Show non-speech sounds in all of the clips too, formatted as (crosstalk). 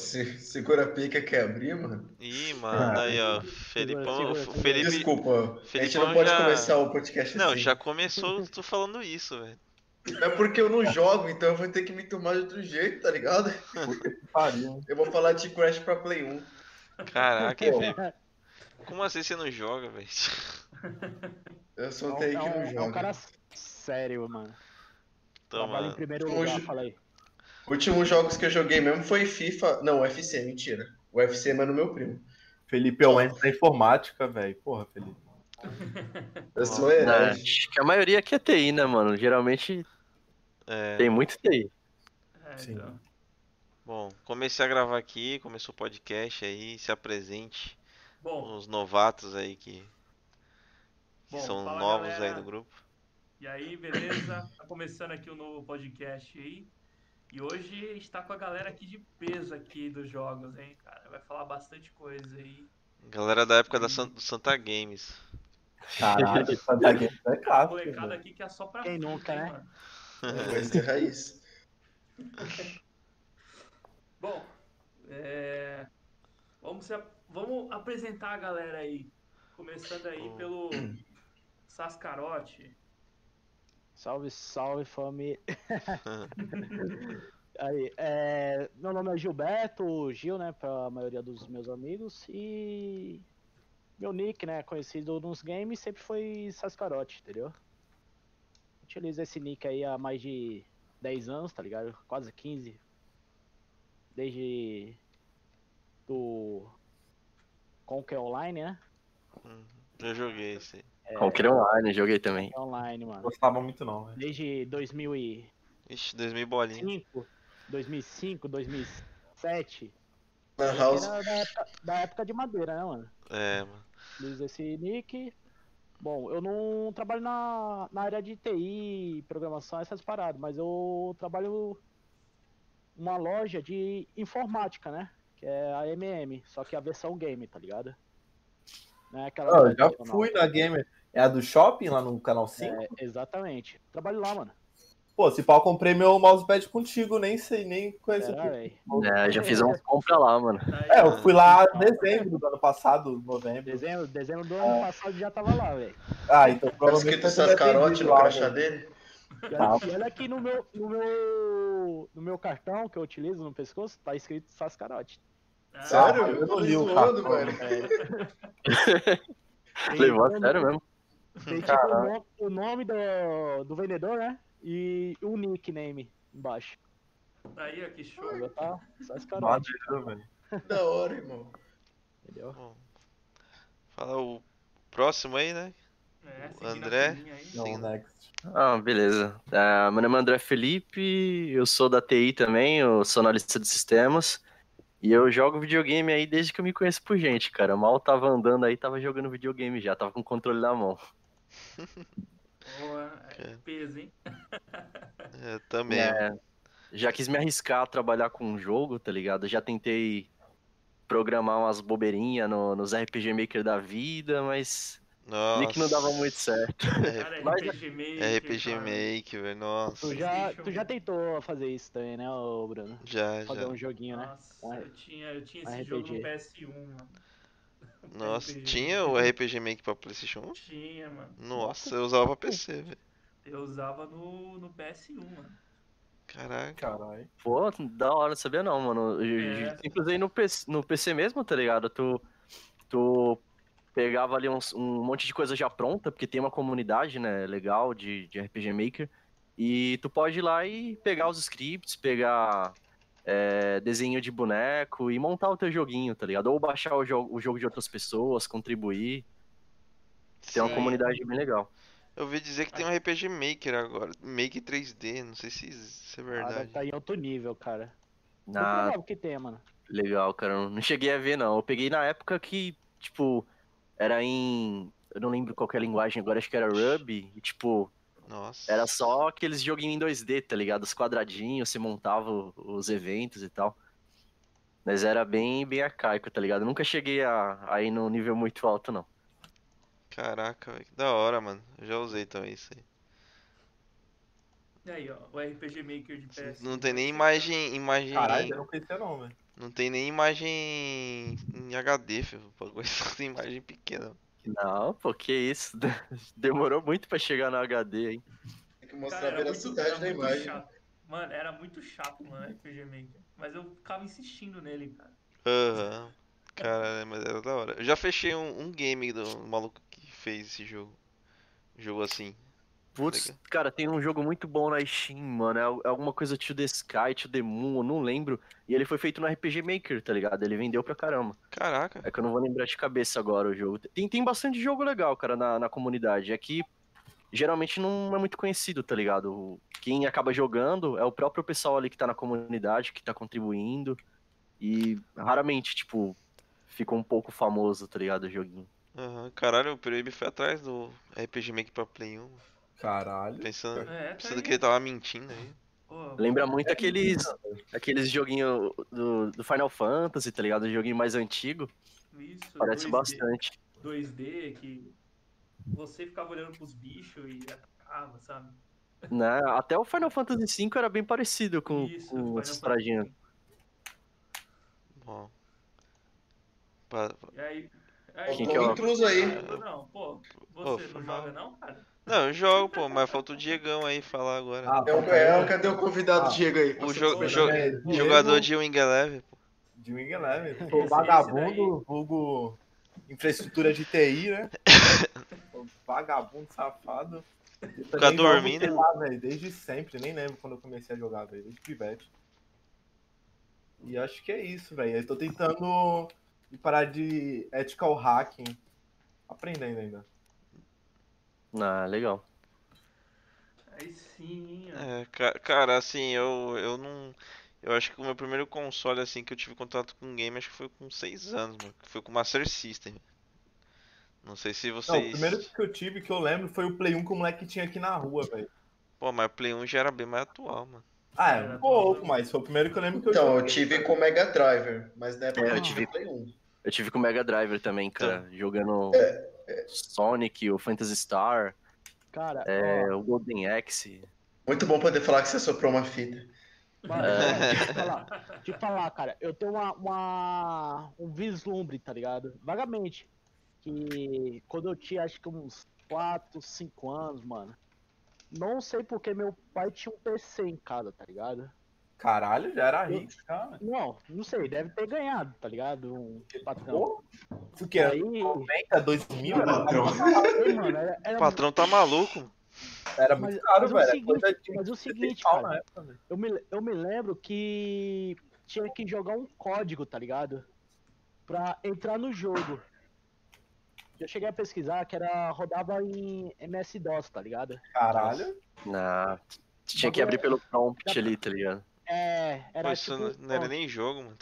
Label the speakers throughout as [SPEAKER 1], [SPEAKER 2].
[SPEAKER 1] Segura a pica, quer abrir, mano?
[SPEAKER 2] Ih, mano,
[SPEAKER 1] Ah,
[SPEAKER 2] aí, ó.
[SPEAKER 3] segura,
[SPEAKER 2] Felipão.
[SPEAKER 3] segura.
[SPEAKER 2] Felipe.
[SPEAKER 1] Desculpa, a gente
[SPEAKER 2] Felipão
[SPEAKER 1] não pode
[SPEAKER 2] já-
[SPEAKER 1] começar o podcast
[SPEAKER 2] Não,
[SPEAKER 1] assim.
[SPEAKER 2] já começou tu falando isso, velho.
[SPEAKER 1] É porque eu não jogo, então eu vou ter que me tomar de outro jeito, tá ligado?
[SPEAKER 3] Pariu.
[SPEAKER 1] Eu vou falar de Crash pra Play 1.
[SPEAKER 2] Caraca, hein,
[SPEAKER 3] Pô,
[SPEAKER 2] Felipe. Como assim você não joga, velho? (laughs)
[SPEAKER 1] Eu
[SPEAKER 3] é,
[SPEAKER 1] sou
[SPEAKER 3] um,
[SPEAKER 1] TI que
[SPEAKER 3] é um-
[SPEAKER 1] não
[SPEAKER 3] é um
[SPEAKER 1] joga.
[SPEAKER 3] cara sério, mano. Trabalha em
[SPEAKER 2] Toma.
[SPEAKER 3] primeiro
[SPEAKER 1] Hoje-
[SPEAKER 3] lugar, fala aí.
[SPEAKER 1] Últimos jogos que eu joguei mesmo foi FIFA. Não, UFC, mentira. O UFC é no meu primo.
[SPEAKER 4] Felipe é o Enzo da informática, né? velho. Porra, Felipe.
[SPEAKER 1] Eu sou herói.
[SPEAKER 5] Ah, acho que a maioria aqui é TI, né, mano? Geralmente
[SPEAKER 2] É,
[SPEAKER 5] tem muito TI.
[SPEAKER 6] É,
[SPEAKER 4] Sim.
[SPEAKER 6] então.
[SPEAKER 2] bom, comecei a gravar aqui, começou o podcast aí, se apresente.
[SPEAKER 6] Bom,
[SPEAKER 2] Os novatos aí que, que
[SPEAKER 6] Bom,
[SPEAKER 2] são
[SPEAKER 6] fala,
[SPEAKER 2] novos aí
[SPEAKER 6] galera.
[SPEAKER 2] do grupo.
[SPEAKER 6] e aí, beleza? Tá começando aqui o novo podcast aí. E hoje está com a galera aqui de peso aqui dos jogos, hein, cara? Vai falar bastante coisa aí.
[SPEAKER 2] Galera da época da San- do Santa Games.
[SPEAKER 4] Caralho,
[SPEAKER 5] (laughs)
[SPEAKER 4] essa daqui é
[SPEAKER 6] A
[SPEAKER 4] clássica,
[SPEAKER 6] molecada
[SPEAKER 4] velho.
[SPEAKER 6] aqui que é só pra
[SPEAKER 3] Ah, Quem
[SPEAKER 6] frente,
[SPEAKER 3] nunca,
[SPEAKER 6] hein,
[SPEAKER 3] né?
[SPEAKER 6] mano?
[SPEAKER 1] Coisa de raiz.
[SPEAKER 6] Bom, é, vamos, se ap- vamos apresentar a galera aí. Começando aí
[SPEAKER 2] Bom. (clears throat)
[SPEAKER 6] pelo Sascarote.
[SPEAKER 3] Salve, salve, família. (laughs) Aí, é, meu nome é Gilberto, o Gil, né, pra maioria dos meus amigos, e meu nick, né, conhecido nos games, sempre foi Sascarote, entendeu? Utilizo esse nick aí há mais de 10 anos, tá ligado? Quase 15. Desde do Conquer Online, né?
[SPEAKER 2] Eu joguei esse aí.
[SPEAKER 3] É,
[SPEAKER 5] Qualquer online, joguei também.
[SPEAKER 3] Online, mano.
[SPEAKER 4] Gostava muito não, né? velho.
[SPEAKER 3] Desde 2000 e...
[SPEAKER 2] Ixi, 2000 bolinhas.
[SPEAKER 3] 2005, 2005, 2007.
[SPEAKER 1] Na
[SPEAKER 4] Então,
[SPEAKER 3] Era
[SPEAKER 1] house.
[SPEAKER 3] da época, da época de madeira, né, mano?
[SPEAKER 2] É, mano.
[SPEAKER 3] Luiz esse nick. Bom, eu não trabalho na, na área de TI, programação, essas paradas, mas eu trabalho uma loja de informática, né? Que é a MM, só que a versão game, tá ligado? Não é aquela.
[SPEAKER 4] Ah, eu já
[SPEAKER 3] tradicional.
[SPEAKER 4] fui na Gamer. É a do shopping lá no canal 5?
[SPEAKER 3] É, exatamente. Trabalho lá, mano.
[SPEAKER 4] Pô, se pau, comprei meu mousepad contigo, nem sei, nem conheço.
[SPEAKER 3] Será,
[SPEAKER 4] aqui.
[SPEAKER 3] véi?
[SPEAKER 5] É, já fiz uma compra lá, mano.
[SPEAKER 6] Tá aí,
[SPEAKER 4] É, eu fui lá
[SPEAKER 1] Ah,
[SPEAKER 4] em dezembro do ano passado, novembro.
[SPEAKER 3] Dezembro, dezembro do ano passado já tava lá, velho.
[SPEAKER 4] Ah, então
[SPEAKER 1] Tá
[SPEAKER 4] provavelmente.
[SPEAKER 1] escrito
[SPEAKER 4] eu já tenho
[SPEAKER 1] Sascarote
[SPEAKER 4] vídeo
[SPEAKER 1] no
[SPEAKER 4] lá, né?
[SPEAKER 1] crachá
[SPEAKER 4] velho.
[SPEAKER 1] dele.
[SPEAKER 3] E olha-
[SPEAKER 4] Tá.
[SPEAKER 3] E olha aqui no meu, no meu, no meu cartão que eu utilizo no pescoço, tá escrito Sascarote.
[SPEAKER 6] Ah,
[SPEAKER 1] Sério?
[SPEAKER 4] eu não
[SPEAKER 1] tô
[SPEAKER 4] li o
[SPEAKER 1] zoando,
[SPEAKER 4] cartão,
[SPEAKER 1] velho.
[SPEAKER 5] (laughs) Levou a sério mesmo.
[SPEAKER 3] Tem tipo o nome, o nome do, do vendedor, né? E o nickname embaixo.
[SPEAKER 6] tá aí, ó, que show.
[SPEAKER 3] O meu tá Sascarote,
[SPEAKER 4] Maneiro, velho.
[SPEAKER 1] Da hora, irmão.
[SPEAKER 3] entendeu?
[SPEAKER 2] Bom. Fala o próximo aí, né?
[SPEAKER 6] É,
[SPEAKER 2] O
[SPEAKER 6] seguindo a
[SPEAKER 2] André.
[SPEAKER 6] filhinha aí.
[SPEAKER 4] Não, né? next.
[SPEAKER 5] Ah, beleza. Ah, meu nome é André Felipe, eu sou da TI também, eu sou analista de sistemas. E eu jogo videogame aí desde que eu me conheço por gente, cara. Mal tava andando aí, tava jogando videogame já, tava com o controle na mão.
[SPEAKER 6] Boa, é peso, hein?
[SPEAKER 2] Eu também.
[SPEAKER 5] É, já quis me arriscar a trabalhar com um jogo, tá ligado? Já tentei programar umas bobeirinhas no- nos RPG Maker da vida, mas
[SPEAKER 2] Nossa.
[SPEAKER 5] vi que não dava muito certo.
[SPEAKER 6] Cara,
[SPEAKER 5] Mas-
[SPEAKER 6] RPG Maker.
[SPEAKER 2] (laughs) É RPG
[SPEAKER 6] cara.
[SPEAKER 2] Make, velho. Nossa.
[SPEAKER 3] Tu já,
[SPEAKER 6] Deixa eu
[SPEAKER 3] tu já
[SPEAKER 6] ver.
[SPEAKER 3] tentou fazer isso também, né, ô Bruno?
[SPEAKER 2] Já,
[SPEAKER 3] Fazer
[SPEAKER 2] já.
[SPEAKER 3] um joguinho, né?
[SPEAKER 6] Nossa, eu tinha, eu tinha esse
[SPEAKER 3] RPG.
[SPEAKER 6] jogo no PS1, mano.
[SPEAKER 2] Nossa,
[SPEAKER 6] RPG.
[SPEAKER 2] tinha o RPG Make pra PlayStation 1?
[SPEAKER 6] Tinha, mano.
[SPEAKER 2] Nossa, eu usava pra PC, velho.
[SPEAKER 6] Eu usava no, no PS1, mano.
[SPEAKER 2] Caraca.
[SPEAKER 4] Caralho.
[SPEAKER 5] Pô, da hora, não sabia não, mano. Eu, eu
[SPEAKER 6] É.
[SPEAKER 5] sempre usei no PC, no PC mesmo, tá ligado? Tu, tu pegava ali uns- um monte de coisa já pronta, porque tem uma comunidade, né, legal de, de RPG Maker. E tu pode ir lá e pegar os scripts, pegar é, desenho de boneco e montar o teu joguinho, tá ligado? Ou baixar o, jo o jogo de outras pessoas, contribuir. Tem uma
[SPEAKER 2] Sim.
[SPEAKER 5] comunidade bem legal.
[SPEAKER 2] Eu ouvi dizer que tem um RPG Maker agora. Make 3D, não sei se se é
[SPEAKER 3] Cara,
[SPEAKER 2] verdade.
[SPEAKER 3] tá em outro nível, cara. Muito
[SPEAKER 5] Na-
[SPEAKER 3] legal que tem, mano.
[SPEAKER 5] Legal, cara. eu Não cheguei a ver, não. Eu peguei na época que, tipo, era em. Eu não lembro qual que é a linguagem agora, acho que era Ruby. E, tipo,
[SPEAKER 2] Nossa.
[SPEAKER 5] era só aqueles joguinhos em 2D, tá ligado? Os quadradinhos, você montava o- os eventos e tal. Mas era bem, bem arcaico, tá ligado? Eu nunca cheguei a, a ir num nível muito alto, não.
[SPEAKER 2] Caraca, velho. Que da hora, mano. Eu já usei também isso aí.
[SPEAKER 6] E aí, ó, o RPG Maker de PS1.
[SPEAKER 2] Não tem nem imagem. imagem
[SPEAKER 4] Caralho, eu não conhecia não, velho.
[SPEAKER 2] Não tem nem imagem em HD, filho. O bagulho (laughs) só tem imagem pequena.
[SPEAKER 5] Não, pô, que isso. (laughs) Demorou muito pra chegar no HD, hein?
[SPEAKER 1] Tem que mostrar
[SPEAKER 6] Cara,
[SPEAKER 1] a
[SPEAKER 6] era muito-
[SPEAKER 1] veracidade
[SPEAKER 6] era
[SPEAKER 1] da
[SPEAKER 6] muito
[SPEAKER 1] imagem.
[SPEAKER 6] chato. Mano, era muito chato, mano, RPG Maker. Mas eu ficava insistindo nele, cara.
[SPEAKER 2] Aham. Cara, mas era da hora. Eu já fechei um, um game do maluco que fez esse jogo. Jogo assim.
[SPEAKER 5] Putz,
[SPEAKER 2] Legal.
[SPEAKER 5] cara, tem um jogo muito bom na Steam, mano. É al- é alguma coisa To The Sky, To The Moon, eu não lembro. E ele foi feito no RPG Maker, tá ligado? Ele vendeu pra caramba.
[SPEAKER 2] Caraca.
[SPEAKER 5] É que eu não vou lembrar de cabeça agora o jogo. Tem, tem bastante jogo legal, cara, na, na comunidade. É que geralmente não é muito conhecido, tá ligado? O- Quem acaba jogando é o próprio pessoal ali que tá na comunidade, que tá contribuindo. E raramente, tipo, fica um pouco famoso, tá ligado? O joguinho.
[SPEAKER 2] Aham. Caralho, o Peribe foi atrás do RPG Maker pra Play 1.
[SPEAKER 4] Caralho.
[SPEAKER 2] Pensando,
[SPEAKER 6] É, tá
[SPEAKER 2] pensando
[SPEAKER 6] aí.
[SPEAKER 2] que ele tava mentindo aí.
[SPEAKER 6] Pô,
[SPEAKER 5] Lembra
[SPEAKER 6] É
[SPEAKER 5] muito aqueles, aqueles joguinhos do, do Final Fantasy, tá ligado? O joguinho mais antigo.
[SPEAKER 6] isso,
[SPEAKER 5] Parece
[SPEAKER 6] 2D,
[SPEAKER 5] bastante.
[SPEAKER 6] 2D, que você ficava olhando pros bichos e atacava, sabe?
[SPEAKER 5] Né? Até o Final Fantasy V era bem parecido com,
[SPEAKER 6] isso,
[SPEAKER 5] com
[SPEAKER 6] Final
[SPEAKER 5] essas
[SPEAKER 6] Fantasy.
[SPEAKER 5] paradinhas.
[SPEAKER 2] Bom. Pa- pa-
[SPEAKER 6] E aí. aí
[SPEAKER 1] Ó,
[SPEAKER 5] Quem
[SPEAKER 1] tô
[SPEAKER 5] que é o-
[SPEAKER 1] intruso aí.
[SPEAKER 6] Não, não, pô, você
[SPEAKER 2] foi
[SPEAKER 6] não
[SPEAKER 2] mal.
[SPEAKER 6] joga não, cara?
[SPEAKER 2] Não, eu jogo, pô, mas falta o Diegão aí falar agora.
[SPEAKER 4] Ah,
[SPEAKER 1] É o, é, cadê o convidado
[SPEAKER 4] Ah.
[SPEAKER 1] Diego aí?
[SPEAKER 2] O jo-
[SPEAKER 6] pô,
[SPEAKER 2] jo-
[SPEAKER 4] É,
[SPEAKER 2] jogador
[SPEAKER 4] Diego
[SPEAKER 2] de Wing Eleven, pô.
[SPEAKER 4] de Wing (laughs) Eleven.
[SPEAKER 6] Esse-
[SPEAKER 4] Pô,
[SPEAKER 6] esse
[SPEAKER 4] vagabundo, vulgo infraestrutura de TI, (laughs) né? Pô, vagabundo safado. Eu também jogo,
[SPEAKER 2] dormindo.
[SPEAKER 4] sei lá, velho, desde sempre, nem lembro quando eu comecei a jogar, velho, desde pivete. E acho que é isso, velho. Eu tô tentando me parar de ethical hacking. Aprendendo ainda.
[SPEAKER 5] Ah, legal.
[SPEAKER 6] Aí sim, ó.
[SPEAKER 2] É, ca- cara, assim, eu, eu não. Eu acho que o meu primeiro console, assim, que eu tive contato com game, acho que foi com 6 anos, mano. que Foi com o Master System. Não sei se
[SPEAKER 4] Não,
[SPEAKER 2] vocês.
[SPEAKER 4] o primeiro que eu tive, que eu lembro, foi o Play 1 que o moleque tinha aqui na rua, velho.
[SPEAKER 2] Pô, mas Play 1 já era bem mais atual, mano.
[SPEAKER 4] Ah, é um pouco, mas foi o primeiro que eu lembro que eu
[SPEAKER 1] Então,
[SPEAKER 4] joguei.
[SPEAKER 1] eu tive com o Mega Driver, mas na época
[SPEAKER 5] É, eu
[SPEAKER 1] eu
[SPEAKER 5] tive-
[SPEAKER 1] tive Play 1.
[SPEAKER 5] Eu tive com o Mega Driver também,
[SPEAKER 6] Tá.
[SPEAKER 5] cara. Jogando Sonic, o Phantasy Star,
[SPEAKER 3] Cara,
[SPEAKER 5] é, o Golden Axe.
[SPEAKER 1] Muito bom poder falar que você soprou uma fita.
[SPEAKER 3] ó, mano, cara, deixa eu falar, te falar, cara, eu tenho uma, uma- um vislumbre, tá ligado? Vagamente. Que quando eu tinha acho que uns 4, 5 anos, mano. Não sei porque meu pai tinha um PC em casa, tá ligado?
[SPEAKER 4] Caralho, já era rico, cara.
[SPEAKER 3] Não, não sei, deve ter ganhado, tá ligado? Um patrão.
[SPEAKER 4] Pô, isso que era
[SPEAKER 3] Aí,
[SPEAKER 4] 90, 2000, era,
[SPEAKER 3] Ei, mano, era,
[SPEAKER 2] O
[SPEAKER 4] É,
[SPEAKER 3] era-
[SPEAKER 2] patrão tá maluco, mano.
[SPEAKER 4] era
[SPEAKER 3] mas-
[SPEAKER 4] Tá muito caro,
[SPEAKER 3] mas o
[SPEAKER 4] velho. É
[SPEAKER 3] seguinte-
[SPEAKER 4] coisa de
[SPEAKER 3] mas o
[SPEAKER 4] 16
[SPEAKER 3] seguinte,
[SPEAKER 4] pau na
[SPEAKER 3] cara.
[SPEAKER 4] época, velho.
[SPEAKER 3] eu, me, eu me lembro que tinha que jogar um código, tá ligado? Pra entrar no jogo. Eu cheguei a pesquisar que era rodava em MS-DOS, tá ligado?
[SPEAKER 4] Caralho.
[SPEAKER 5] Na... Tinha que abrir pelo prompt ali, tá ligado?
[SPEAKER 3] É,
[SPEAKER 2] Pô,
[SPEAKER 3] era
[SPEAKER 2] isso
[SPEAKER 3] tipo,
[SPEAKER 2] não- não era
[SPEAKER 3] ó,
[SPEAKER 2] nem jogo, mano.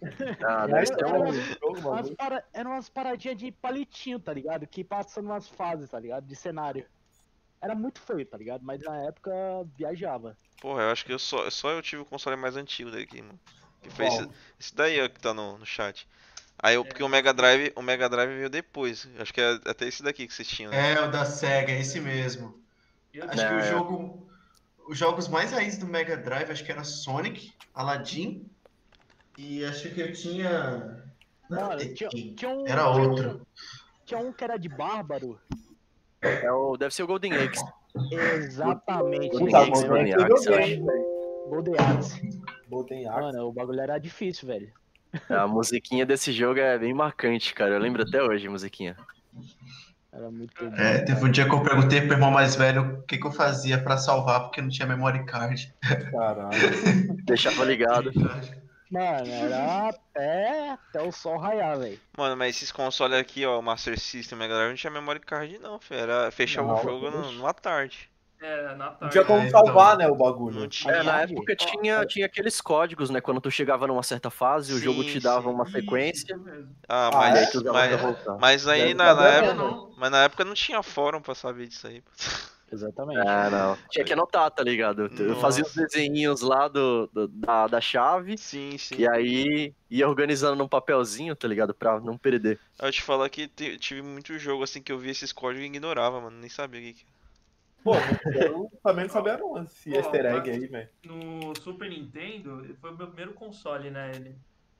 [SPEAKER 2] (laughs)
[SPEAKER 5] Ah,
[SPEAKER 4] Era,
[SPEAKER 5] deve ser
[SPEAKER 4] era
[SPEAKER 5] um-
[SPEAKER 4] um jogo,
[SPEAKER 3] umas
[SPEAKER 4] mano.
[SPEAKER 3] para- eram umas paradinhas de palitinho, tá ligado? Que passando umas fases, tá ligado? De cenário. Era muito feio, tá ligado? Mas na época viajava.
[SPEAKER 2] Porra, eu acho que eu só, só eu tive o console mais antigo daqui, mano. Que foi esse,
[SPEAKER 4] Bom,
[SPEAKER 2] esse daí ó, que tá no, no chat. Aí, eu- porque o Mega Drive, o Mega Drive veio depois. Eu Acho que é até esse daqui que vocês tinham, né?
[SPEAKER 7] É, o da SEGA, esse mesmo.
[SPEAKER 6] Eu
[SPEAKER 7] Acho que
[SPEAKER 5] Não,
[SPEAKER 7] o
[SPEAKER 5] é.
[SPEAKER 7] jogo. Os jogos mais raízes do Mega Drive, acho que era Sonic, Aladdin. E acho que eu tinha.
[SPEAKER 3] Mano,
[SPEAKER 7] Não,
[SPEAKER 3] tinha,
[SPEAKER 7] enfim,
[SPEAKER 3] tinha um.
[SPEAKER 7] Era
[SPEAKER 3] tinha um-
[SPEAKER 7] outro.
[SPEAKER 3] Tinha um que era de bárbaro.
[SPEAKER 5] é o- deve ser o Golden Axe.
[SPEAKER 3] Exatamente.
[SPEAKER 5] Golden
[SPEAKER 4] Tá
[SPEAKER 3] esse
[SPEAKER 4] bom,
[SPEAKER 5] Axe,
[SPEAKER 3] mesmo.
[SPEAKER 5] Golden
[SPEAKER 4] eu
[SPEAKER 5] Axe, eu
[SPEAKER 4] joguei.
[SPEAKER 5] acho, velho.
[SPEAKER 3] Golden Axe.
[SPEAKER 4] Golden Axe.
[SPEAKER 3] Mano, o bagulho era difícil, velho.
[SPEAKER 5] A musiquinha desse jogo é bem marcante, cara. Eu lembro até hoje a musiquinha.
[SPEAKER 3] Era muito bom.
[SPEAKER 7] É, teve um dia que eu perguntei pro irmão mais velho o que, que eu fazia pra salvar, porque não tinha memory card.
[SPEAKER 3] é,
[SPEAKER 4] Caralho.
[SPEAKER 5] Deixava ligado.
[SPEAKER 3] Mano, era até, até o sol raiar, velho.
[SPEAKER 2] Mano, mas esses consoles aqui, ó, o Master System, o Mega Drive, não tinha memory card não, filho. Era, fechava o
[SPEAKER 4] Não,
[SPEAKER 2] jogo no-
[SPEAKER 4] oxe.
[SPEAKER 2] numa tarde.
[SPEAKER 6] Era É, na
[SPEAKER 4] Não
[SPEAKER 6] tarde.
[SPEAKER 3] é,
[SPEAKER 4] tinha como
[SPEAKER 7] então.
[SPEAKER 4] salvar, né, o bagulho.
[SPEAKER 2] Não tinha.
[SPEAKER 5] É, na
[SPEAKER 3] Verdade.
[SPEAKER 5] época tinha, tinha aqueles códigos, né? Quando tu chegava numa certa fase, o
[SPEAKER 2] Sim,
[SPEAKER 5] jogo te dava
[SPEAKER 2] sim.
[SPEAKER 5] uma
[SPEAKER 6] Isso,
[SPEAKER 5] sequência.
[SPEAKER 6] isso mesmo.
[SPEAKER 2] Ah,
[SPEAKER 4] Ah,
[SPEAKER 5] E
[SPEAKER 2] mas,
[SPEAKER 5] aí tu usava pra
[SPEAKER 2] mas,
[SPEAKER 5] voltar.
[SPEAKER 2] mas aí
[SPEAKER 4] Deve
[SPEAKER 2] na, na
[SPEAKER 4] saber,
[SPEAKER 7] Eu
[SPEAKER 2] época,
[SPEAKER 7] não.
[SPEAKER 2] mas na época não tinha fórum pra saber disso aí. pô.
[SPEAKER 3] Exatamente.
[SPEAKER 5] Ah, não. Tinha que anotar, tá ligado? Eu
[SPEAKER 2] Nossa.
[SPEAKER 5] fazia os desenhinhos lá do, do- da, da chave
[SPEAKER 2] Sim, sim.
[SPEAKER 4] é-
[SPEAKER 5] e aí ia organizando num papelzinho, tá ligado? Pra não perder.
[SPEAKER 2] Eu te falar que te- tive muito jogo assim que eu vi esses códigos e ignorava, mano. Nem sabia o que que
[SPEAKER 4] Pô, eu também não sabia não esse
[SPEAKER 6] Pô,
[SPEAKER 4] easter egg
[SPEAKER 6] mas-
[SPEAKER 4] aí, velho.
[SPEAKER 6] No Super Nintendo, foi o meu primeiro console, né? Ele.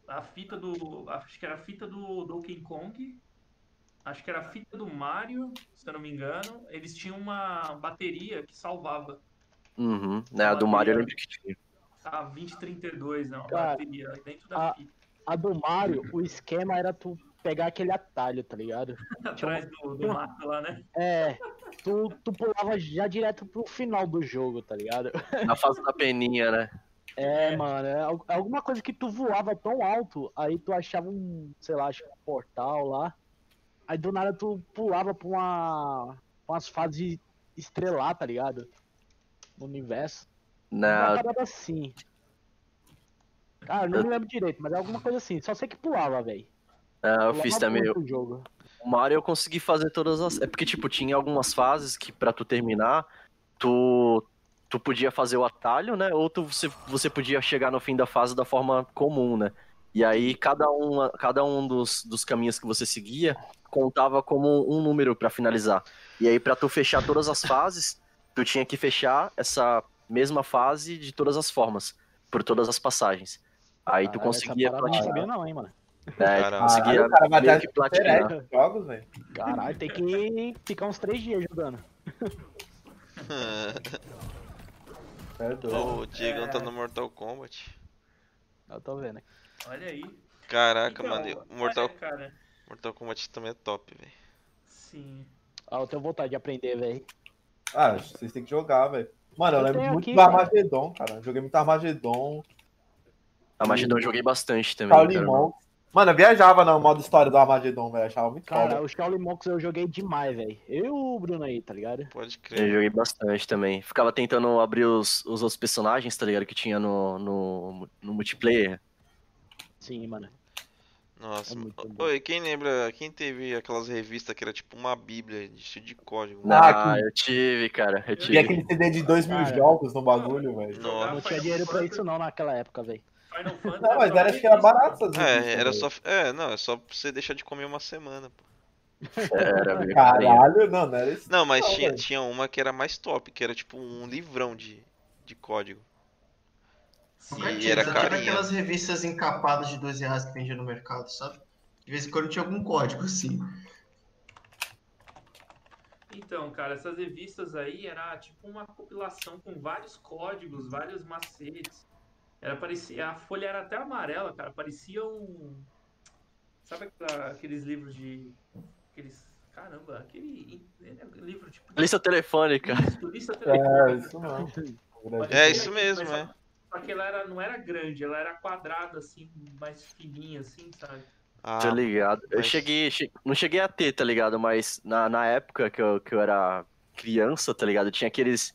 [SPEAKER 6] A fita do. Acho que era a fita do Donkey Kong. Acho que era a fita do Mario, se eu não me engano. Eles tinham uma bateria que salvava.
[SPEAKER 5] Uhum. Né, a do Mario eu lembro que tinha.
[SPEAKER 6] A 2032, né? Uma
[SPEAKER 3] Cara,
[SPEAKER 6] bateria dentro da
[SPEAKER 3] a-
[SPEAKER 6] fita.
[SPEAKER 3] A do Mario, o esquema era tu pegar aquele atalho, tá ligado?
[SPEAKER 6] Atrás do, do mato lá, né?
[SPEAKER 3] É, tu, tu pulava já direto pro final do jogo, tá ligado?
[SPEAKER 5] Na fase da peninha, né?
[SPEAKER 3] É, mano, é al- é alguma coisa que tu voava tão alto, aí tu achava um, sei lá, acho que um portal lá. Aí do nada tu pulava pra uma. pra umas fases estrelar, tá ligado? No universo. Uma
[SPEAKER 5] Na...
[SPEAKER 3] parada assim. Cara, não me lembro direito, mas é alguma coisa assim. Só sei que pulava, velho.
[SPEAKER 5] Ah, eu fiz também.
[SPEAKER 3] O jogo.
[SPEAKER 5] O Mario eu consegui fazer todas as. É porque, tipo, tinha algumas fases que pra tu terminar, tu. Tu podia fazer o atalho, né? Ou tu, você, você podia chegar no fim da fase da forma comum, né? E aí cada, uma, cada um dos, dos caminhos que você seguia contava como um número pra finalizar. E aí pra tu fechar todas as fases, tu tinha que fechar essa mesma fase de todas as formas, por todas as passagens. Aí tu
[SPEAKER 3] Caralho,
[SPEAKER 5] conseguia
[SPEAKER 3] Essa parada é eu não sabia,
[SPEAKER 5] platinar.
[SPEAKER 3] não, hein, mano.
[SPEAKER 5] Né? Tu
[SPEAKER 2] Caralho.
[SPEAKER 5] conseguia
[SPEAKER 4] Caralho, cara, vai
[SPEAKER 5] meio
[SPEAKER 4] atrás
[SPEAKER 5] que
[SPEAKER 4] de easter egg
[SPEAKER 5] platinar.
[SPEAKER 4] nos jogos, velho.
[SPEAKER 3] Caralho, tem que ficar uns três dias jogando.
[SPEAKER 4] É doido.
[SPEAKER 2] o Diego tá no Mortal Kombat.
[SPEAKER 3] Eu tô vendo. aqui.
[SPEAKER 6] Olha aí.
[SPEAKER 2] Caraca,
[SPEAKER 6] Então,
[SPEAKER 2] mano. o Mortal,
[SPEAKER 6] é, cara.
[SPEAKER 2] Mortal Kombat também é top, velho.
[SPEAKER 6] Sim.
[SPEAKER 3] Ah, eu tenho vontade de aprender, velho.
[SPEAKER 4] Ah, vocês têm que jogar, velho. Mano, eu,
[SPEAKER 3] Eu
[SPEAKER 4] lembro
[SPEAKER 3] tenho
[SPEAKER 4] muito
[SPEAKER 3] aqui,
[SPEAKER 4] do
[SPEAKER 3] cara.
[SPEAKER 4] Armagedon, cara. Joguei muito Armagedon,
[SPEAKER 5] A
[SPEAKER 4] Uhum.
[SPEAKER 5] Magidão eu joguei bastante também.
[SPEAKER 4] Tal
[SPEAKER 5] cara.
[SPEAKER 4] Limão. Mano, eu viajava no modo história do Armagedon, velho. Achava muito
[SPEAKER 3] Cara,
[SPEAKER 4] foda.
[SPEAKER 3] o Shaolin Monks eu joguei demais, velho. Eu e o Bruno aí, tá ligado?
[SPEAKER 2] Pode crer.
[SPEAKER 5] Eu joguei bastante também. Ficava tentando abrir os, os outros personagens, tá ligado? Que tinha no, no, no multiplayer.
[SPEAKER 3] Sim, mano.
[SPEAKER 2] Nossa,
[SPEAKER 3] É
[SPEAKER 2] mano.
[SPEAKER 3] muito bom.
[SPEAKER 2] Oi, quem lembra, quem teve aquelas revistas que era tipo uma bíblia de cheio de código?
[SPEAKER 4] Não.
[SPEAKER 5] Ah,
[SPEAKER 4] Ah,
[SPEAKER 5] eu tive, cara. Eu
[SPEAKER 4] E
[SPEAKER 5] tive.
[SPEAKER 4] aquele CD de dois mil
[SPEAKER 3] Cara.
[SPEAKER 4] jogos no bagulho, velho.
[SPEAKER 2] Nossa.
[SPEAKER 3] Não tinha
[SPEAKER 6] um
[SPEAKER 3] dinheiro pra isso não naquela época, velho.
[SPEAKER 6] Final Fantasy.
[SPEAKER 4] Não, mas era, acho que era barato assim, tipo, essas
[SPEAKER 2] É,
[SPEAKER 4] revistas,
[SPEAKER 2] era
[SPEAKER 4] velho.
[SPEAKER 2] só. É, não, é só pra você deixar de comer uma semana. pô.
[SPEAKER 5] Era meio carinho.
[SPEAKER 4] Caralho, não, não era isso.
[SPEAKER 2] Não, mas
[SPEAKER 4] Não,
[SPEAKER 2] tinha,
[SPEAKER 4] velho.
[SPEAKER 2] tinha uma que era mais top, que era tipo um livrão de, de código.
[SPEAKER 6] Sim, tipo,
[SPEAKER 2] E era
[SPEAKER 7] Tinha
[SPEAKER 2] carinha.
[SPEAKER 7] aquelas revistas encapadas de 12 reais que vendia no mercado, sabe? De vez em quando tinha algum código, assim.
[SPEAKER 6] Então, cara, essas revistas aí era tipo uma compilação com vários códigos, vários macetes. Era parecia, a folha era até amarela, cara, parecia um Sabe aquela- aqueles livros de aqueles caramba, aquele era livro tipo
[SPEAKER 5] Lista telefônica.
[SPEAKER 6] Isso, lista telefônica.
[SPEAKER 4] É, isso não.
[SPEAKER 2] É isso mesmo,
[SPEAKER 6] Mas
[SPEAKER 2] é.
[SPEAKER 6] Só que ela era, não era grande, ela era quadrada assim, mais fininha assim, sabe?
[SPEAKER 2] Ah,
[SPEAKER 5] Tá ligado? Eu
[SPEAKER 2] mas-
[SPEAKER 5] cheguei, che- não cheguei a ter, tá ligado? Mas na, na época que eu, que eu era criança, tá ligado? Tinha aqueles.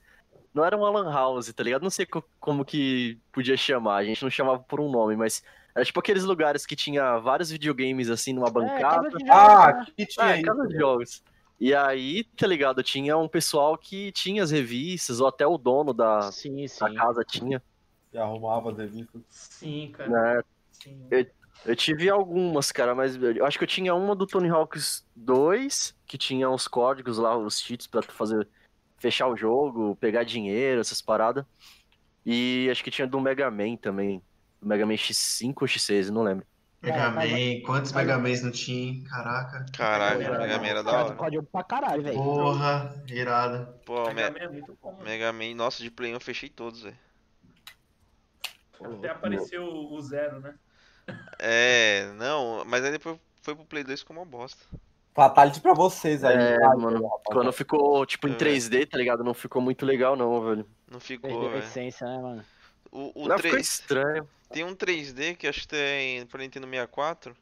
[SPEAKER 5] Não era uma Lan House, tá ligado? Não sei co- como que podia chamar. A gente não chamava por um nome, mas era tipo aqueles lugares que tinha vários videogames assim numa
[SPEAKER 2] É,
[SPEAKER 5] bancada.
[SPEAKER 3] É, casa de jogos,
[SPEAKER 4] Ah,
[SPEAKER 3] né?
[SPEAKER 4] que tinha
[SPEAKER 5] É,
[SPEAKER 4] isso.
[SPEAKER 5] casa de jogos. E aí, tá ligado? Tinha um pessoal que tinha as revistas, ou até o dono da,
[SPEAKER 3] Sim, sim.
[SPEAKER 5] da casa tinha.
[SPEAKER 4] E arrumava as revistas.
[SPEAKER 6] Sim, cara.
[SPEAKER 5] Né?
[SPEAKER 6] Sim.
[SPEAKER 5] Eu tive algumas, cara, mas eu acho que eu tinha uma do Tony Hawks 2, que tinha os códigos lá, os cheats pra tu fazer fechar o jogo, pegar dinheiro, essas paradas. E acho que tinha do Mega Man também. Do Mega Man X5 ou X6, não lembro.
[SPEAKER 7] Mega
[SPEAKER 3] Cara, mas-
[SPEAKER 7] Man, quantos Mega Mans não tinha, hein? Caraca.
[SPEAKER 2] né? Caralho,
[SPEAKER 6] Era-
[SPEAKER 2] Mega Man era da
[SPEAKER 3] Cara,
[SPEAKER 2] hora.
[SPEAKER 3] Pode pra caralho, velho.
[SPEAKER 7] Porra, irado.
[SPEAKER 2] Pô,
[SPEAKER 6] Mega
[SPEAKER 2] Mega,
[SPEAKER 6] Man é muito bom.
[SPEAKER 2] Mega Man, nossa, de Play 1 eu fechei todos, velho.
[SPEAKER 6] Até apareceu o o zero, né?
[SPEAKER 2] É, não, mas aí depois foi pro Play 2 como uma bosta.
[SPEAKER 4] Fatality pra vocês aí.
[SPEAKER 5] É,
[SPEAKER 4] Ai,
[SPEAKER 5] mano,
[SPEAKER 4] rapaz.
[SPEAKER 5] Quando ficou, tipo, em
[SPEAKER 2] É.
[SPEAKER 5] 3D, tá ligado? Não ficou muito legal, não, velho.
[SPEAKER 2] Não
[SPEAKER 3] Perdeu
[SPEAKER 2] ficou,
[SPEAKER 3] a
[SPEAKER 2] velho.
[SPEAKER 3] É, essência, né, mano?
[SPEAKER 2] O, o
[SPEAKER 5] Não, ficou
[SPEAKER 2] 3...
[SPEAKER 5] estranho.
[SPEAKER 2] Tem um 3D que acho que tem pra Nintendo 64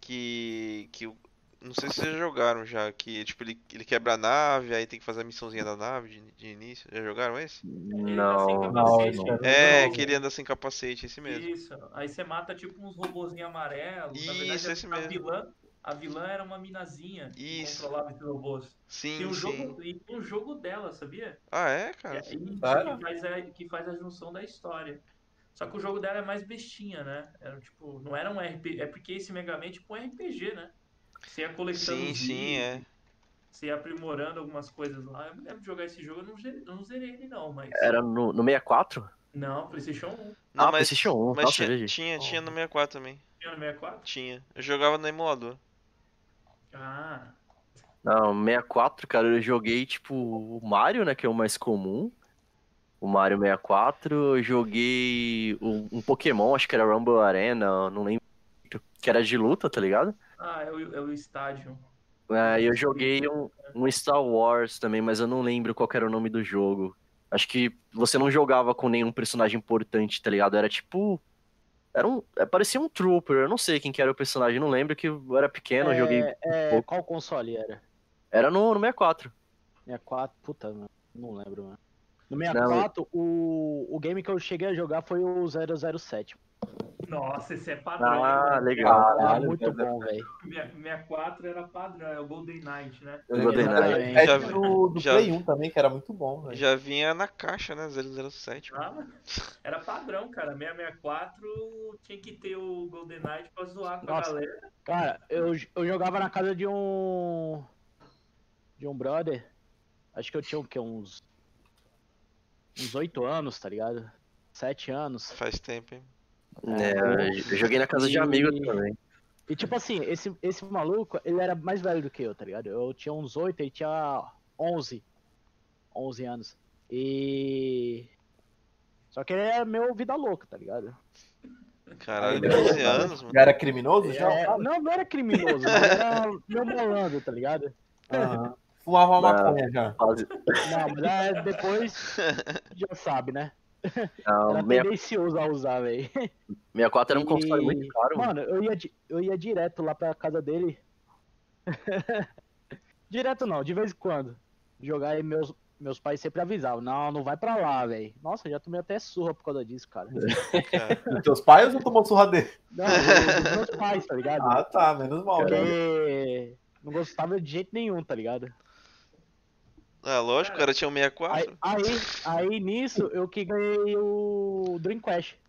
[SPEAKER 2] que. que. o- Não sei se vocês já jogaram já, que tipo, ele, ele quebra a nave, aí tem que fazer a missãozinha da nave de, de início. Já jogaram esse?
[SPEAKER 6] Ele tá sem
[SPEAKER 5] Não.
[SPEAKER 6] capacete,
[SPEAKER 4] não, não.
[SPEAKER 2] É,
[SPEAKER 4] não.
[SPEAKER 2] que ele anda sem capacete, esse mesmo.
[SPEAKER 6] Isso. Aí você mata tipo uns robozinhos amarelos. Na
[SPEAKER 2] Isso,
[SPEAKER 6] verdade,
[SPEAKER 2] esse
[SPEAKER 6] a,
[SPEAKER 2] mesmo.
[SPEAKER 6] vilã, a vilã era uma minazinha
[SPEAKER 2] Isso.
[SPEAKER 6] que controlava esses robôs. Tem
[SPEAKER 2] Sim, sim.
[SPEAKER 6] um jogo, e tem um jogo dela, sabia?
[SPEAKER 2] Ah, é,
[SPEAKER 6] Que,
[SPEAKER 2] cara?
[SPEAKER 6] é- que
[SPEAKER 4] Sério?
[SPEAKER 6] faz a, que faz a junção da história. Só que o jogo dela é mais bestinha, né? Era tipo, não era um RPG. É porque esse Mega Man é tipo um RPG, né? Você ia coletando.
[SPEAKER 2] Sim,
[SPEAKER 6] os
[SPEAKER 2] sim,
[SPEAKER 6] itens,
[SPEAKER 2] é.
[SPEAKER 6] Você ia aprimorando algumas coisas lá. Eu me lembro de jogar esse jogo, eu não, zerei- eu não zerei ele não, mas.
[SPEAKER 5] Era no, no 64?
[SPEAKER 6] Não, PlayStation 1.
[SPEAKER 5] ah, PlayStation 1.
[SPEAKER 2] mas
[SPEAKER 5] Nossa,
[SPEAKER 2] tinha,
[SPEAKER 5] veja.
[SPEAKER 2] tinha, tinha no 64 também.
[SPEAKER 6] Tinha no 64?
[SPEAKER 2] Tinha. Eu jogava no emulador.
[SPEAKER 6] Ah,
[SPEAKER 5] Não, 64, cara, eu joguei, tipo, o Mario, né, que é o mais comum. O Mario 64, eu joguei um, um Pokémon, acho que era Rumble Arena, não lembro, que era de luta, tá ligado?
[SPEAKER 6] ah é, o, é o estádio.
[SPEAKER 5] É, e eu joguei um, um Star Wars também, mas eu não lembro qual que era o nome do jogo. Acho que você não jogava com nenhum personagem importante, tá ligado? Era tipo... Era um, é, parecia um Trooper, eu não sei quem que era o personagem, não lembro, que eu era pequeno, eu joguei...
[SPEAKER 3] É, é,
[SPEAKER 5] pouco.
[SPEAKER 3] qual console era?
[SPEAKER 5] Era no, no 64.
[SPEAKER 3] 64? Puta, mano, não lembro, mano. No 64, o, o game que eu cheguei a jogar foi o 007.
[SPEAKER 6] Nossa, esse é padrão.
[SPEAKER 5] Ah,
[SPEAKER 6] hein?
[SPEAKER 5] legal.
[SPEAKER 3] Era
[SPEAKER 4] Caralho,
[SPEAKER 3] muito
[SPEAKER 4] cara.
[SPEAKER 3] bom, velho.
[SPEAKER 6] 64 era padrão, é o Golden Knight, né?
[SPEAKER 5] Eu joguei na-
[SPEAKER 3] Exatamente.
[SPEAKER 4] É
[SPEAKER 2] Já
[SPEAKER 4] do, do
[SPEAKER 2] já
[SPEAKER 4] Play
[SPEAKER 2] vi.
[SPEAKER 4] 1 também, que era muito bom, velho.
[SPEAKER 2] Já vinha na caixa, né? 007. mano.
[SPEAKER 6] Ah, era padrão, cara. 664 tinha que ter o Golden Knight pra zoar com a
[SPEAKER 3] Nossa.
[SPEAKER 6] galera.
[SPEAKER 3] Cara, eu, eu jogava na casa de um. De um brother. Acho que eu tinha o quê? Uns. Uns 8 anos, tá ligado? 7 anos.
[SPEAKER 2] Faz tempo, hein?
[SPEAKER 5] É, eu joguei na casa de
[SPEAKER 3] E-
[SPEAKER 5] amigo também.
[SPEAKER 3] E tipo assim, esse, esse maluco, ele era mais velho do que eu, tá ligado? Eu tinha uns 8, ele tinha 11. 11 anos. E. Só que ele era meu vida louca, tá ligado?
[SPEAKER 2] Caralho,
[SPEAKER 4] Ainda
[SPEAKER 2] 12
[SPEAKER 4] bem.
[SPEAKER 2] anos, mano.
[SPEAKER 4] Já era criminoso? Já?
[SPEAKER 3] É, não, não era criminoso, mas era meu malandro, tá ligado?
[SPEAKER 4] Aham. Fumava uma
[SPEAKER 5] Não.
[SPEAKER 4] maconha já.
[SPEAKER 5] Quase.
[SPEAKER 3] Não, mas é, depois já sabe, né?
[SPEAKER 5] Não,
[SPEAKER 3] Era
[SPEAKER 5] meia-
[SPEAKER 3] tendencioso a usar, velho.
[SPEAKER 5] 64 era um console
[SPEAKER 3] E,
[SPEAKER 5] muito caro. mano.
[SPEAKER 3] Mano, eu ia, di- eu ia direto lá pra casa dele. (laughs) direto não, de vez em quando. Jogar e meus, meus pais sempre avisavam. Não, não vai pra lá, velho. Nossa, já tomei até surra por causa disso, cara.
[SPEAKER 5] É.
[SPEAKER 2] Cara,
[SPEAKER 4] Dos teus pais ou tomou surra dele?
[SPEAKER 3] Não, dos meus pais, tá ligado?
[SPEAKER 4] Ah, tá, menos mal. né?
[SPEAKER 5] é.
[SPEAKER 3] Porque não gostava de jeito nenhum, tá ligado?
[SPEAKER 2] Ah, lógico, o cara tinha um
[SPEAKER 3] Aí,
[SPEAKER 2] 64.
[SPEAKER 3] aí, aí, nisso eu que ganhei o Dreamcast.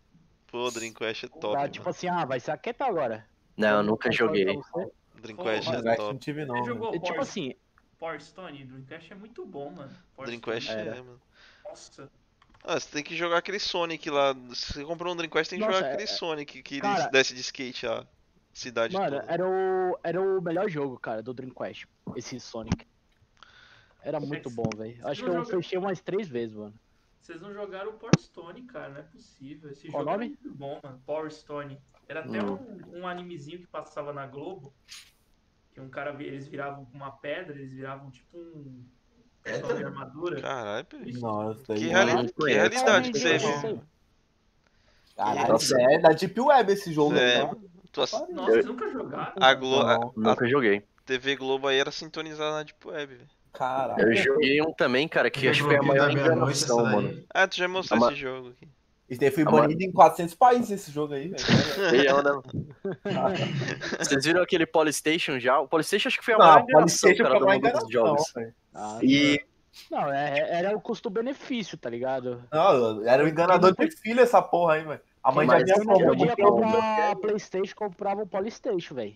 [SPEAKER 2] Pô, Dreamcast é top,
[SPEAKER 3] Tá,
[SPEAKER 2] mano.
[SPEAKER 3] tipo assim, ah, vai ser a queta agora.
[SPEAKER 5] Não, É, eu nunca joguei.
[SPEAKER 3] um
[SPEAKER 2] Dreamcast
[SPEAKER 6] Pô,
[SPEAKER 4] Mas
[SPEAKER 2] é
[SPEAKER 4] acho que não
[SPEAKER 2] top.
[SPEAKER 4] tive, não.
[SPEAKER 6] Você
[SPEAKER 4] velho.
[SPEAKER 6] jogou
[SPEAKER 3] E, tipo
[SPEAKER 6] Power,
[SPEAKER 3] assim,
[SPEAKER 6] Power Stone? Dreamcast é muito bom, mano. Power
[SPEAKER 2] Dreamcast
[SPEAKER 6] Stone.
[SPEAKER 2] é, mano.
[SPEAKER 6] Nossa.
[SPEAKER 2] Ah, você tem que jogar aquele Sonic lá. Se você comprou um Dreamcast, tem que
[SPEAKER 3] Nossa,
[SPEAKER 2] jogar
[SPEAKER 3] é-
[SPEAKER 2] aquele Sonic que
[SPEAKER 3] Cara-
[SPEAKER 2] ele desce de skate a cidade
[SPEAKER 3] Mano,
[SPEAKER 2] toda.
[SPEAKER 3] era o, era o melhor jogo, cara, do Dreamcast, esse Sonic. Era muito bom, velho. Acho que eu fechei umas três vezes, mano.
[SPEAKER 6] Vocês não jogaram o Power Stone, cara. Não é possível. Esse
[SPEAKER 3] Qual
[SPEAKER 6] jogo era
[SPEAKER 3] nome?
[SPEAKER 6] muito bom, mano. Power Stone. Era até
[SPEAKER 2] Hum.
[SPEAKER 6] um, um animezinho que passava na Globo. Que um cara, vi- eles viravam com uma pedra, eles viravam tipo um. pessoal de armadura.
[SPEAKER 2] Caralho, peraí.
[SPEAKER 4] Nossa, daí.
[SPEAKER 2] Que,
[SPEAKER 4] é-
[SPEAKER 2] reali-
[SPEAKER 5] não
[SPEAKER 2] que
[SPEAKER 5] conheço.
[SPEAKER 2] realidade que
[SPEAKER 3] É,
[SPEAKER 2] você
[SPEAKER 3] eu
[SPEAKER 2] vive.
[SPEAKER 3] sei.
[SPEAKER 4] Caralho,
[SPEAKER 5] Nossa.
[SPEAKER 4] é da Deep Web esse jogo.
[SPEAKER 2] É.
[SPEAKER 4] né?
[SPEAKER 2] Tua-
[SPEAKER 6] Nossa, vocês nunca jogaram?
[SPEAKER 2] A, Glo... a- a
[SPEAKER 4] Não,
[SPEAKER 5] Nunca joguei.
[SPEAKER 2] TV Globo aí era sintonizada na Deep Web, velho.
[SPEAKER 4] Caralho.
[SPEAKER 5] Eu joguei um também, cara, que acho que foi a maior
[SPEAKER 3] né,
[SPEAKER 5] enganação, mano.
[SPEAKER 2] Ah, tu já mostrou
[SPEAKER 5] Ama-
[SPEAKER 2] esse jogo aqui.
[SPEAKER 4] Isso daí foi
[SPEAKER 5] Ah, mano.
[SPEAKER 4] banido em 400 países esse jogo aí, velho.
[SPEAKER 5] (laughs) Legal, né? Vocês viram aquele Polystation já? O Polystation acho que foi a maior
[SPEAKER 4] Não, pode
[SPEAKER 5] enganação,
[SPEAKER 4] ser
[SPEAKER 5] cara,
[SPEAKER 4] pra
[SPEAKER 5] do
[SPEAKER 4] mais
[SPEAKER 5] mundo dos jogos.
[SPEAKER 4] velho.
[SPEAKER 3] Ah,
[SPEAKER 5] E
[SPEAKER 3] Não, é- era o custo-benefício, tá ligado?
[SPEAKER 4] Não, era um enganador de filho essa porra aí, velho. A mãe já
[SPEAKER 5] Mas
[SPEAKER 4] me
[SPEAKER 3] Eu não
[SPEAKER 5] é
[SPEAKER 4] assombrou.
[SPEAKER 5] muito
[SPEAKER 3] podia
[SPEAKER 5] bom,
[SPEAKER 3] comprar a Playstation, comprava o Polystation, velho.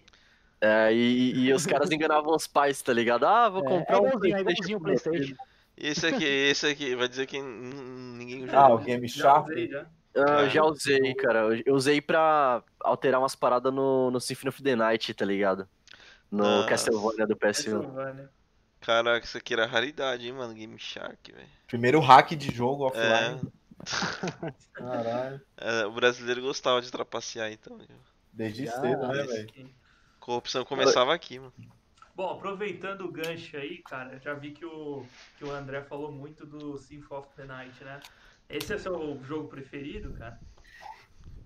[SPEAKER 5] É, e, e os caras enganavam os pais, tá ligado? Ah, vou
[SPEAKER 3] É,
[SPEAKER 5] comprar
[SPEAKER 3] é
[SPEAKER 5] um
[SPEAKER 3] igualzinho, é
[SPEAKER 5] PlayStation
[SPEAKER 3] igualzinho o
[SPEAKER 5] pro meu filho.
[SPEAKER 3] Playstation.
[SPEAKER 2] E esse aqui, esse aqui, vai dizer que n- n- ninguém
[SPEAKER 4] Ah,
[SPEAKER 2] jogou.
[SPEAKER 4] o Game
[SPEAKER 6] Já
[SPEAKER 4] Shark.
[SPEAKER 6] usei, né? já.
[SPEAKER 5] Ah, eu já
[SPEAKER 2] Cara.
[SPEAKER 5] usei, cara. Eu usei pra alterar umas paradas no, no Symphony of the Night, tá ligado? No
[SPEAKER 2] Nossa.
[SPEAKER 5] Castlevania do PS1.
[SPEAKER 6] Castlevania.
[SPEAKER 2] Caraca, isso aqui era raridade, hein, mano. Game Shark, velho.
[SPEAKER 4] Primeiro hack de jogo offline.
[SPEAKER 2] É,
[SPEAKER 4] Caralho.
[SPEAKER 2] é, o brasileiro gostava de trapacear, então. viu?
[SPEAKER 4] Desde
[SPEAKER 3] Já,
[SPEAKER 4] cedo, né,
[SPEAKER 2] mas-
[SPEAKER 4] velho?
[SPEAKER 2] Corrupção começava aqui, mano.
[SPEAKER 6] Bom, aproveitando o gancho aí, cara, já vi que o, que o André falou muito do Symphony of the Night, né? Esse é seu jogo preferido, cara?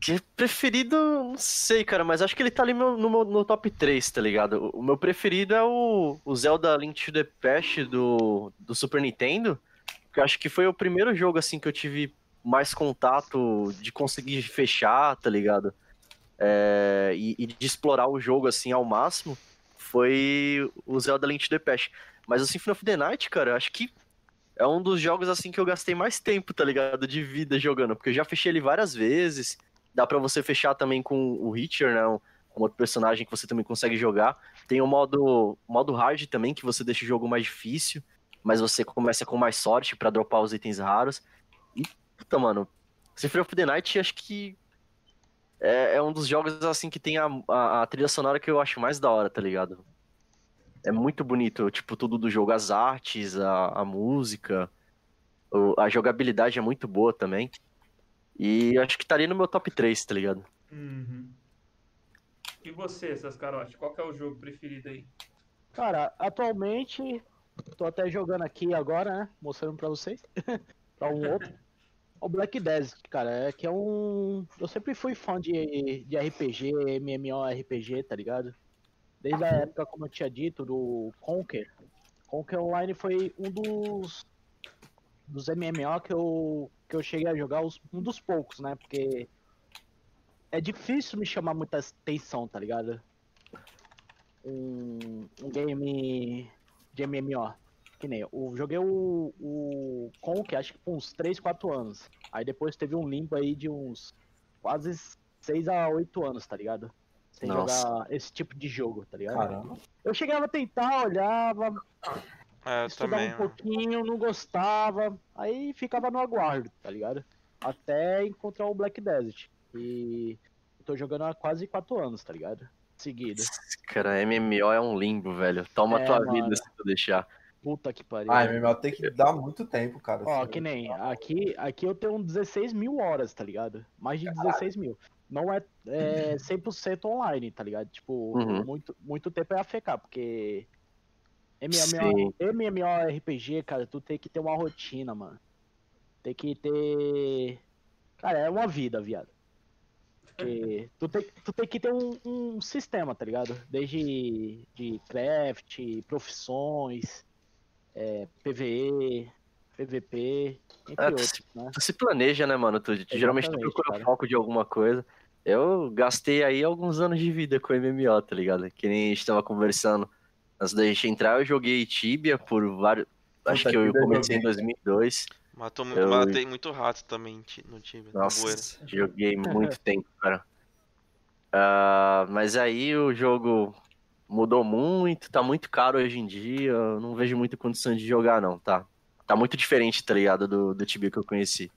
[SPEAKER 5] Que preferido, não sei, cara, mas acho que ele tá ali meu- no, meu- no top 3, tá ligado? O, o meu preferido é o, o Zelda Link to the Past do, do Super Nintendo, que eu acho que foi o primeiro jogo, assim, que eu tive mais contato de conseguir fechar, tá ligado? É, e, e de explorar o jogo, assim, ao máximo, foi o Zelda Link to the Past. Mas o Symphony of the Night, cara, eu acho que é um dos jogos, assim, que eu gastei mais tempo, tá ligado? De vida jogando, porque eu já fechei ele várias vezes dá pra você fechar também com o Hitcher, né? um- um outro personagem que você também consegue jogar. Tem o modo, modo hard também, que você deixa o jogo mais difícil, mas você começa com mais sorte pra dropar os itens raros. E, puta, mano, Symphony of the Night acho que é, é um dos jogos, assim, que tem a, a, a trilha sonora que eu acho mais da hora, tá ligado? É muito bonito, tipo, tudo do jogo, as artes, a, a música, o- a jogabilidade é muito boa também. E acho que estaria no meu top 3, tá ligado?
[SPEAKER 6] Uhum. E você, Sascarote, qual que é o jogo preferido aí?
[SPEAKER 3] Cara, atualmente, tô até jogando aqui agora, né? Mostrando pra vocês. (laughs) pra um outro. O Black Desert, cara, é que é um. Eu sempre fui fã de, de RPG, MMORPG, tá ligado? Desde a época, como eu tinha dito, do Conquer. Conquer Online foi um dos. dos MMO que eu, que eu cheguei a jogar, os- um dos poucos, né? Porque. É difícil me chamar muita atenção, tá ligado? um, um game de MMO. Que nem eu joguei o, o Conk, acho que por uns 3, 4 anos. Aí depois teve um limbo aí de uns quase 6 a 8 anos, tá ligado? Sem
[SPEAKER 5] Nossa.
[SPEAKER 3] jogar esse tipo de jogo, tá ligado?
[SPEAKER 4] Caramba.
[SPEAKER 3] Eu chegava a tentar, olhava,
[SPEAKER 2] Ah, eu
[SPEAKER 3] estudava
[SPEAKER 2] também. mano.
[SPEAKER 3] um pouquinho, não gostava, aí ficava no aguardo, tá ligado? Até encontrar o Black Desert. E eu tô jogando há quase 4 anos, tá ligado? Seguido.
[SPEAKER 5] Cara, MMO é um limbo, velho. Toma
[SPEAKER 3] É,
[SPEAKER 5] tua
[SPEAKER 3] mano.
[SPEAKER 5] vida se tu deixar.
[SPEAKER 3] Puta que pariu.
[SPEAKER 4] Ai, meu irmão, tem que dar muito tempo, cara.
[SPEAKER 3] Ó,
[SPEAKER 4] assim.
[SPEAKER 3] que nem aqui, aqui eu tenho 16 mil horas, tá ligado? Mais de 16 mil. Não é, é 100% online, tá ligado? Tipo,
[SPEAKER 5] Uhum.
[SPEAKER 3] muito, muito tempo é AFK, porque
[SPEAKER 5] Sim.
[SPEAKER 3] MMO, MMORPG, cara, tu tem que ter uma rotina, mano. Tem que ter. Cara, é uma vida, viado. Porque tu, tem, tu tem que ter um, um sistema, tá ligado? Desde de craft, profissões, é, PVE, PVP, entre
[SPEAKER 5] É, tu
[SPEAKER 3] outros,
[SPEAKER 5] se-
[SPEAKER 3] né?
[SPEAKER 5] Tu se planeja, né, mano? Tu, tu geralmente tu
[SPEAKER 3] Exatamente,
[SPEAKER 5] procura
[SPEAKER 3] cara.
[SPEAKER 5] foco de alguma coisa. Eu gastei aí alguns anos de vida com MMO, tá ligado? Que nem a gente tava conversando. Antes da gente entrar, eu joguei Tibia por vários. Acho
[SPEAKER 4] Puta,
[SPEAKER 5] que eu
[SPEAKER 4] Tibia eu
[SPEAKER 5] comecei em
[SPEAKER 4] joguei,
[SPEAKER 5] 2002.
[SPEAKER 2] Matou, mu-
[SPEAKER 5] Eu-
[SPEAKER 2] Matei muito rato também ti- no time. no bueiro.
[SPEAKER 5] Nossa,
[SPEAKER 3] (laughs)
[SPEAKER 5] joguei muito tempo, cara. Ah, mas aí o jogo mudou muito, tá muito caro hoje em dia, eu não vejo muita condição de jogar, não, tá? Tá muito diferente, tá ligado, do, do Tibia que eu conheci.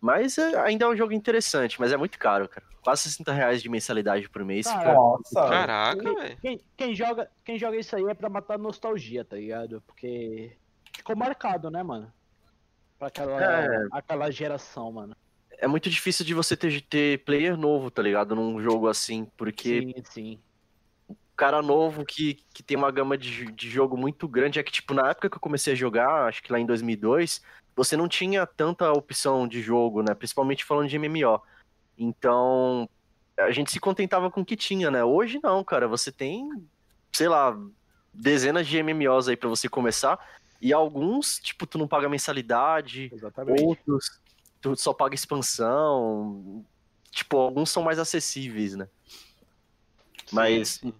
[SPEAKER 5] Mas é- ainda é um jogo interessante, mas é muito caro, cara. Quase 60 reais de mensalidade por mês.
[SPEAKER 3] Cara,
[SPEAKER 5] fica-
[SPEAKER 4] Nossa,
[SPEAKER 2] Caraca,
[SPEAKER 3] Quem-
[SPEAKER 2] velho.
[SPEAKER 3] Quem, quem joga, quem joga isso aí é pra matar a nostalgia, tá ligado? Porque ficou marcado, né, mano? Pra aquela,
[SPEAKER 5] É.
[SPEAKER 3] aquela geração, mano.
[SPEAKER 5] É muito difícil de você ter, ter player novo, tá ligado, num jogo assim, porque
[SPEAKER 3] Sim, sim.
[SPEAKER 5] cara novo que, que tem uma gama de, jo- de jogo muito grande. É que, tipo, na época que eu comecei a jogar, acho que lá em 2002, você não tinha tanta opção de jogo, né? Principalmente falando de MMO. Então, a gente se contentava com o que tinha, né? Hoje não, cara. Você tem, sei lá, dezenas de MMOs aí pra você começar. E alguns, tipo, tu não paga mensalidade,
[SPEAKER 3] Exatamente.
[SPEAKER 5] outros tu só paga expansão. Tipo, alguns são mais acessíveis, né? Mas
[SPEAKER 2] Sim, sim.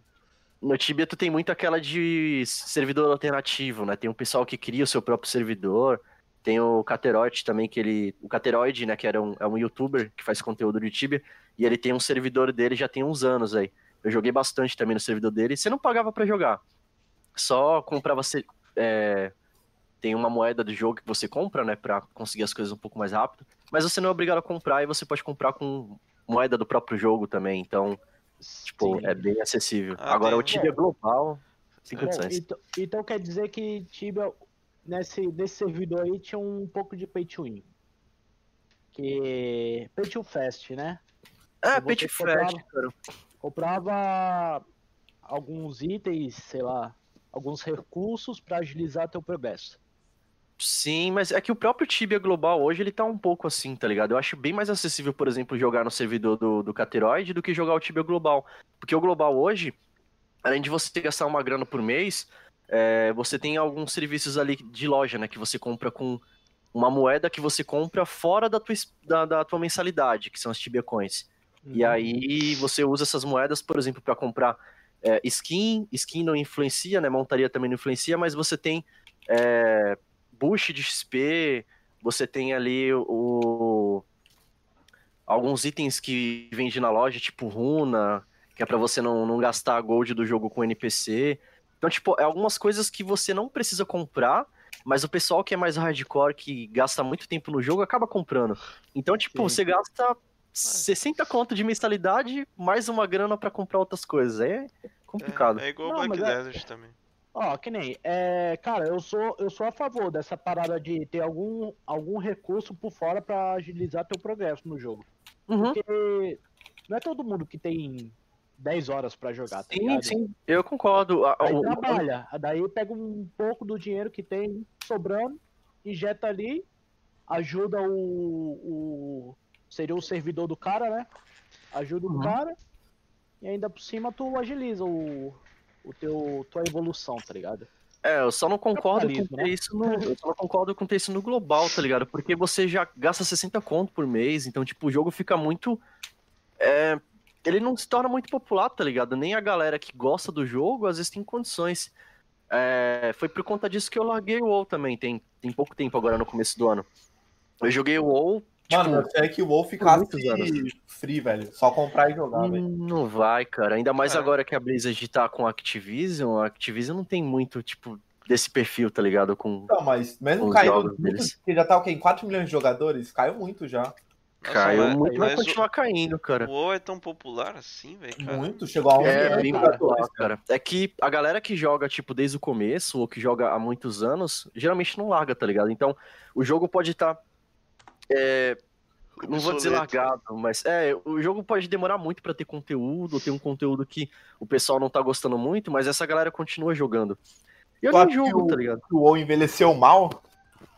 [SPEAKER 5] no Tibia tu tem muito aquela de servidor alternativo, né? Tem um pessoal que cria o seu próprio servidor. Tem o Cateroid também, que ele. O Cateroid, né? Que era um, é um youtuber que faz conteúdo do Tibia. E ele tem um servidor dele já tem uns anos aí. Eu joguei bastante também no servidor dele. Você não pagava pra jogar. Só comprava. ser- é, tem uma moeda do jogo que você compra, né? Pra conseguir as coisas um pouco mais rápido. Mas você não é obrigado a comprar e você pode comprar com moeda do próprio jogo também. Então, tipo,
[SPEAKER 3] Sim.
[SPEAKER 5] é bem acessível. É,
[SPEAKER 2] Ah,
[SPEAKER 5] Agora
[SPEAKER 2] tem-
[SPEAKER 5] o Tibia global, sem
[SPEAKER 3] Bom,
[SPEAKER 5] condições.
[SPEAKER 3] então, então quer dizer que Tibia, nesse, nesse servidor aí, tinha um pouco de pay to win. Que. Pay to fast, né?
[SPEAKER 5] É,
[SPEAKER 3] eu vou ter
[SPEAKER 5] Pet
[SPEAKER 3] que comprar-
[SPEAKER 5] Fred, cara.
[SPEAKER 3] Comprava alguns itens, sei lá, alguns recursos pra agilizar teu progresso.
[SPEAKER 5] Sim, mas é que o próprio Tibia global hoje ele tá um pouco assim, tá ligado? Eu acho bem mais acessível, por exemplo, jogar no servidor do, do Cateroid do que jogar o Tibia global. Porque o global hoje, além de você gastar uma grana por mês, é, você tem alguns serviços ali de loja, né? Que você compra com uma moeda que você compra fora da tua, es- da, da tua mensalidade, que são as Tibia Coins. E aí você usa essas moedas, por exemplo, para comprar é, skin. Skin não influencia, né? Montaria também não influencia, mas você tem é, boost de XP, você tem ali o alguns itens que vende na loja, tipo runa, que é pra você não, não gastar a gold do jogo com NPC. Então, tipo, é algumas coisas que você não precisa comprar, mas o pessoal que é mais hardcore, que gasta muito tempo no jogo, acaba comprando. Então, tipo,
[SPEAKER 2] Sim.
[SPEAKER 5] você gasta 60 conto de mensalidade, mais uma grana pra comprar outras coisas. É complicado.
[SPEAKER 2] É, é igual
[SPEAKER 3] Não,
[SPEAKER 2] Black
[SPEAKER 3] mas é-
[SPEAKER 2] Desert também.
[SPEAKER 3] Ó, que nem, é, cara, eu sou, eu sou a favor dessa parada de ter algum, algum recurso por fora pra agilizar teu progresso no jogo.
[SPEAKER 5] Uhum.
[SPEAKER 3] Porque não é todo mundo que tem 10 horas pra jogar, tá
[SPEAKER 5] Sim,
[SPEAKER 3] ligado?
[SPEAKER 5] sim, eu concordo. A- a-
[SPEAKER 3] Aí
[SPEAKER 5] o-
[SPEAKER 3] trabalha, daí pega um pouco do dinheiro que tem sobrando, injeta ali, ajuda o. o seria o servidor do cara, né? Ajuda o
[SPEAKER 5] Uhum.
[SPEAKER 3] cara, e ainda por cima tu agiliza o, o teu, tua evolução, tá ligado?
[SPEAKER 5] É, eu só não concordo com
[SPEAKER 3] Capitalismo,
[SPEAKER 5] ter isso no. Eu só não concordo com ter isso no global, tá ligado? Porque você já gasta 60 conto por mês, então, tipo, o jogo fica muito. é, ele não se torna muito popular, tá ligado? Nem a galera que gosta do jogo, às vezes tem condições. É, foi por conta disso que eu larguei o WoW também, tem, tem pouco tempo agora no começo do ano. Eu joguei o WoW. Tipo,
[SPEAKER 4] Mano, eu sei que o WoW
[SPEAKER 5] muitos anos.
[SPEAKER 4] ficasse free, velho. Só comprar e jogar, velho.
[SPEAKER 5] Hum, Não vai, cara. Ainda mais
[SPEAKER 2] É.
[SPEAKER 5] agora que a Blizzard tá com a Activision. A Activision não tem muito, tipo, desse perfil, tá ligado? Com.
[SPEAKER 4] Não, Então, mas mesmo
[SPEAKER 5] Os
[SPEAKER 4] caindo,
[SPEAKER 5] jogos deles.
[SPEAKER 4] porque já tá o quê? Em 4 milhões de jogadores? Caiu muito já.
[SPEAKER 2] Nossa,
[SPEAKER 5] Caiu
[SPEAKER 2] Ah, mas-
[SPEAKER 5] muito. Vai
[SPEAKER 2] mas
[SPEAKER 5] continuar caindo,
[SPEAKER 2] o,
[SPEAKER 5] cara.
[SPEAKER 2] o WoW é tão popular assim, velho, cara.
[SPEAKER 4] Muito, chegou a 11
[SPEAKER 5] É, bem
[SPEAKER 4] milhões, cara.
[SPEAKER 5] popular, cara. É que a galera que joga, tipo, desde o começo, ou que joga há muitos anos, geralmente não larga, tá ligado? Então, o jogo pode estar. não vou dizer
[SPEAKER 2] Obsoleto.
[SPEAKER 5] largado, mas é, o jogo pode demorar muito pra ter conteúdo, ou ter um conteúdo que o pessoal não tá gostando muito, mas essa galera continua jogando. E eu
[SPEAKER 4] Tu
[SPEAKER 5] não
[SPEAKER 4] acha que
[SPEAKER 5] jogo,
[SPEAKER 4] o-
[SPEAKER 5] tá ligado?
[SPEAKER 4] O WoW envelheceu mal?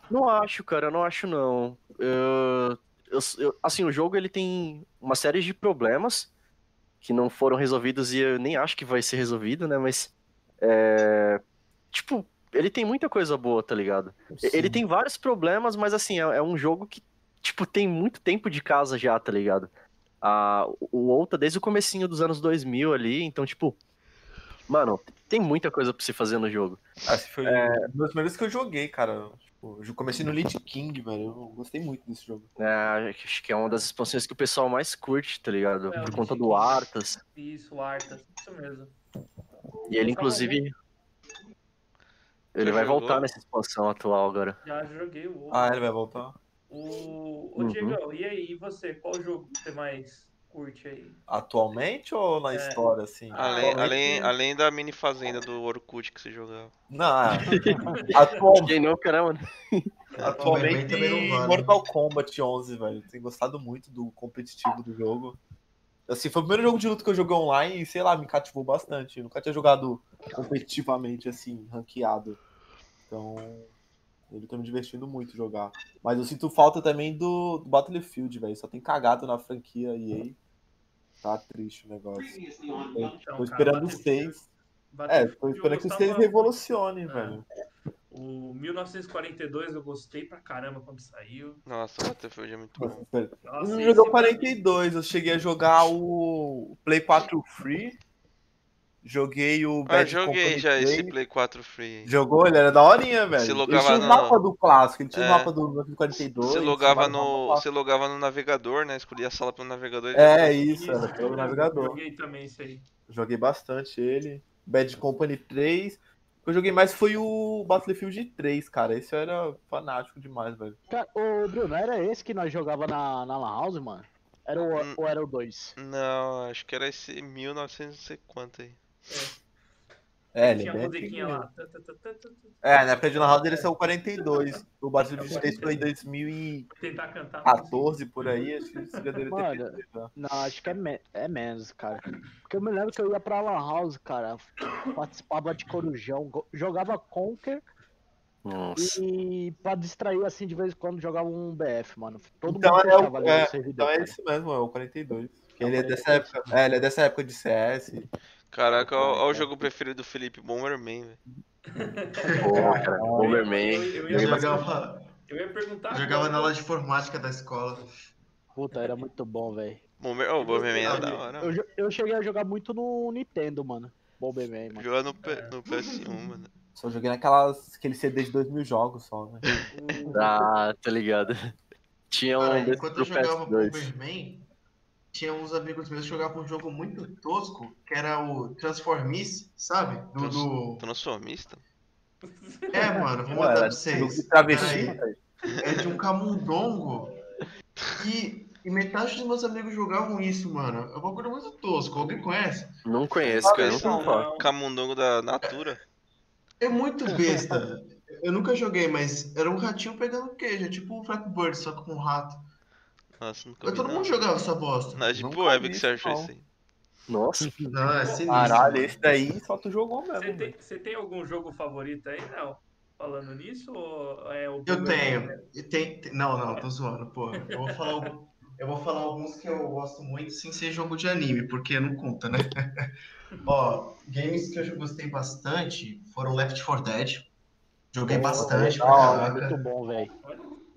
[SPEAKER 5] Não acho, cara, eu não acho não. Eu- eu- eu- assim, o jogo ele tem uma série de problemas que não foram resolvidos e eu nem acho que vai ser resolvido, né? Mas é, tipo, ele tem muita coisa boa, tá ligado? Ele tem vários problemas, mas assim é, é um jogo que tipo tem muito tempo de casa já, tá ligado? Ah, o- o WoW tá desde o comecinho dos anos 2000 ali, então tipo, mano, tem muita coisa pra se fazer no jogo.
[SPEAKER 4] Ah, esse foi um dos primeiros que eu joguei, cara. Tipo, eu comecei no Elite King, velho. Eu gostei muito desse jogo.
[SPEAKER 5] É, acho que é uma das expansões que o pessoal mais curte, tá ligado?
[SPEAKER 6] É,
[SPEAKER 5] Por
[SPEAKER 6] eu
[SPEAKER 5] conta
[SPEAKER 6] entendi.
[SPEAKER 4] Uhum.
[SPEAKER 5] do Arthas.
[SPEAKER 6] Isso, Arta, isso mesmo.
[SPEAKER 5] E ele, inclusive.
[SPEAKER 4] Uhum.
[SPEAKER 5] Ele
[SPEAKER 2] Já
[SPEAKER 5] vai
[SPEAKER 2] jogou?
[SPEAKER 5] voltar nessa expansão atual
[SPEAKER 4] (laughs)
[SPEAKER 5] agora.
[SPEAKER 6] Já joguei o WoW.
[SPEAKER 4] Ah, ele vai voltar?
[SPEAKER 6] O, o
[SPEAKER 5] Uhum.
[SPEAKER 6] Diegão, e aí, e você? Qual jogo você mais curte aí?
[SPEAKER 4] Atualmente ou na
[SPEAKER 6] É.
[SPEAKER 4] história, assim?
[SPEAKER 2] Além,
[SPEAKER 4] Atualmente-
[SPEAKER 2] além, além da mini fazenda do Orkut que você jogava.
[SPEAKER 4] Não, é. atual-
[SPEAKER 5] Quem nunca, né, mano?
[SPEAKER 7] É,
[SPEAKER 4] atualmente
[SPEAKER 7] também não vale.
[SPEAKER 4] Mortal Kombat 11, velho. Tenho gostado muito do competitivo do jogo. Assim, foi o primeiro jogo de luta que eu joguei online e, sei lá, me cativou bastante. Eu nunca tinha jogado competitivamente, assim, ranqueado. Então, ele tá me divertindo muito jogar. Mas eu sinto falta também do, do Battlefield, velho. Só tem cagado na franquia EA. Tá triste o negócio.
[SPEAKER 6] Então,
[SPEAKER 4] Tô
[SPEAKER 6] cara,
[SPEAKER 4] esperando os
[SPEAKER 6] Battlefield-
[SPEAKER 4] seis. É, tô
[SPEAKER 6] Battlefield eu
[SPEAKER 4] esperando que os
[SPEAKER 6] gostava-
[SPEAKER 4] seis revolucionem,
[SPEAKER 6] É.
[SPEAKER 4] velho.
[SPEAKER 6] tá O 1942 eu gostei pra caramba quando saiu.
[SPEAKER 2] Nossa, o Battlefield é muito bom.
[SPEAKER 4] Eu
[SPEAKER 6] Nossa,
[SPEAKER 4] não
[SPEAKER 6] esse
[SPEAKER 4] joguei o
[SPEAKER 6] é-
[SPEAKER 4] 42, eu cheguei a jogar o Play 4 Free. Joguei o
[SPEAKER 2] Ah,
[SPEAKER 4] Bad
[SPEAKER 2] joguei
[SPEAKER 4] Company
[SPEAKER 2] já
[SPEAKER 4] 3.
[SPEAKER 2] esse Play 4 Free. aí.
[SPEAKER 4] Jogou? Ele era daorinha, velho.
[SPEAKER 2] Se
[SPEAKER 4] Ele
[SPEAKER 2] logava
[SPEAKER 4] tinha o
[SPEAKER 2] no-
[SPEAKER 4] mapa do clássico, ele tinha
[SPEAKER 2] É.
[SPEAKER 4] o mapa do 42.
[SPEAKER 2] Você logava
[SPEAKER 4] chamava
[SPEAKER 2] no,
[SPEAKER 4] um mapa-
[SPEAKER 2] você logava no navegador, né? Escolhia a sala pelo navegador. e
[SPEAKER 4] É, isso,
[SPEAKER 6] eu
[SPEAKER 4] era pelo navegador.
[SPEAKER 6] Joguei também isso aí.
[SPEAKER 4] Joguei bastante ele. Bad Company 3. O que eu joguei mais foi o Battlefield 3, cara. Esse eu era fanático demais, velho.
[SPEAKER 3] Cara, ô Bruno, era esse que nós jogava na, na Lan House, mano? Era o,
[SPEAKER 2] Hum.
[SPEAKER 3] ou era o 2?
[SPEAKER 2] Não, acho que era esse 1900 não sei quanto aí.
[SPEAKER 4] É, ele é
[SPEAKER 6] Tinha a
[SPEAKER 4] bem
[SPEAKER 6] musiquinha
[SPEAKER 4] antigo
[SPEAKER 6] lá. Tá, tá, tá, tá, tá, tá.
[SPEAKER 4] É, na época de Lan House ele saiu 42. O Battlefield 3 foi em 2000 e
[SPEAKER 6] Vou tentar cantar. a música.
[SPEAKER 4] 14 por aí, acho que eles já deveriam ter
[SPEAKER 3] Mano.
[SPEAKER 4] feito. né? já.
[SPEAKER 3] Não, acho que é, me- é menos, cara. Porque eu me lembro que eu ia pra Lan House, cara. Participava de Corujão, go- jogava Conker
[SPEAKER 5] Nossa.
[SPEAKER 3] e pra distrair assim de vez em quando jogava um BF, mano. Todo
[SPEAKER 4] Então
[SPEAKER 3] mundo
[SPEAKER 4] é o-
[SPEAKER 3] ficava ali
[SPEAKER 4] é,
[SPEAKER 3] no servidor.
[SPEAKER 4] Então é
[SPEAKER 3] cara.
[SPEAKER 4] isso mesmo, é o 42.
[SPEAKER 3] É o
[SPEAKER 4] Ele é dessa
[SPEAKER 3] 42.
[SPEAKER 4] época, é, ele é dessa época de CS.
[SPEAKER 2] Caraca,
[SPEAKER 4] Olha,
[SPEAKER 2] olha o
[SPEAKER 4] cara.
[SPEAKER 2] jogo preferido do Felipe, Bomberman, velho.
[SPEAKER 5] Pô, cara,
[SPEAKER 6] Eu,
[SPEAKER 5] Bomberman.
[SPEAKER 6] eu
[SPEAKER 7] Eu
[SPEAKER 6] ia,
[SPEAKER 7] jogava,
[SPEAKER 6] eu ia perguntar.
[SPEAKER 7] eu jogava
[SPEAKER 6] agora.
[SPEAKER 7] na aula de informática da escola.
[SPEAKER 3] Puta, era muito bom, velho.
[SPEAKER 2] Bomber... Oh, Bomberman era da hora.
[SPEAKER 3] Eu,
[SPEAKER 2] mano.
[SPEAKER 3] jo- eu cheguei a jogar muito no Nintendo, mano. Bomberman, mano.
[SPEAKER 2] Jogar no, P- no PS1, mano.
[SPEAKER 4] Só joguei naquelas, aquele CD de 2000 jogos só, né?
[SPEAKER 5] Ah, tá ligado. um Tinha um
[SPEAKER 7] Cara,
[SPEAKER 5] desse
[SPEAKER 7] enquanto
[SPEAKER 5] pro
[SPEAKER 7] eu jogava
[SPEAKER 5] PS2.
[SPEAKER 7] Bomberman, tinha uns amigos meus que jogavam um jogo muito tosco, que era o Transformice, sabe? Do. do-
[SPEAKER 2] Transformista?
[SPEAKER 7] É, mano, vou
[SPEAKER 4] Ué,
[SPEAKER 7] mandar pra
[SPEAKER 4] do
[SPEAKER 7] vocês.
[SPEAKER 4] que travesti,
[SPEAKER 7] Peraí.
[SPEAKER 4] velho.
[SPEAKER 7] É de um camundongo. E, e metade dos meus amigos jogavam isso, mano. É um bagulho muito tosco. Alguém conhece?
[SPEAKER 5] Não conheço, cara. Nunca ouvi falar.
[SPEAKER 6] Não,
[SPEAKER 2] Camundongo da Natura.
[SPEAKER 7] É muito besta. Eu nunca joguei, mas era um ratinho pegando queijo. É tipo um Flappy Bird, só que com um rato.
[SPEAKER 2] Nossa, nunca
[SPEAKER 7] Mas
[SPEAKER 2] vi,
[SPEAKER 7] todo
[SPEAKER 2] não.
[SPEAKER 7] mundo jogava essa bosta.
[SPEAKER 2] Na Deep
[SPEAKER 4] Nunca
[SPEAKER 2] Web
[SPEAKER 4] vi
[SPEAKER 2] que você achou
[SPEAKER 4] isso,
[SPEAKER 2] isso aí.
[SPEAKER 5] Nossa,
[SPEAKER 7] Não, é sinistro.
[SPEAKER 4] Caralho,
[SPEAKER 7] mano.
[SPEAKER 4] esse daí só tu jogou mesmo.
[SPEAKER 6] Você tem,
[SPEAKER 4] velho.
[SPEAKER 6] você tem algum jogo favorito aí, não? Falando nisso, ou é o
[SPEAKER 7] Eu tenho. E Tem, tem- não, não, tô zoando, porra. Eu vou falar, algum- eu vou falar alguns que eu gosto muito sem ser jogo de anime, porque não conta, né? (laughs) Ó, games que eu já gostei bastante foram Left 4 Dead. Joguei bastante pra
[SPEAKER 3] Não, é
[SPEAKER 7] caraca.
[SPEAKER 3] muito bom, velho.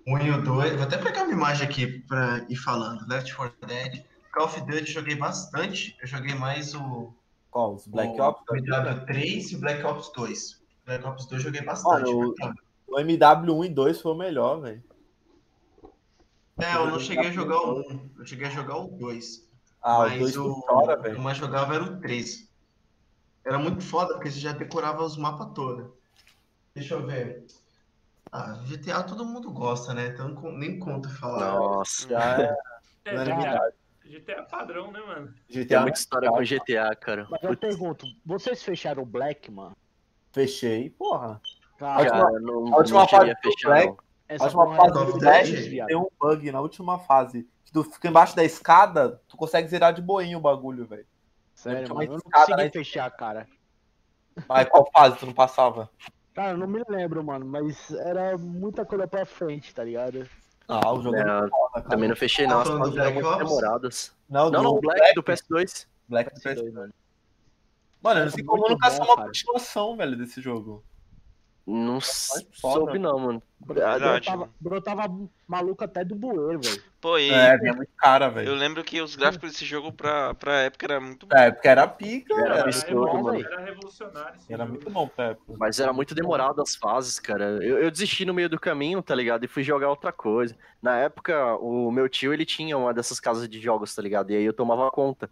[SPEAKER 7] Um e o dois. Vou até pegar uma imagem aqui pra ir falando. Left 4 Dead. Call of Duty joguei bastante. Eu joguei mais o,
[SPEAKER 4] Qual? Os Black
[SPEAKER 7] o
[SPEAKER 4] Ops?
[SPEAKER 7] MW3 e Black Ops 2. Black Ops 2 joguei bastante. tá
[SPEAKER 4] Olha, o-
[SPEAKER 7] cara.
[SPEAKER 4] O MW1 e 2 foi o melhor, velho.
[SPEAKER 7] É, eu não cheguei a jogar o 1, eu cheguei a jogar o 2.
[SPEAKER 4] Ah,
[SPEAKER 7] mas
[SPEAKER 4] os dois
[SPEAKER 7] o,
[SPEAKER 4] fora,
[SPEAKER 7] o que eu
[SPEAKER 4] velho.
[SPEAKER 7] mais jogava era o 3. Era muito foda, porque você já decorava os mapas todos. Deixa eu ver. Ah, GTA todo mundo gosta, né? Então não con- nem conta falar.
[SPEAKER 5] nossa.
[SPEAKER 4] Já é
[SPEAKER 6] É,
[SPEAKER 4] unanimidade.
[SPEAKER 6] GTA, GTA padrão, né, mano?
[SPEAKER 5] Tem
[SPEAKER 4] GTA
[SPEAKER 5] muita história com GTA, cara.
[SPEAKER 3] Mas eu pergunto, vocês fecharam o Black, mano?
[SPEAKER 4] fechei, porra.
[SPEAKER 3] Cara,
[SPEAKER 5] Cara, não,
[SPEAKER 4] a última
[SPEAKER 5] não cheguei a
[SPEAKER 4] fase do
[SPEAKER 5] fechar,
[SPEAKER 4] Black-
[SPEAKER 5] não.
[SPEAKER 3] essa
[SPEAKER 4] Ótima
[SPEAKER 3] porra é
[SPEAKER 4] fase
[SPEAKER 7] do
[SPEAKER 3] muito
[SPEAKER 7] Flash.
[SPEAKER 3] difícil, viado.
[SPEAKER 4] Tem um bug na última fase. Que tu fica embaixo da escada, tu consegue zerar de boinha o bagulho, velho.
[SPEAKER 3] Sério,
[SPEAKER 4] Tem
[SPEAKER 3] mano, eu não
[SPEAKER 4] uma escada,
[SPEAKER 3] consegui
[SPEAKER 4] né?
[SPEAKER 3] fechar, cara.
[SPEAKER 4] Mas Ah, qual fase tu não passava?
[SPEAKER 3] Cara, eu não me lembro, mano, mas era muita coisa pra frente, tá ligado?
[SPEAKER 4] Ah, o jogo é,
[SPEAKER 5] É,
[SPEAKER 4] muito foda, cara.
[SPEAKER 5] Também não fechei, não. As
[SPEAKER 7] Tá Falando do
[SPEAKER 5] fases eram
[SPEAKER 7] Black
[SPEAKER 5] muito
[SPEAKER 7] Ops?
[SPEAKER 5] demoradas.
[SPEAKER 4] Não,
[SPEAKER 5] Não, não, o
[SPEAKER 4] Tá do
[SPEAKER 5] Black do PS2.
[SPEAKER 4] Black do PS2. Mano, eu não sei
[SPEAKER 5] É
[SPEAKER 3] Muito
[SPEAKER 4] como nunca
[SPEAKER 3] bom,
[SPEAKER 4] saiu uma
[SPEAKER 3] cara.
[SPEAKER 4] continuação, velho, desse jogo.
[SPEAKER 5] Não s- soube, não, mano. Ah,
[SPEAKER 2] Verdade,
[SPEAKER 3] Brotava,
[SPEAKER 2] mano.
[SPEAKER 3] brotava maluco até do bueiro, velho.
[SPEAKER 2] Pô, e
[SPEAKER 4] É, é muito cara,
[SPEAKER 2] eu
[SPEAKER 4] velho.
[SPEAKER 2] lembro que os gráficos desse jogo pra, pra época era muito
[SPEAKER 4] (laughs)
[SPEAKER 2] bom.
[SPEAKER 4] Pra época era pica,
[SPEAKER 5] Era
[SPEAKER 4] velho.
[SPEAKER 5] absurdo,
[SPEAKER 6] revolu-
[SPEAKER 5] mano.
[SPEAKER 6] era revolucionário esse
[SPEAKER 4] Era
[SPEAKER 6] jogo.
[SPEAKER 4] muito bom pra época.
[SPEAKER 5] Mas era muito demorado as fases, cara. Eu, eu desisti no meio do caminho, tá ligado? E fui jogar outra coisa. Na época, o meu tio, ele tinha uma dessas casas de jogos, tá ligado? E aí eu tomava conta.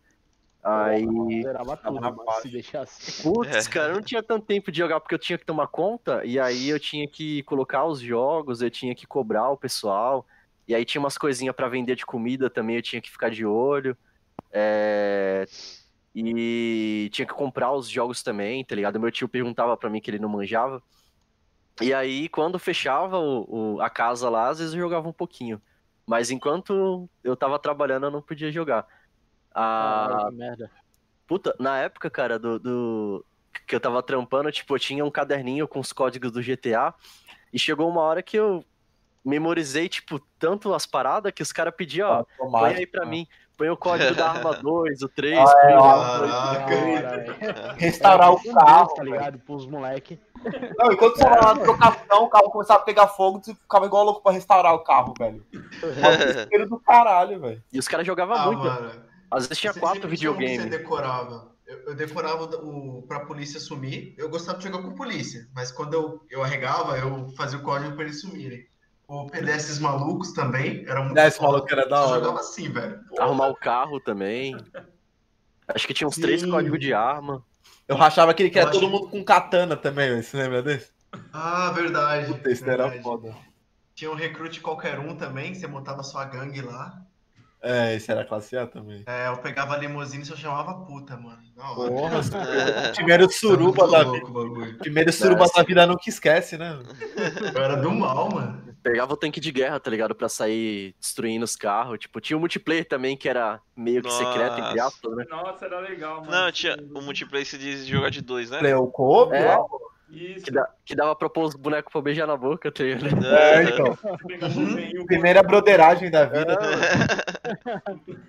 [SPEAKER 5] Aí,
[SPEAKER 3] Zerava tudo,
[SPEAKER 4] na
[SPEAKER 3] mano,
[SPEAKER 4] fase.
[SPEAKER 3] se deixasse.
[SPEAKER 5] putz,
[SPEAKER 2] É.
[SPEAKER 5] cara, eu não tinha tanto tempo de jogar porque eu tinha que tomar conta. E aí eu tinha que colocar os jogos, eu tinha que cobrar o pessoal. E aí tinha umas coisinhas pra vender de comida também, eu tinha que ficar de olho. É, E tinha que comprar os jogos também, tá ligado? Meu tio perguntava pra mim que ele não manjava. E aí, quando fechava o- o- a casa lá, às vezes eu jogava um pouquinho. Mas enquanto eu tava trabalhando, eu não podia jogar. Ah,
[SPEAKER 3] Caralho, que merda.
[SPEAKER 5] puta, na época, cara, do, do- que eu tava trampando, tipo, eu tinha um caderninho com os códigos do GTA. E chegou uma hora que eu memorizei, tipo, tanto as paradas que os caras pediam,
[SPEAKER 7] Ah,
[SPEAKER 5] ó, põe aí pra mim, põe o código da
[SPEAKER 7] (laughs)
[SPEAKER 5] arma 2, o 3,
[SPEAKER 7] Ah, é,
[SPEAKER 5] põe o
[SPEAKER 4] ó.
[SPEAKER 5] dois.
[SPEAKER 7] Caraca.
[SPEAKER 5] É
[SPEAKER 4] Restaurar
[SPEAKER 3] Era
[SPEAKER 4] o
[SPEAKER 3] um
[SPEAKER 4] carro,
[SPEAKER 3] Deus, tá
[SPEAKER 4] velho.
[SPEAKER 3] ligado? Pros moleque. (laughs)
[SPEAKER 4] Não, enquanto você falava do seu capitão, o carro começava a pegar fogo, tu ficava igual louco pra restaurar o carro, velho. Desespero do caralho, velho.
[SPEAKER 5] E os caras jogavam
[SPEAKER 7] Ah,
[SPEAKER 5] muito.
[SPEAKER 7] mano.
[SPEAKER 5] Às vezes tinha
[SPEAKER 7] Você-
[SPEAKER 5] quatro
[SPEAKER 7] sempre tinha um que
[SPEAKER 5] videogames.
[SPEAKER 7] Você decorava. Eu, eu decorava o, o- pra polícia sumir. Eu gostava de jogar com polícia, mas quando eu, eu arregava, eu fazia o código pra eles sumirem. O PDS malucos também era muito
[SPEAKER 4] Desce,
[SPEAKER 7] foda.
[SPEAKER 4] É, maluco, era da
[SPEAKER 7] Eu
[SPEAKER 4] hora.
[SPEAKER 7] jogava assim, velho.
[SPEAKER 5] Arrumar o carro também. Acho que tinha uns três
[SPEAKER 7] Sim.
[SPEAKER 5] códigos de arma.
[SPEAKER 4] Eu rachava aquele que
[SPEAKER 7] Eu
[SPEAKER 4] era
[SPEAKER 7] acho
[SPEAKER 4] todo
[SPEAKER 7] que-
[SPEAKER 4] mundo com katana também, velho. Você lembra desse?
[SPEAKER 7] Ah, verdade.
[SPEAKER 5] É
[SPEAKER 4] Puta, esse
[SPEAKER 7] verdade.
[SPEAKER 4] era foda.
[SPEAKER 7] Tinha um recrute qualquer um também, você montava sua gangue lá.
[SPEAKER 4] É, esse era classe A também.
[SPEAKER 7] É, eu pegava a limusine e só chamava puta, mano. Na hora.
[SPEAKER 4] Porra, é
[SPEAKER 7] Era
[SPEAKER 4] primeiro
[SPEAKER 7] muito
[SPEAKER 4] suruba da vida.
[SPEAKER 7] louco o bagulho.
[SPEAKER 4] Primeiro suruba da vida nunca esquece, né?
[SPEAKER 7] Eu era do mal, mano.
[SPEAKER 5] Pegava o tanque de guerra, tá ligado? Pra sair destruindo os carros. Tipo, tinha o multiplayer também, que era meio que secreto, entre
[SPEAKER 2] Nossa.
[SPEAKER 5] aspas, né?
[SPEAKER 6] Nossa, era legal, mano.
[SPEAKER 2] (laughs) Não,
[SPEAKER 6] esse
[SPEAKER 2] tinha um
[SPEAKER 6] jogo.
[SPEAKER 2] o multiplayer se diz jogar de dois, né?
[SPEAKER 4] Falei, o Kobe,
[SPEAKER 5] É.
[SPEAKER 4] ó.
[SPEAKER 6] Isso,
[SPEAKER 5] Que, da- que dava pra pôr os bonecos pra beijar na boca, tá ligado?
[SPEAKER 4] É, então.
[SPEAKER 6] você pegava um desenho,
[SPEAKER 4] Primeira broderagem da vida. né?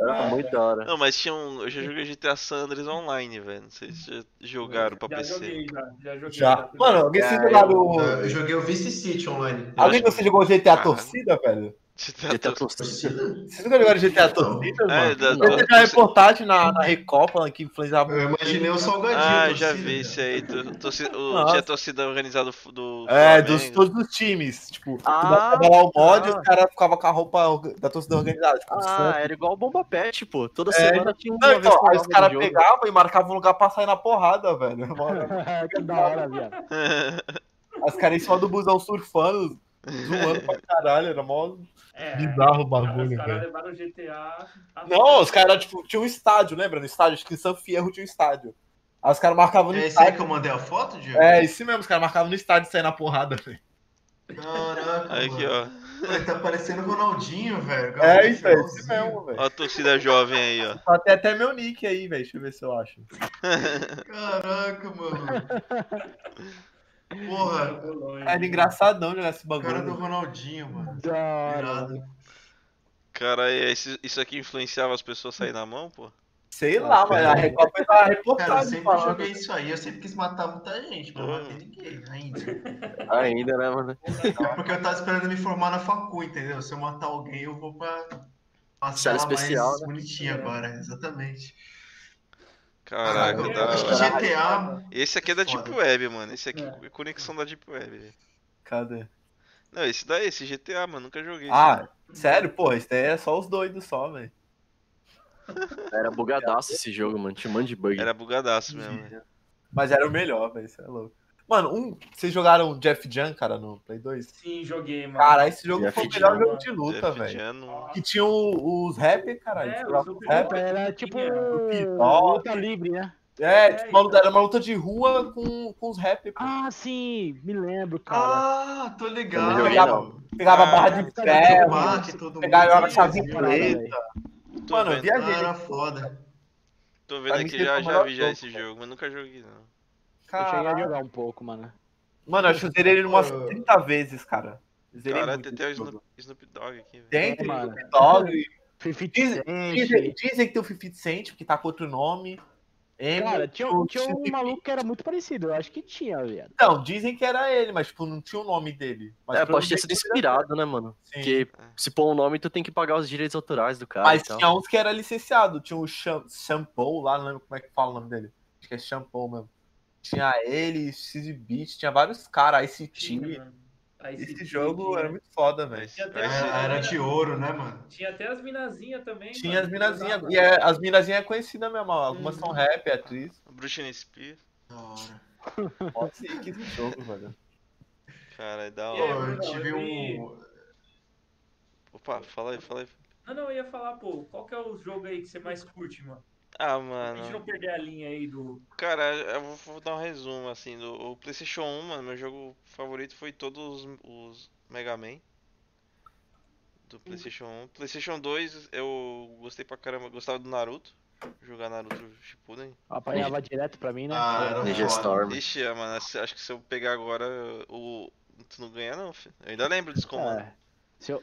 [SPEAKER 5] Era muito da hora.
[SPEAKER 2] Não, mas tinha um. Eu já joguei GTA San Andreas online, velho. Não sei se já jogaram pra
[SPEAKER 6] Já
[SPEAKER 2] PC.
[SPEAKER 6] joguei, já. Já joguei.
[SPEAKER 4] Já. Mano, alguém se
[SPEAKER 5] É,
[SPEAKER 4] jogaram.
[SPEAKER 7] Eu joguei o Vice City online.
[SPEAKER 4] Alguém
[SPEAKER 2] acho
[SPEAKER 4] você jogou GTA
[SPEAKER 2] Caralho.
[SPEAKER 4] Torcida, velho?
[SPEAKER 5] GTA Torcida.
[SPEAKER 7] Torcida?
[SPEAKER 4] Vocês nunca jogaram GTA
[SPEAKER 7] Então.
[SPEAKER 4] Torcidas,
[SPEAKER 2] tá É,
[SPEAKER 4] mano?
[SPEAKER 2] da-
[SPEAKER 4] Vai
[SPEAKER 2] da-
[SPEAKER 4] ter uma reportagem na, na Recopa que influenciava.
[SPEAKER 7] Eu imaginei o salgadinho.
[SPEAKER 2] Ah,
[SPEAKER 7] torcida,
[SPEAKER 2] já vi
[SPEAKER 7] cara.
[SPEAKER 2] isso aí. Tu- torci- o,
[SPEAKER 4] Nossa.
[SPEAKER 2] tinha torcida organizada do, do
[SPEAKER 4] É,
[SPEAKER 2] Flamengo.
[SPEAKER 4] dos, todos os times. Tipo,
[SPEAKER 5] Ah,
[SPEAKER 4] tava lá o mod e
[SPEAKER 5] tá.
[SPEAKER 4] os caras ficavam com a roupa da torcida organizada. Tipo,
[SPEAKER 5] Ah,
[SPEAKER 4] santo.
[SPEAKER 5] era igual o Bomba Pet, pô. Toda
[SPEAKER 4] É,
[SPEAKER 5] semana tinha um
[SPEAKER 4] Não, então, aí os caras pegavam e marcavam um lugar pra sair na porrada, velho. (laughs) Mano,
[SPEAKER 3] que da hora, viado.
[SPEAKER 4] Os caras em cima do busão surfando, zoando pra caralho. Era mó
[SPEAKER 6] É,
[SPEAKER 4] bizarro o
[SPEAKER 6] cara, os
[SPEAKER 4] bagulho,
[SPEAKER 6] caras
[SPEAKER 4] velho.
[SPEAKER 6] levaram o GTA. a-
[SPEAKER 4] Não, os caras, tipo, tinha um estádio, lembra? No estádio, acho que em San Fierro tinha um estádio. Aí os caras marcavam no
[SPEAKER 7] É esse aí
[SPEAKER 4] estádio.
[SPEAKER 7] que eu mandei a foto, Diego?
[SPEAKER 4] É, isso mesmo, os caras marcavam no estádio saindo na porrada, velho.
[SPEAKER 7] Caraca,
[SPEAKER 2] (laughs) Aqui,
[SPEAKER 7] mano.
[SPEAKER 2] ó.
[SPEAKER 7] Olha, tá parecendo o Ronaldinho, velho.
[SPEAKER 4] É, isso é isso
[SPEAKER 7] Igualzinho.
[SPEAKER 4] mesmo, velho.
[SPEAKER 2] Ó a torcida jovem aí, ó.
[SPEAKER 4] Só tem até meu nick aí, velho. Deixa eu ver se eu acho.
[SPEAKER 7] Caraca,
[SPEAKER 2] (laughs)
[SPEAKER 7] mano. Porra,
[SPEAKER 6] Jogou longe.
[SPEAKER 4] Era engraçadão jogar esse
[SPEAKER 7] o cara é do
[SPEAKER 4] bagulho.
[SPEAKER 7] Ronaldinho, mano.
[SPEAKER 3] Da hora.
[SPEAKER 7] Irado.
[SPEAKER 2] Cara, esse- isso aqui influenciava as pessoas a sair na mão, pô?
[SPEAKER 4] Sei lá, mas a Recopa tá
[SPEAKER 7] Ah, é. Cara, eu
[SPEAKER 4] reportagem
[SPEAKER 7] sempre
[SPEAKER 4] falando.
[SPEAKER 7] joguei isso aí, eu sempre quis matar muita gente, mas não matei
[SPEAKER 5] Hum.
[SPEAKER 7] ninguém ainda.
[SPEAKER 5] Ainda, né, mano?
[SPEAKER 7] É porque eu tava esperando me formar na facu, entendeu? Se eu matar alguém, eu vou pra uma
[SPEAKER 5] Sala
[SPEAKER 7] sala
[SPEAKER 5] especial,
[SPEAKER 7] mais
[SPEAKER 5] né?
[SPEAKER 7] bonitinha agora, exatamente.
[SPEAKER 2] Caraca,
[SPEAKER 7] Ah, eu
[SPEAKER 2] da
[SPEAKER 7] acho que
[SPEAKER 2] hora.
[SPEAKER 7] GTA,
[SPEAKER 2] Esse aqui é da Deep
[SPEAKER 7] Foda.
[SPEAKER 2] Web, mano. Esse aqui é conexão da Deep Web. velho.
[SPEAKER 4] Cadê?
[SPEAKER 2] Não, esse daí, esse GTA, mano, nunca joguei.
[SPEAKER 4] Ah, sério, porra, isso daí é só os doidos só, velho.
[SPEAKER 5] Era bugadaço esse jogo, mano. Tinha um monte de bug.
[SPEAKER 2] Era bugadaço mesmo. velho.
[SPEAKER 4] Mas era o melhor, velho, isso é louco. Mano, um, vocês jogaram Jeff Jan, cara, no Play 2?
[SPEAKER 6] Sim, joguei, mano.
[SPEAKER 4] Cara, esse jogo
[SPEAKER 5] Jeff
[SPEAKER 4] foi o
[SPEAKER 5] Jan,
[SPEAKER 4] melhor jogo
[SPEAKER 6] mano.
[SPEAKER 4] de luta,
[SPEAKER 2] Jeff
[SPEAKER 4] velho.
[SPEAKER 2] Jan, não-
[SPEAKER 6] Ó,
[SPEAKER 4] Que tinha o- os rap, caralho.
[SPEAKER 6] É,
[SPEAKER 4] Tinha lá
[SPEAKER 6] os
[SPEAKER 4] os
[SPEAKER 6] rap.
[SPEAKER 4] rap.
[SPEAKER 3] Era tipo.
[SPEAKER 4] Pitol.
[SPEAKER 3] Luta livre, né?
[SPEAKER 4] É, tipo, uma
[SPEAKER 6] É,
[SPEAKER 4] luta- era uma luta de rua com, com os rap, pô.
[SPEAKER 3] Ah, sim, me lembro, cara.
[SPEAKER 7] Ah, tô
[SPEAKER 5] Eu não joguei,
[SPEAKER 7] ligado.
[SPEAKER 5] não.
[SPEAKER 4] Pegava
[SPEAKER 2] Ah,
[SPEAKER 4] barra de
[SPEAKER 3] tá
[SPEAKER 4] ferro,
[SPEAKER 7] Bate todo mundo.
[SPEAKER 4] pegava a chave
[SPEAKER 7] Ih,
[SPEAKER 3] parada,
[SPEAKER 4] preta.
[SPEAKER 3] velho.
[SPEAKER 2] Tô
[SPEAKER 4] Mano, eu
[SPEAKER 2] vendo,
[SPEAKER 4] viajei.
[SPEAKER 7] Cara, foda.
[SPEAKER 2] tô
[SPEAKER 4] pra
[SPEAKER 2] vendo
[SPEAKER 4] mim
[SPEAKER 2] aqui,
[SPEAKER 4] seria
[SPEAKER 2] já,
[SPEAKER 4] o
[SPEAKER 2] já
[SPEAKER 4] melhor
[SPEAKER 2] vi já
[SPEAKER 4] jogo,
[SPEAKER 2] esse jogo, mas nunca joguei, não.
[SPEAKER 3] Eu cheguei a
[SPEAKER 4] Caralho.
[SPEAKER 3] jogar um pouco, mano.
[SPEAKER 4] Mano, eu acho que eu zerei ele umas
[SPEAKER 7] Pô.
[SPEAKER 4] 30 vezes, cara. Zerei
[SPEAKER 2] Caralho, tem
[SPEAKER 4] muito
[SPEAKER 2] até o
[SPEAKER 4] esse jogo.
[SPEAKER 2] Snoop, Snoop Dogg aqui, velho.
[SPEAKER 4] Tem, tem
[SPEAKER 3] Mano.
[SPEAKER 4] Snoop Dogg,
[SPEAKER 3] Fifi
[SPEAKER 4] Dizem, dizem, dizem que tem o 50 Cent, porque tá com outro nome. M,
[SPEAKER 3] É, Cara, tinha,
[SPEAKER 4] o
[SPEAKER 3] tinha um
[SPEAKER 4] Chief-
[SPEAKER 3] maluco que era muito parecido, eu acho que tinha, viado.
[SPEAKER 4] Não, Então, dizem que era ele, mas tipo, não tinha o nome dele. Mas
[SPEAKER 5] É,
[SPEAKER 4] pelo
[SPEAKER 5] pode ter
[SPEAKER 4] menos
[SPEAKER 5] sido
[SPEAKER 4] tem que-
[SPEAKER 5] inspirado, né, mano?
[SPEAKER 4] Sim.
[SPEAKER 5] Porque ah, então. se pôr um nome, tu tem que pagar os direitos autorais do cara
[SPEAKER 4] Mas
[SPEAKER 5] e tal.
[SPEAKER 4] tinha uns que era licenciado. Tinha o Cham- Shampoo lá, não lembro como é que fala o nome dele. Acho que é Shampoo mesmo. Tinha ele, Cid Beat, tinha vários caras,
[SPEAKER 6] tinha,
[SPEAKER 5] né?
[SPEAKER 4] ICT.
[SPEAKER 6] mano. Aí
[SPEAKER 4] Esse
[SPEAKER 6] se
[SPEAKER 4] jogo
[SPEAKER 6] tinha.
[SPEAKER 4] era muito foda, velho.
[SPEAKER 2] Mas-
[SPEAKER 6] Tinha até
[SPEAKER 2] mas-
[SPEAKER 6] a-
[SPEAKER 5] é
[SPEAKER 7] Ah, Era de ouro, né, mano?
[SPEAKER 6] Tinha até as minazinhas também.
[SPEAKER 4] Tinha
[SPEAKER 6] mano,
[SPEAKER 4] as
[SPEAKER 5] um
[SPEAKER 4] minazinhas.
[SPEAKER 6] que
[SPEAKER 4] E é- as minazinhas é conhecida mesmo. ó. Algumas
[SPEAKER 5] Uhum.
[SPEAKER 4] são rap, atriz.
[SPEAKER 2] Bruxa Spears,
[SPEAKER 7] Da hora.
[SPEAKER 4] Pode ser
[SPEAKER 5] (laughs)
[SPEAKER 4] que esse jogo, velho.
[SPEAKER 2] cara, é da
[SPEAKER 7] Pô,
[SPEAKER 6] E aí,
[SPEAKER 2] hora.
[SPEAKER 7] eu
[SPEAKER 6] Bruno,
[SPEAKER 7] tive
[SPEAKER 6] eu
[SPEAKER 7] um.
[SPEAKER 2] Opa, fala aí, fala aí.
[SPEAKER 6] Não, não, eu ia falar, pô, qual que é o jogo aí que você mais curte, mano?
[SPEAKER 2] Ah,
[SPEAKER 6] Pra gente
[SPEAKER 2] mano.
[SPEAKER 6] não perder a linha aí do.
[SPEAKER 2] Cara, eu vou, vou dar um resumo, assim, do o PlayStation 1, mano, meu jogo favorito foi todos os, os Mega Man. Do PlayStation 1. PlayStation 2, eu gostei pra caramba, eu gostava do Naruto. Jogar Naruto Shippuden.
[SPEAKER 3] Apanhava direto pra mim, né?
[SPEAKER 7] Ah, era
[SPEAKER 5] Ninja
[SPEAKER 7] foda.
[SPEAKER 5] Storm.
[SPEAKER 2] Ixi, ah, mano, acho acho que se eu pegar agora, o tu não ganha não, filho. Eu ainda lembro desse comando.
[SPEAKER 3] É. Se eu,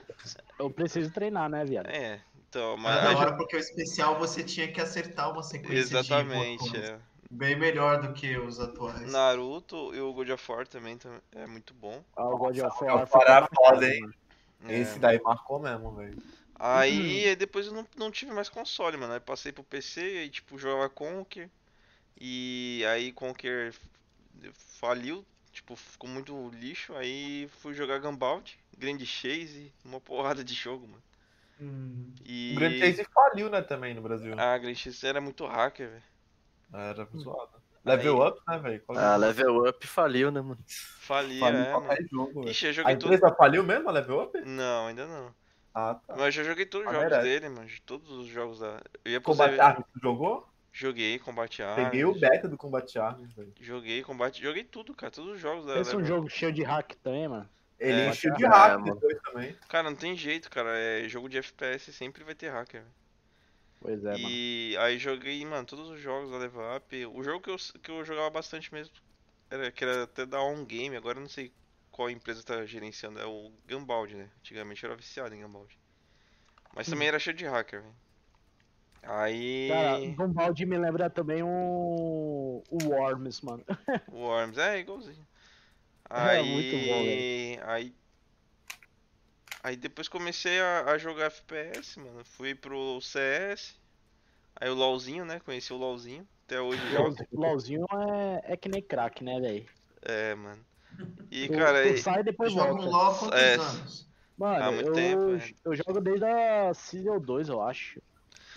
[SPEAKER 3] eu preciso treinar, né, viado?
[SPEAKER 2] É, então, mas...
[SPEAKER 7] Mas hora porque o especial você tinha que acertar uma
[SPEAKER 2] (laughs)
[SPEAKER 7] sequência de assim.
[SPEAKER 2] Exatamente,
[SPEAKER 7] botões.
[SPEAKER 2] é.
[SPEAKER 7] Bem melhor do que os atuais.
[SPEAKER 2] Naruto e o God of War também tam- é muito bom.
[SPEAKER 3] Ah, o God of
[SPEAKER 4] God
[SPEAKER 3] War
[SPEAKER 4] of War
[SPEAKER 3] fica
[SPEAKER 4] era
[SPEAKER 3] marcado,
[SPEAKER 4] foda, hein?
[SPEAKER 3] mano.
[SPEAKER 2] É.
[SPEAKER 4] Esse daí marcou mesmo, velho.
[SPEAKER 2] Aí aí depois eu não, não tive mais console, mano. Aí passei pro PC e tipo jogava Conker. E aí Conker f- faliu, tipo, ficou muito lixo. Aí fui jogar Gumball, Grand Chase, uma porrada de jogo, mano.
[SPEAKER 6] Hum,
[SPEAKER 2] E
[SPEAKER 4] O Grand Chase faliu, né, também no Brasil.
[SPEAKER 2] ah, Grand Chase era muito hacker, velho.
[SPEAKER 4] Era zoado. Level up, né, velho? Qual-
[SPEAKER 5] Ah, level né? up faliu, né, mano?
[SPEAKER 2] Falia,
[SPEAKER 4] faliu
[SPEAKER 2] é, mano.
[SPEAKER 4] qualquer jogo, velho.
[SPEAKER 2] Ixi, eu
[SPEAKER 4] A
[SPEAKER 2] joguei tudo.
[SPEAKER 4] empresa faliu mesmo a level up?
[SPEAKER 2] Não, ainda não.
[SPEAKER 4] Ah, tá.
[SPEAKER 2] Mas eu já joguei todos os
[SPEAKER 4] Ah,
[SPEAKER 2] jogos
[SPEAKER 4] merece.
[SPEAKER 2] dele, mano. de Todos os jogos da. Eu ia pro
[SPEAKER 4] Combat
[SPEAKER 2] Zé-
[SPEAKER 4] Arms, tu jogou?
[SPEAKER 2] Joguei, Combat Arms,
[SPEAKER 4] Peguei o beta do Combat Arms, velho.
[SPEAKER 2] Joguei, Combat. Joguei tudo, cara. Todos os jogos da
[SPEAKER 3] Esse é um
[SPEAKER 2] Level
[SPEAKER 3] jogo cheio de hack também, mano.
[SPEAKER 4] Ele
[SPEAKER 2] É,
[SPEAKER 4] encheu de
[SPEAKER 5] cara.
[SPEAKER 4] hack
[SPEAKER 5] É, mano.
[SPEAKER 4] depois também.
[SPEAKER 2] Cara, não tem jeito, cara. É, jogo de FPS sempre vai ter hacker. velho.
[SPEAKER 3] Pois é, mano.
[SPEAKER 2] e aí joguei, mano, todos os jogos da Level Up. O jogo que eu, que eu jogava bastante mesmo, era, que era até da On Game, agora eu não sei qual empresa tá gerenciando, é o Gumbald, né? Antigamente eu era viciado em Gumbald. Mas
[SPEAKER 3] Hum.
[SPEAKER 2] também era cheio de hacker, velho. Aí.
[SPEAKER 3] Cara, Gumbaldi me lembra também o, o
[SPEAKER 7] (laughs)
[SPEAKER 3] Worms, mano.
[SPEAKER 2] O Worms, é igualzinho.
[SPEAKER 3] É,
[SPEAKER 2] Aí,
[SPEAKER 3] muito bom,
[SPEAKER 2] aí, Aí depois comecei a, a jogar FPS, mano. Fui pro CS. Aí o LOLzinho, né? Conheci o LOLzinho. Até hoje jogo.
[SPEAKER 3] LOLzinho é, é que nem crack, né, velho?
[SPEAKER 2] É, mano. E,
[SPEAKER 3] Tu,
[SPEAKER 2] cara,
[SPEAKER 3] tu
[SPEAKER 2] e-
[SPEAKER 3] sai e depois
[SPEAKER 7] Joga
[SPEAKER 3] volta.
[SPEAKER 7] um LOL há quantos
[SPEAKER 2] É.
[SPEAKER 7] anos?
[SPEAKER 3] Mano,
[SPEAKER 2] Há muito
[SPEAKER 3] eu,
[SPEAKER 2] tempo, é.
[SPEAKER 3] eu jogo desde a Season 2, eu acho.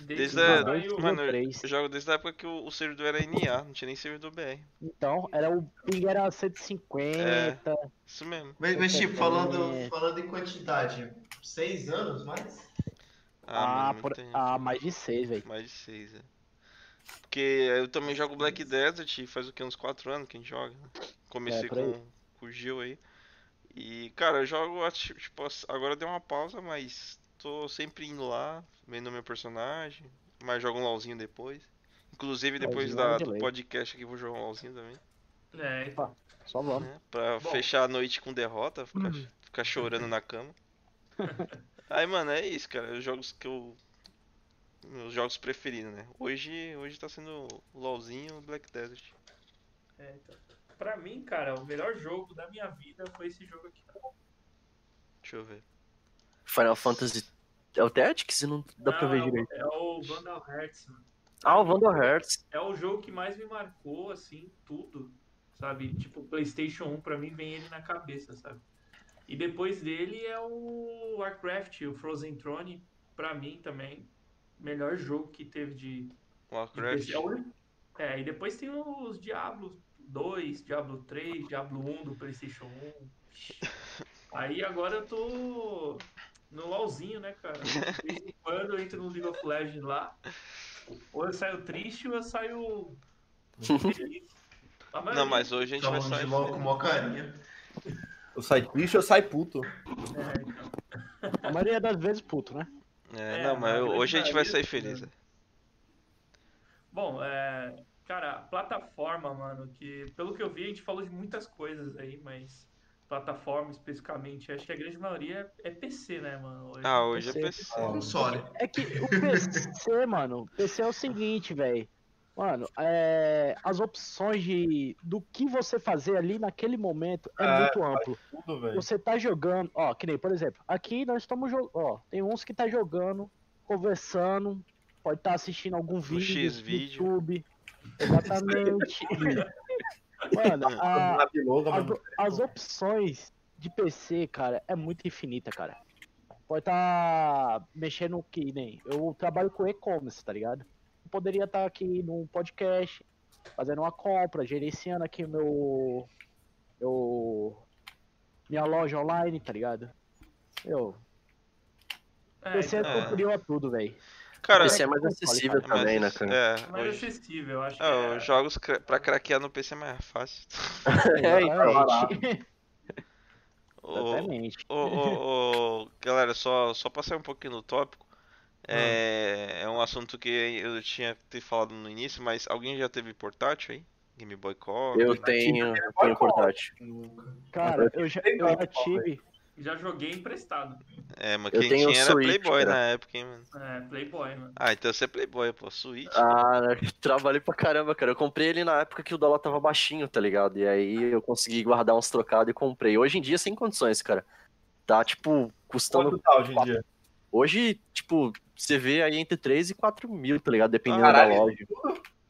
[SPEAKER 2] Desde
[SPEAKER 6] que
[SPEAKER 2] a-
[SPEAKER 6] saiu-
[SPEAKER 3] Season
[SPEAKER 2] mano,
[SPEAKER 3] 3.
[SPEAKER 2] eu jogo desde a época que o, o servidor era NA, não tinha nem servidor BR.
[SPEAKER 3] Então, era o ping era 150.
[SPEAKER 2] Isso mesmo.
[SPEAKER 7] Mas, mas, tipo, falando,
[SPEAKER 3] É.
[SPEAKER 7] falando em quantidade, seis anos mais?
[SPEAKER 2] Ah,
[SPEAKER 3] Ah,
[SPEAKER 2] mano,
[SPEAKER 3] por-
[SPEAKER 2] muito tempo.
[SPEAKER 3] ah, mais de 6, velho.
[SPEAKER 2] Mais de seis, é. Porque eu também jogo Black Desert e faz o que? Uns 4 anos que a gente joga. né? Comecei
[SPEAKER 3] É, por aí.
[SPEAKER 2] com, com o Gil aí. E, cara, eu jogo, acho- tipo, as- agora deu uma pausa, mas tô sempre indo lá, vendo meu personagem. Mas jogo um LOLzinho depois. Inclusive, depois
[SPEAKER 3] LOLzinho
[SPEAKER 2] da,
[SPEAKER 3] é de
[SPEAKER 2] do
[SPEAKER 3] lei.
[SPEAKER 2] podcast aqui, vou jogar um LOLzinho também.
[SPEAKER 6] É, então,
[SPEAKER 3] Só vamos.
[SPEAKER 2] né? Pra
[SPEAKER 6] Bom. Hum.
[SPEAKER 2] fechar a noite com derrota, ficar, ficar chorando na
[SPEAKER 6] (laughs)
[SPEAKER 2] cama. Aí, mano, é isso, cara. Os jogos que eu. Meus jogos preferidos, né? Hoje, hoje tá sendo LOLzinho e Black Desert.
[SPEAKER 6] é, então. Pra mim, cara, o melhor jogo da minha vida foi esse jogo aqui.
[SPEAKER 2] Deixa eu ver.
[SPEAKER 5] Final Fantasy. É o Tactics? Não dá pra
[SPEAKER 6] Não,
[SPEAKER 5] ver
[SPEAKER 6] é o-
[SPEAKER 5] direito.
[SPEAKER 6] É o Vandal Hearts, mano.
[SPEAKER 5] Ah, o Vandal Hearts.
[SPEAKER 6] É o jogo que mais me marcou, assim, tudo. Sabe? Tipo, o PlayStation 1 pra mim vem ele na cabeça, sabe? E depois dele é o Warcraft, o Frozen Throne, pra mim também. Melhor jogo que teve de. de
[SPEAKER 2] Warcraft.
[SPEAKER 6] PC. É, o único- É, e depois tem os Diablo 2, Diablo 3, Diablo 1 do PlayStation 1. Aí agora eu tô no LOLzinho, né, cara? De vez em quando eu entro no League of Legends lá. Ou eu saio triste ou eu saio feliz. A
[SPEAKER 2] (laughs)
[SPEAKER 6] maioria-
[SPEAKER 2] Não, mas hoje a gente vai
[SPEAKER 7] Falando de
[SPEAKER 2] sair.
[SPEAKER 7] LOL com mó carinha.
[SPEAKER 4] Eu saio triste, eu saio puto.
[SPEAKER 6] É, então.
[SPEAKER 3] A maioria das vezes puto, né?
[SPEAKER 2] É,
[SPEAKER 6] É,
[SPEAKER 2] não, mas
[SPEAKER 6] na grande
[SPEAKER 2] hoje a gente vai
[SPEAKER 6] maioria,
[SPEAKER 2] sair feliz. né?
[SPEAKER 6] Bom, é, cara, plataforma, mano, que pelo que eu vi a gente falou de muitas coisas aí, mas plataforma especificamente, acho que a grande maioria é PC, né, mano? Hoje.
[SPEAKER 2] Ah, hoje é
[SPEAKER 3] PC.
[SPEAKER 2] PC.
[SPEAKER 4] Tá.
[SPEAKER 7] Console.
[SPEAKER 3] É que o PC, mano, o PC é o seguinte, velho. Mano, é, as opções de, do que você fazer ali naquele momento é
[SPEAKER 4] Ah,
[SPEAKER 3] muito amplo.
[SPEAKER 4] Tudo, velho.
[SPEAKER 3] Você tá jogando, ó, que nem, por exemplo, aqui nós estamos jogando, ó, tem uns que tá jogando, conversando, pode estar assistindo algum vídeo no
[SPEAKER 2] X-vídeo.
[SPEAKER 3] YouTube. Exatamente. mano, a,
[SPEAKER 4] Na biloga,
[SPEAKER 3] as,
[SPEAKER 4] mano.
[SPEAKER 3] as opções de PC, cara, é muito infinita, cara. Pode estar mexendo que nem. Eu trabalho com e-commerce, tá ligado? Eu poderia estar aqui num podcast, fazendo uma compra, gerenciando aqui meu. meu minha loja online, tá ligado? Eu.
[SPEAKER 6] É,
[SPEAKER 3] PC
[SPEAKER 6] então,
[SPEAKER 2] é.
[SPEAKER 3] superior a tudo, velho.
[SPEAKER 2] Cara,
[SPEAKER 5] Esse é mais acessível
[SPEAKER 2] mas-
[SPEAKER 5] também, né, cara?
[SPEAKER 2] É,
[SPEAKER 6] mais
[SPEAKER 2] hoje.
[SPEAKER 6] acessível, acho que
[SPEAKER 2] Ah,
[SPEAKER 6] é.
[SPEAKER 2] os jogos cra- pra craquear no PC é mais
[SPEAKER 5] (laughs)
[SPEAKER 2] fácil.
[SPEAKER 5] É, então, olha
[SPEAKER 3] (laughs)
[SPEAKER 5] lá.
[SPEAKER 2] Ô,
[SPEAKER 3] Exatamente.
[SPEAKER 2] Ô, ô, ô, galera, só, só passar um pouquinho no tópico.
[SPEAKER 5] Ah.
[SPEAKER 2] É, é um assunto que eu tinha que ter falado no início, mas alguém já teve portátil aí? Game Boy Color?
[SPEAKER 5] Eu tenho, eu tenho portátil.
[SPEAKER 3] Cara, eu já, eu já tive.
[SPEAKER 6] Já joguei emprestado.
[SPEAKER 2] É, mas
[SPEAKER 5] Eu
[SPEAKER 2] quem
[SPEAKER 5] tenho
[SPEAKER 2] tinha era
[SPEAKER 5] Switch,
[SPEAKER 2] Playboy
[SPEAKER 5] cara.
[SPEAKER 2] na época, hein, mano?
[SPEAKER 6] É, Playboy, mano.
[SPEAKER 2] Ah, então você é Playboy, pô. Switch.
[SPEAKER 5] Ah, eu trabalhei pra caramba, cara. Eu comprei ele na época que o dólar tava baixinho, tá ligado? E aí eu consegui guardar uns trocados e comprei. Hoje em dia, sem condições, cara. Tá, tipo, custando.
[SPEAKER 4] Quanto tá hoje em dia?
[SPEAKER 5] Hoje, tipo, você vê aí entre 3 e 4 mil, tá ligado? Dependendo
[SPEAKER 4] Caralho.
[SPEAKER 5] da loja.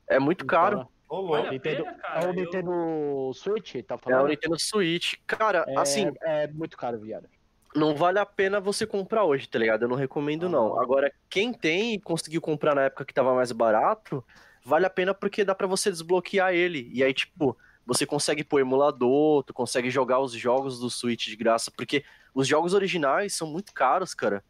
[SPEAKER 5] É muito
[SPEAKER 3] Então,
[SPEAKER 5] caro.
[SPEAKER 4] Ô,
[SPEAKER 6] Vale
[SPEAKER 4] louco.
[SPEAKER 6] a
[SPEAKER 3] Nintendo-
[SPEAKER 6] pena,
[SPEAKER 3] É
[SPEAKER 6] cara.
[SPEAKER 3] o
[SPEAKER 6] eu-
[SPEAKER 3] Nintendo Switch, tá
[SPEAKER 5] É o
[SPEAKER 3] falando?
[SPEAKER 5] Nintendo Switch. Cara, assim,
[SPEAKER 3] É, é muito caro, viado.
[SPEAKER 5] não vale a pena você comprar hoje, tá ligado? Eu não recomendo, não.
[SPEAKER 3] Ah.
[SPEAKER 5] Agora, quem tem e conseguiu comprar na época que tava mais barato, vale a pena porque dá pra você desbloquear ele. E aí, tipo, você consegue pôr emulador, tu consegue jogar os jogos do Switch de graça, porque os jogos originais são muito caros, cara.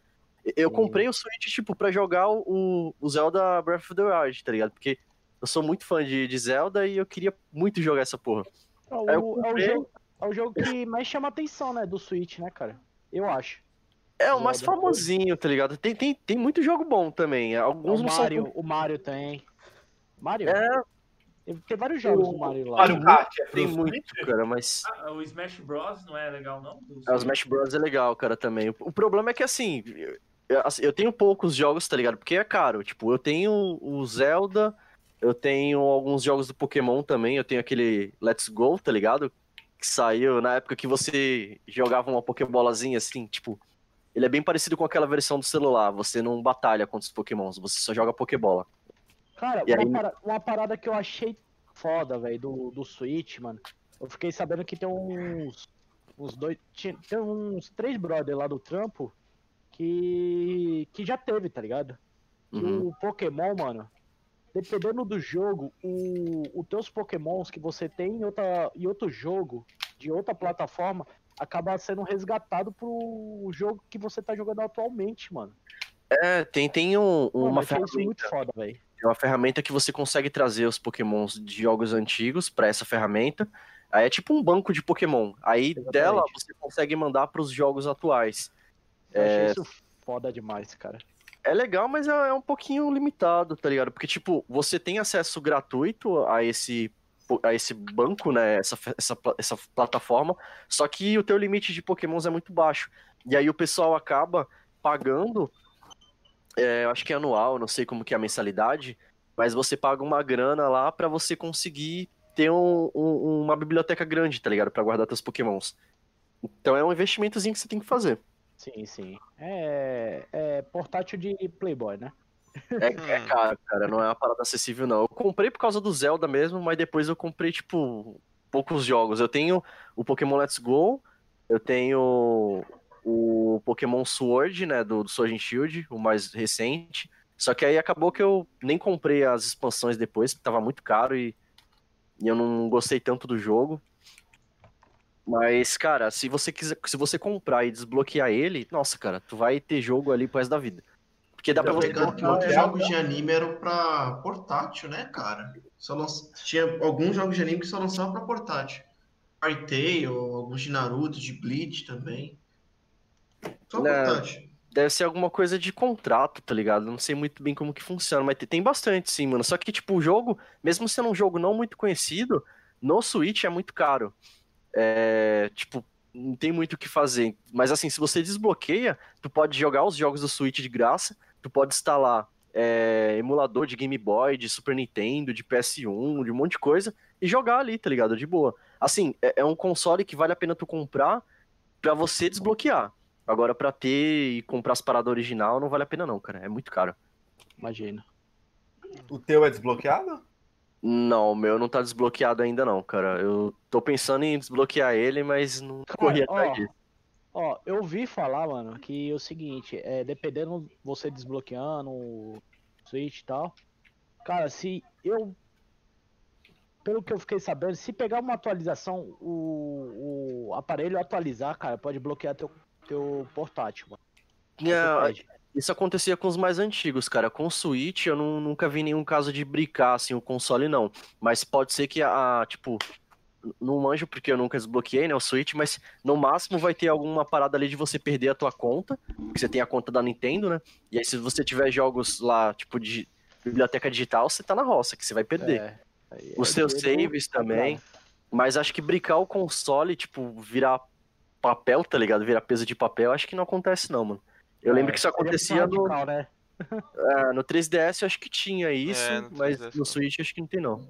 [SPEAKER 5] Eu
[SPEAKER 3] Sim.
[SPEAKER 5] comprei o Switch, tipo, pra jogar o, o Zelda Breath of the Wild, tá ligado? Porque eu sou muito fã de, de Zelda e eu queria muito jogar essa porra.
[SPEAKER 3] É o,
[SPEAKER 5] Aí
[SPEAKER 3] é,
[SPEAKER 5] eu
[SPEAKER 3] o
[SPEAKER 5] comprei.
[SPEAKER 3] jogo, é o jogo que mais chama atenção, né? Do Switch, né, cara? Eu acho.
[SPEAKER 5] É, o mais
[SPEAKER 3] Zelda.
[SPEAKER 5] famosinho, tá ligado? Tem, tem, tem muito jogo bom também. Alguns
[SPEAKER 3] É o
[SPEAKER 5] não
[SPEAKER 3] Mario,
[SPEAKER 5] são.
[SPEAKER 3] o Mario tem. Mario?
[SPEAKER 5] É,
[SPEAKER 3] Tem, tem vários jogos do Mario lá.
[SPEAKER 4] Mario Kart é
[SPEAKER 5] tem
[SPEAKER 4] pro
[SPEAKER 5] muito, cara, mas.
[SPEAKER 6] Ah, o Smash Bros não é legal, não? Do-
[SPEAKER 5] Ah, o Smash Bros. é legal, cara, também. O- O problema é que, assim, eu- eu- assim, eu tenho poucos jogos, tá ligado? Porque é caro. Tipo, eu tenho o Zelda, eu tenho alguns jogos do Pokémon também, eu tenho aquele Let's Go, tá ligado? Que saiu na época que você jogava uma Pokébolazinha, assim, tipo, Ele é bem parecido com aquela versão do celular. Você não batalha contra os pokémons, você só joga pokébola.
[SPEAKER 3] Cara,
[SPEAKER 5] E
[SPEAKER 3] uma,
[SPEAKER 5] aí-
[SPEAKER 3] para- uma parada que eu achei foda, velho, do, do Switch, mano. Eu fiquei sabendo que tem uns. uns dois. ti- Tem uns três brother lá do trampo que. que já teve, tá ligado? Que
[SPEAKER 5] Uhum.
[SPEAKER 3] o Pokémon, mano. Dependendo do jogo, o, os teus Pokémons que você tem em, outra, em outro jogo, de outra plataforma, acaba sendo resgatado pro jogo que você tá jogando atualmente, mano.
[SPEAKER 5] É, tem, tem um-
[SPEAKER 3] Mano, eu
[SPEAKER 5] uma
[SPEAKER 3] achei isso
[SPEAKER 5] ferramenta.
[SPEAKER 3] muito foda, velho.
[SPEAKER 5] É uma ferramenta que você consegue trazer os pokémons de jogos antigos pra essa ferramenta. Aí é tipo um banco de pokémon. Aí
[SPEAKER 3] Exatamente.
[SPEAKER 5] dela você consegue mandar pros jogos atuais.
[SPEAKER 3] Eu achei isso foda demais, cara.
[SPEAKER 5] É legal, mas é é um pouquinho limitado, tá ligado? Porque, tipo, você tem acesso gratuito a esse, po- a esse banco, né? Essa, fe- essa, pla- essa plataforma. Só que o teu limite de pokémons é muito baixo. E aí o pessoal acaba pagando, é, eu acho que é anual, não sei como que é a mensalidade, mas você paga uma grana lá pra você conseguir ter um- um- uma biblioteca grande, tá ligado? Pra guardar teus pokémons. Então é um investimentozinho que você tem que fazer.
[SPEAKER 3] Sim, sim. É, é portátil de Playboy, né?
[SPEAKER 2] Hum,
[SPEAKER 5] É, é caro, cara, não é uma parada acessível, não. Eu comprei por causa do Zelda mesmo, mas depois eu comprei, tipo, poucos jogos. Eu tenho o Pokémon Let's Go, eu tenho o Pokémon Sword, né, do, do Sword and Shield, o mais recente. Só que aí acabou que eu nem comprei as expansões depois, porque tava muito caro e, e eu não gostei tanto do jogo. Mas, cara, se você quiser, se você comprar e desbloquear ele, nossa, cara, tu vai ter jogo ali pro resto da vida. Porque dá pra
[SPEAKER 7] Tá
[SPEAKER 5] você
[SPEAKER 3] um
[SPEAKER 7] ligado que
[SPEAKER 5] colocar-
[SPEAKER 7] outros jogos de anime eram pra portátil, né, cara? Só lanç- Tinha alguns jogos de anime que só lançavam pra portátil. Fairy Tail, alguns de Naruto, de Bleach também. Só
[SPEAKER 5] Não.
[SPEAKER 3] (laughs)
[SPEAKER 7] portátil.
[SPEAKER 5] Deve ser alguma coisa de contrato, tá ligado? Não sei muito bem como que funciona, mas te- tem bastante sim, mano. Só que, tipo, o jogo, mesmo sendo um jogo não muito conhecido, no Switch é muito caro. É, tipo, não tem muito o que fazer. Mas assim, se você desbloqueia, tu pode jogar os jogos do Switch de graça, tu pode instalar é, emulador de Game Boy, de Super Nintendo, de PS1, de um monte de coisa, e jogar ali, tá ligado? De boa. Assim, é, é um console que vale a pena tu comprar pra você desbloquear. Agora, pra ter e comprar as paradas original, não vale a pena, não, cara. É muito caro.
[SPEAKER 3] Imagina.
[SPEAKER 4] O teu é desbloqueado?
[SPEAKER 5] Não, o meu não tá desbloqueado ainda, não, cara. Eu tô pensando em desbloquear ele, mas não
[SPEAKER 3] Cara,
[SPEAKER 5] corri atrás
[SPEAKER 3] ó,
[SPEAKER 5] disso.
[SPEAKER 3] Ó, eu ouvi falar, mano, que é o seguinte, é, dependendo você desbloqueando o Switch e tal, cara, se eu, pelo que eu fiquei sabendo, se pegar uma atualização, o, o aparelho atualizar, cara, pode bloquear teu, teu portátil, mano.
[SPEAKER 5] Não,
[SPEAKER 3] Você pede.
[SPEAKER 5] Isso acontecia com os mais antigos, cara. Com o Switch, eu nu- nunca vi nenhum caso de bricar, assim, o console, não. Mas pode ser que a, tipo, n- não manjo porque eu nunca desbloqueei, né, o Switch, mas no máximo vai ter alguma parada ali de você perder a tua conta, porque você tem a conta da Nintendo, né? E aí se você tiver jogos lá, tipo, de biblioteca digital, você tá na roça, que você vai perder.
[SPEAKER 3] É, aí é
[SPEAKER 5] Os seus
[SPEAKER 3] doido.
[SPEAKER 5] saves também. Mas acho que bricar o console, tipo, virar papel, tá ligado? Virar peso de papel, acho que não acontece não, mano. Eu lembro que isso
[SPEAKER 3] É, Seria muito
[SPEAKER 5] acontecia no,
[SPEAKER 3] radical, né?
[SPEAKER 5] ah, no 3DS eu acho que tinha isso,
[SPEAKER 2] É, no
[SPEAKER 5] mas
[SPEAKER 2] 3DS
[SPEAKER 5] no
[SPEAKER 2] não.
[SPEAKER 5] Switch eu acho que não tem não.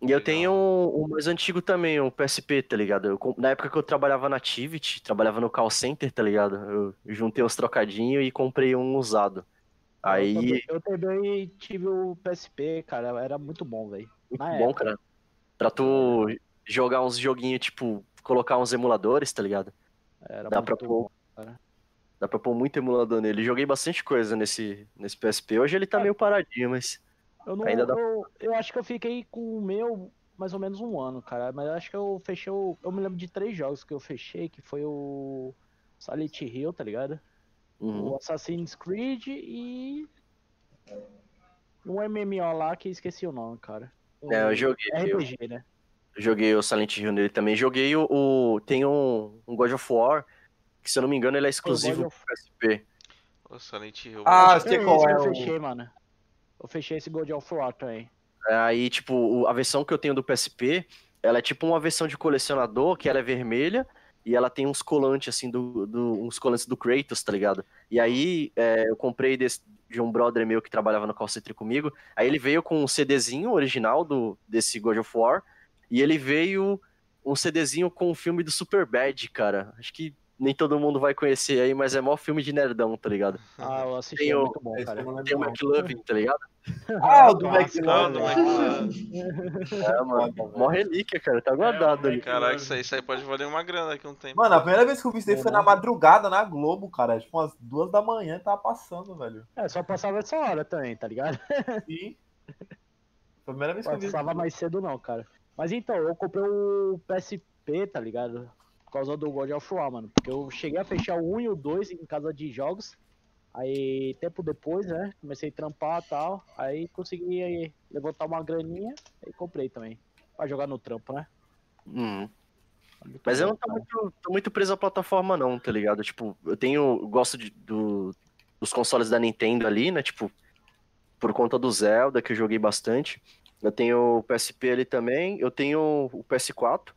[SPEAKER 5] E
[SPEAKER 2] Legal.
[SPEAKER 5] eu tenho o mais antigo também, o PSP, tá ligado? Eu com- na época que eu trabalhava na Tivit, trabalhava no call center, tá ligado? Eu juntei os trocadinhos e comprei um usado. Aí,
[SPEAKER 3] Ah, Eu também- Eu também tive o PSP, cara, era muito bom, velho.
[SPEAKER 5] muito
[SPEAKER 3] na
[SPEAKER 5] bom,
[SPEAKER 3] época.
[SPEAKER 5] cara. Pra tu jogar uns joguinhos, tipo, colocar uns emuladores, tá ligado?
[SPEAKER 3] Era
[SPEAKER 5] Dá
[SPEAKER 3] muito
[SPEAKER 5] pra pôr.
[SPEAKER 3] bom, cara.
[SPEAKER 5] Dá pra pôr muito emulador nele. Joguei bastante coisa nesse, nesse PSP. Hoje ele tá
[SPEAKER 3] É.
[SPEAKER 5] meio paradinho, mas.
[SPEAKER 3] Eu, não,
[SPEAKER 5] Ainda dá-
[SPEAKER 3] eu, eu acho que eu fiquei com o meu mais ou menos um ano, cara. Mas eu acho que eu fechei. o- Eu me lembro de três jogos que eu fechei, que foi o Silent Hill, tá ligado?
[SPEAKER 5] Uhum.
[SPEAKER 3] O Assassin's Creed e. Um MMO lá que esqueci o nome, cara. Um
[SPEAKER 5] É, eu joguei. eu-
[SPEAKER 3] RPG, né?
[SPEAKER 5] Joguei o Silent Hill nele também. Joguei o. o- tem um, um God of War, que se eu não me engano ele é exclusivo
[SPEAKER 3] God
[SPEAKER 5] pro PSP.
[SPEAKER 2] O Silent Hill.
[SPEAKER 4] Ah,
[SPEAKER 2] mano.
[SPEAKER 4] sei
[SPEAKER 3] É
[SPEAKER 4] qual
[SPEAKER 3] esse que
[SPEAKER 4] é
[SPEAKER 3] eu
[SPEAKER 4] o-
[SPEAKER 3] fechei, mano. Eu fechei esse God of War também.
[SPEAKER 5] Aí, tipo, o- a versão que eu tenho do PSP, ela é tipo uma versão de colecionador, que ela é vermelha, e ela tem uns colantes, assim, do, do- uns colantes do Kratos, tá ligado? E aí, é, eu comprei desse- de um brother meu que trabalhava no call center comigo. Aí ele veio com um CDzinho original do, desse God of War, e ele veio um CDzinho com o filme do Superbad, cara. Acho que nem todo mundo vai conhecer aí, mas é mó filme de nerdão, tá ligado?
[SPEAKER 3] Ah, eu assisti,
[SPEAKER 5] Tem
[SPEAKER 3] é
[SPEAKER 5] o-
[SPEAKER 3] muito né? bom,
[SPEAKER 4] Esse
[SPEAKER 3] cara.
[SPEAKER 4] eu
[SPEAKER 5] Tem
[SPEAKER 4] não lembro
[SPEAKER 5] o
[SPEAKER 4] não.
[SPEAKER 5] McLovin, tá ligado?
[SPEAKER 4] Ah, o do
[SPEAKER 3] Nossa,
[SPEAKER 2] Ah,
[SPEAKER 4] McLovin.
[SPEAKER 2] do McLaren.
[SPEAKER 5] É, mano. Mó relíquia, cara. Tá guardado
[SPEAKER 6] É, o
[SPEAKER 5] ali.
[SPEAKER 6] Mc-
[SPEAKER 2] Caraca, isso aí, isso aí pode valer uma grana aqui um tempo.
[SPEAKER 4] Mano, a primeira vez que eu vi isso daí
[SPEAKER 3] Uhum.
[SPEAKER 4] foi na madrugada, na Globo, cara. Tipo, umas duas da manhã tava passando,
[SPEAKER 3] (laughs)
[SPEAKER 4] velho.
[SPEAKER 3] É, só passava essa hora também, tá ligado?
[SPEAKER 4] Sim. Foi a primeira vez que eu vi.
[SPEAKER 3] Passava mais cedo não, cara. Mas então, eu comprei o PSP, tá ligado? Por causa do God of War, mano. Porque eu cheguei a fechar o 1 e o 2 em casa de jogos. Aí, tempo depois, né? Comecei a trampar e tal. Aí consegui aí, levantar uma graninha e comprei também. Pra jogar no trampo, né?
[SPEAKER 5] Hum. Mas eu não tô muito, tô muito preso à plataforma, não, tá ligado? Tipo, eu tenho. eu gosto de- do- dos consoles da Nintendo ali, né? Tipo, por conta do Zelda, que eu joguei bastante. Eu tenho o PSP ali também. Eu tenho o PS4.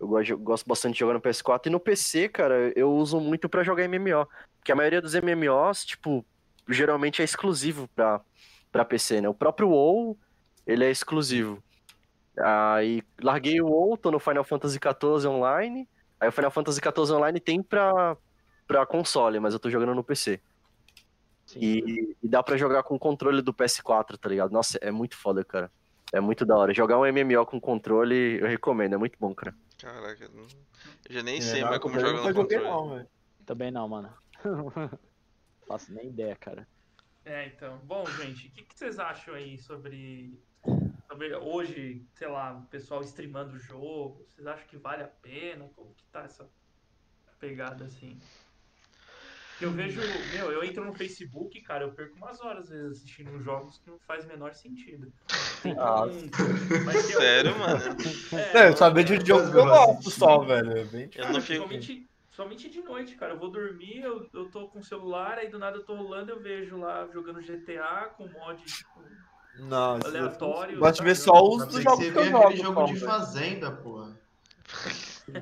[SPEAKER 5] Eu gosto, eu gosto bastante de jogar no PS4. E no PC, cara, eu uso muito pra jogar MMO. Porque a maioria dos MMOs, tipo, geralmente é exclusivo pra, pra PC, né? O próprio WoW, ele é exclusivo. Aí larguei o WoW, tô no Final Fantasy XIV Online. Aí o Final Fantasy XIV Online tem pra, pra console, mas eu tô jogando no PC.
[SPEAKER 3] Sim.
[SPEAKER 5] E, e dá pra jogar com o controle do PS4, tá ligado? Nossa, é muito foda, cara. É muito da hora. Jogar um MMO com controle, eu recomendo, é muito bom, cara.
[SPEAKER 2] Caraca, não- eu já nem
[SPEAKER 4] É,
[SPEAKER 2] sei
[SPEAKER 4] na
[SPEAKER 2] mais como
[SPEAKER 4] Globo
[SPEAKER 2] joga
[SPEAKER 4] eu
[SPEAKER 2] no
[SPEAKER 4] nunca joguei,
[SPEAKER 2] controle.
[SPEAKER 4] não, velho.
[SPEAKER 3] Também
[SPEAKER 7] (laughs)
[SPEAKER 3] não, mano. Faço nem ideia, cara.
[SPEAKER 6] É, então. Bom, gente, o que, que vocês acham aí sobre, sobre hoje, sei lá, o pessoal streamando o jogo? Vocês acham que vale a pena? Como que tá essa pegada assim? Porque Eu vejo, meu, eu entro no Facebook, cara, eu perco umas horas às vezes assistindo jogos que não faz o menor sentido. Tem
[SPEAKER 5] Ah,
[SPEAKER 6] um- mas tem um-
[SPEAKER 2] (laughs) Sério,
[SPEAKER 4] (laughs)
[SPEAKER 2] mano.
[SPEAKER 6] É,
[SPEAKER 4] É, eu só vejo de jogo que eu gosto só, velho. É bem
[SPEAKER 2] Eu não fico.
[SPEAKER 6] Somente, somente de noite, cara. Eu vou dormir, eu, eu tô com o celular, aí do nada eu tô rolando, eu vejo lá jogando GTA com mod, tipo,
[SPEAKER 4] Não, isso
[SPEAKER 6] Aleatório,
[SPEAKER 4] Eu gosto de ver
[SPEAKER 6] tá?
[SPEAKER 4] só os
[SPEAKER 7] Pra
[SPEAKER 4] dos
[SPEAKER 7] você
[SPEAKER 4] jogos
[SPEAKER 7] que
[SPEAKER 4] que eu
[SPEAKER 7] vê
[SPEAKER 4] jogo.
[SPEAKER 7] aquele jogo
[SPEAKER 4] só,
[SPEAKER 7] de
[SPEAKER 4] velho.
[SPEAKER 7] fazenda, porra.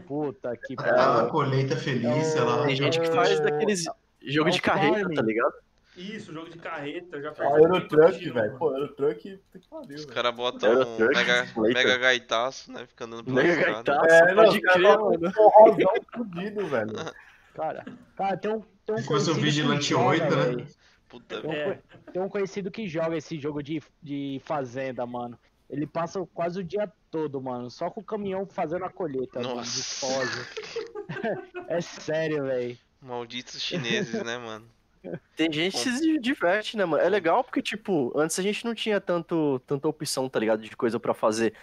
[SPEAKER 3] Puta que
[SPEAKER 7] Lá
[SPEAKER 3] pariu.
[SPEAKER 7] na colheita feliz, sei lá.
[SPEAKER 5] Tem gente que
[SPEAKER 3] é-
[SPEAKER 5] faz daqueles jogo de
[SPEAKER 3] é o
[SPEAKER 5] carreira,
[SPEAKER 3] farming.
[SPEAKER 5] tá ligado?
[SPEAKER 6] Isso, jogo de carreta, eu já
[SPEAKER 4] Ah,
[SPEAKER 6] perdi.
[SPEAKER 4] Eurotruck, velho. Pô, Eurotruck, puta que pariu,
[SPEAKER 2] Os
[SPEAKER 4] velho.
[SPEAKER 2] caras botam
[SPEAKER 5] Era
[SPEAKER 2] um
[SPEAKER 5] Turk,
[SPEAKER 2] mega,
[SPEAKER 5] Slater.
[SPEAKER 2] mega gaitaço, né? Fica andando pela
[SPEAKER 5] (laughs) Mega
[SPEAKER 2] estrada.
[SPEAKER 5] gaitaço,
[SPEAKER 4] É, não,
[SPEAKER 5] pode
[SPEAKER 4] os caras
[SPEAKER 5] crer,
[SPEAKER 4] tão
[SPEAKER 5] mano.
[SPEAKER 4] com um rosão fudido,
[SPEAKER 2] (laughs)
[SPEAKER 4] velho.
[SPEAKER 3] Cara, cara, tem um. Tem um
[SPEAKER 7] Se fosse o
[SPEAKER 3] conhecido que
[SPEAKER 7] Vigilante
[SPEAKER 3] joga,
[SPEAKER 7] 8, né?
[SPEAKER 3] velho.
[SPEAKER 2] Puta
[SPEAKER 3] Tem um,
[SPEAKER 6] É.
[SPEAKER 3] co- tem um conhecido que joga esse jogo de, de fazenda, mano. Ele passa quase o dia todo, mano, só com o caminhão fazendo a colheita mano,
[SPEAKER 2] Nossa.
[SPEAKER 3] de soja. é sério, velho.
[SPEAKER 2] Malditos chineses, né, mano?
[SPEAKER 5] Tem gente que se diverte, né, mano? É legal porque, tipo, antes a gente não tinha tanto, tanta opção, tá ligado? De coisa pra fazer.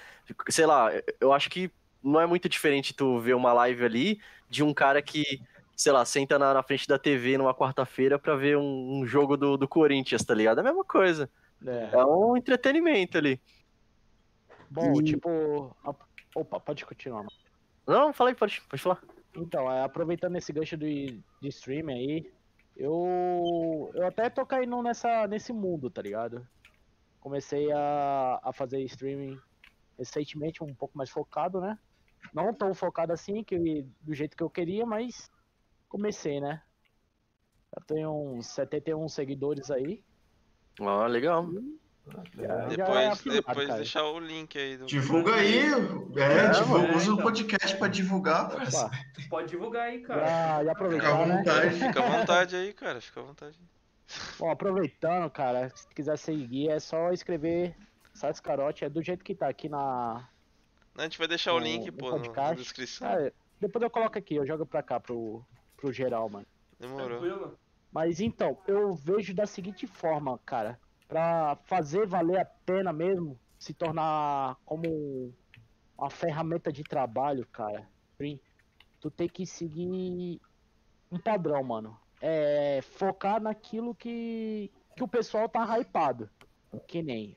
[SPEAKER 5] Sei lá, eu acho que não é muito diferente tu ver uma live ali de um cara que, sei lá, senta na, na frente da TV numa quarta-feira pra ver um, um jogo do, do Corinthians, tá ligado? É a mesma coisa.
[SPEAKER 3] É.
[SPEAKER 5] É um entretenimento ali.
[SPEAKER 3] Bom,
[SPEAKER 5] E-
[SPEAKER 3] tipo. a- Opa, pode continuar, mano.
[SPEAKER 5] Não, fala aí, pode, pode falar.
[SPEAKER 3] Então, é, aproveitando esse gancho de, de streaming aí, eu. Eu até tô caindo nessa, nesse mundo, tá ligado? Comecei a, a fazer streaming recentemente, um pouco mais focado, né? Não tão focado assim, que, do jeito que eu queria, mas comecei, né? Já tenho uns 71 seguidores aí.
[SPEAKER 5] Ah, legal.
[SPEAKER 3] (laughs) Já- já é
[SPEAKER 2] Depois,
[SPEAKER 3] afiliado,
[SPEAKER 2] depois
[SPEAKER 3] cara.
[SPEAKER 2] deixar o link aí do.
[SPEAKER 7] Divulga aí. É,
[SPEAKER 5] É,
[SPEAKER 7] divulga,
[SPEAKER 6] mano.
[SPEAKER 7] usa o podcast pra divulgar, parceiro.
[SPEAKER 3] então. Opa,
[SPEAKER 6] Pode divulgar aí, cara.
[SPEAKER 3] já, já
[SPEAKER 7] Fica à
[SPEAKER 3] aproveitar, né?
[SPEAKER 7] vontade.
[SPEAKER 2] Fica à vontade aí, cara. Fica à vontade.
[SPEAKER 3] Bom, aproveitando, cara, se quiser seguir, é só escrever Sats Carote, é do jeito que tá aqui na.
[SPEAKER 2] Não, a gente vai deixar o
[SPEAKER 3] No-
[SPEAKER 2] link,
[SPEAKER 3] no
[SPEAKER 2] pô, no- na
[SPEAKER 3] podcast.
[SPEAKER 2] descrição.
[SPEAKER 3] Ah, depois eu coloco aqui, eu jogo pra cá, pro, pro geral, mano.
[SPEAKER 2] Demorou.
[SPEAKER 6] Tranquilo.
[SPEAKER 3] Mas então, eu vejo da seguinte forma, cara. Pra fazer valer a pena mesmo, se tornar como uma ferramenta de trabalho, cara. Prim, Tu tem que seguir um padrão, mano. É focar naquilo que, que o pessoal tá hypado. Que nem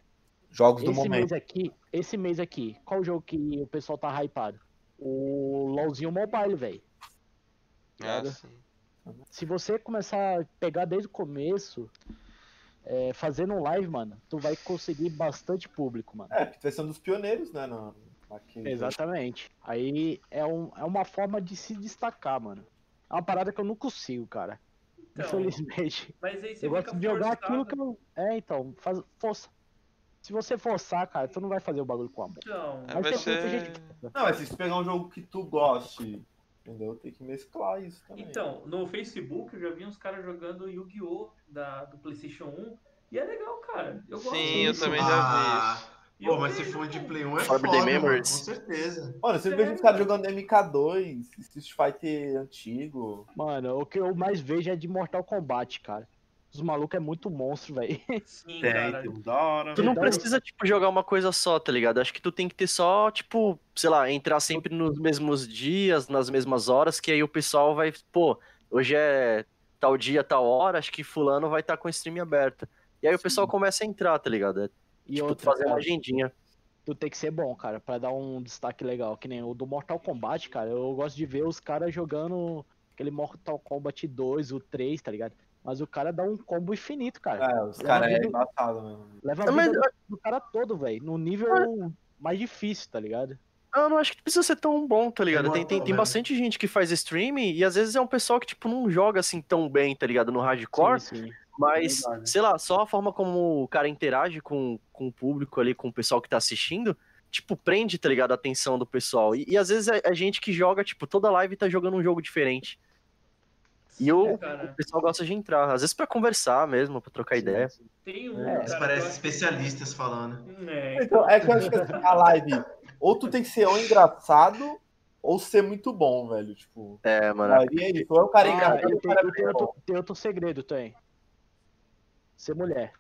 [SPEAKER 4] Jogos do
[SPEAKER 3] esse mês
[SPEAKER 4] momento.
[SPEAKER 3] aqui, esse mês aqui, qual o jogo que o pessoal tá hypado? O LoLzinho Mobile, velho.
[SPEAKER 2] Ah,
[SPEAKER 3] Nada.
[SPEAKER 2] sim.
[SPEAKER 3] Se você começar a pegar desde o começo, é, fazendo um live, mano, tu vai conseguir bastante público, mano.
[SPEAKER 4] É, porque tu vai ser um dos pioneiros, né? Na, naquele
[SPEAKER 3] Exatamente. Aí é, um, é uma forma de se destacar, mano. É uma parada que eu não consigo, cara.
[SPEAKER 6] Então,
[SPEAKER 3] Infelizmente.
[SPEAKER 6] mas aí você
[SPEAKER 3] Eu gosto
[SPEAKER 6] fica
[SPEAKER 3] de jogar
[SPEAKER 6] forçado.
[SPEAKER 3] aquilo que eu. É, então, faz força. Se você forçar, cara, tu não vai fazer o bagulho com amor.
[SPEAKER 6] Então,
[SPEAKER 2] É,
[SPEAKER 3] Aí
[SPEAKER 2] vai
[SPEAKER 3] você
[SPEAKER 2] ser.
[SPEAKER 3] fica, gente,
[SPEAKER 4] Não, mas se você pegar um jogo que tu goste, entendeu? Tem que mesclar isso também.
[SPEAKER 6] então, no Facebook eu já vi uns caras jogando Yu-Gi-Oh! da- do PlayStation 1 e é legal, cara. Eu gosto.
[SPEAKER 3] né?
[SPEAKER 2] Sim, eu
[SPEAKER 6] disso.
[SPEAKER 2] também
[SPEAKER 7] Ah,
[SPEAKER 2] já vi isso.
[SPEAKER 6] E
[SPEAKER 7] Pô,
[SPEAKER 6] eu
[SPEAKER 7] mas se
[SPEAKER 6] vejo, um.
[SPEAKER 7] for de
[SPEAKER 6] cara.
[SPEAKER 7] Play 1 é
[SPEAKER 5] Fora do
[SPEAKER 7] foda,
[SPEAKER 5] The
[SPEAKER 7] mano, com
[SPEAKER 5] Members.
[SPEAKER 7] certeza.
[SPEAKER 4] Mano, você vê os caras jogando MK2, Street Fighter antigo.
[SPEAKER 3] Mano, o que eu mais vejo é de Mortal Kombat, cara. Os malucos é muito monstro, velho. (laughs)
[SPEAKER 7] é
[SPEAKER 6] Sim, cara.
[SPEAKER 7] da hora.
[SPEAKER 5] Tu não
[SPEAKER 3] Então-
[SPEAKER 5] precisa, tipo, jogar uma coisa só, tá ligado? Acho que tu tem que ter só, tipo, sei lá, entrar sempre nos mesmos dias, nas mesmas horas, que aí o pessoal vai, pô, hoje é tal dia, tal hora, acho que fulano vai estar com o stream aberto. E aí o pessoal começa a entrar, tá ligado? É,
[SPEAKER 3] E
[SPEAKER 5] tipo,
[SPEAKER 3] outra,
[SPEAKER 5] fazer uma
[SPEAKER 3] cara,
[SPEAKER 5] agendinha.
[SPEAKER 3] tu tem que ser bom, cara, pra dar um destaque legal. Que nem o do Mortal Kombat, cara. Eu gosto de ver os caras jogando aquele Mortal Kombat 2, o 3, tá ligado? Mas o cara dá um combo infinito, cara.
[SPEAKER 4] É, os
[SPEAKER 3] Eu
[SPEAKER 4] caras
[SPEAKER 3] não
[SPEAKER 4] é
[SPEAKER 3] vi-
[SPEAKER 4] embaçado mesmo.
[SPEAKER 3] Leva a
[SPEAKER 5] Mas
[SPEAKER 3] vida do cara todo, velho. No nível mais difícil, tá ligado?
[SPEAKER 5] eu não acho que precisa ser tão bom, tá
[SPEAKER 3] É
[SPEAKER 5] ligado? Tem, tem,
[SPEAKER 7] Imortal,
[SPEAKER 5] tem
[SPEAKER 7] né?
[SPEAKER 5] bastante gente que faz streaming e às vezes é um pessoal que, tipo, não joga assim tão bem, tá ligado? No hardcore,
[SPEAKER 3] Sim, sim.
[SPEAKER 5] Mas,
[SPEAKER 6] Verdade.
[SPEAKER 5] sei lá, só a forma como o cara interage com, com o público ali, com o pessoal que tá assistindo, tipo, prende, tá ligado, a atenção do pessoal. E, e às vezes é, é gente que joga, tipo, toda live tá jogando um jogo diferente. E
[SPEAKER 6] Sim,
[SPEAKER 5] o, o
[SPEAKER 6] cara.
[SPEAKER 5] pessoal gosta de entrar, às vezes pra conversar mesmo, pra trocar ideia.
[SPEAKER 6] Tem um.
[SPEAKER 3] É,
[SPEAKER 6] cara,
[SPEAKER 7] Mas
[SPEAKER 6] que eu
[SPEAKER 7] parece
[SPEAKER 6] acho-
[SPEAKER 7] especialistas falando.
[SPEAKER 6] É,
[SPEAKER 4] Então, é que eu acho que assim, a live, ou tu tem que ser ou engraçado, ou ser muito bom, velho. Tipo,
[SPEAKER 5] É, mano.
[SPEAKER 4] Maria é isso. Ou é o cara
[SPEAKER 3] Ah,
[SPEAKER 4] engraçado,
[SPEAKER 3] e
[SPEAKER 4] ou o
[SPEAKER 3] tem,
[SPEAKER 4] cara é
[SPEAKER 3] e tem
[SPEAKER 4] muito bom.
[SPEAKER 3] outro, tem outro segredo, tem. Ser mulher.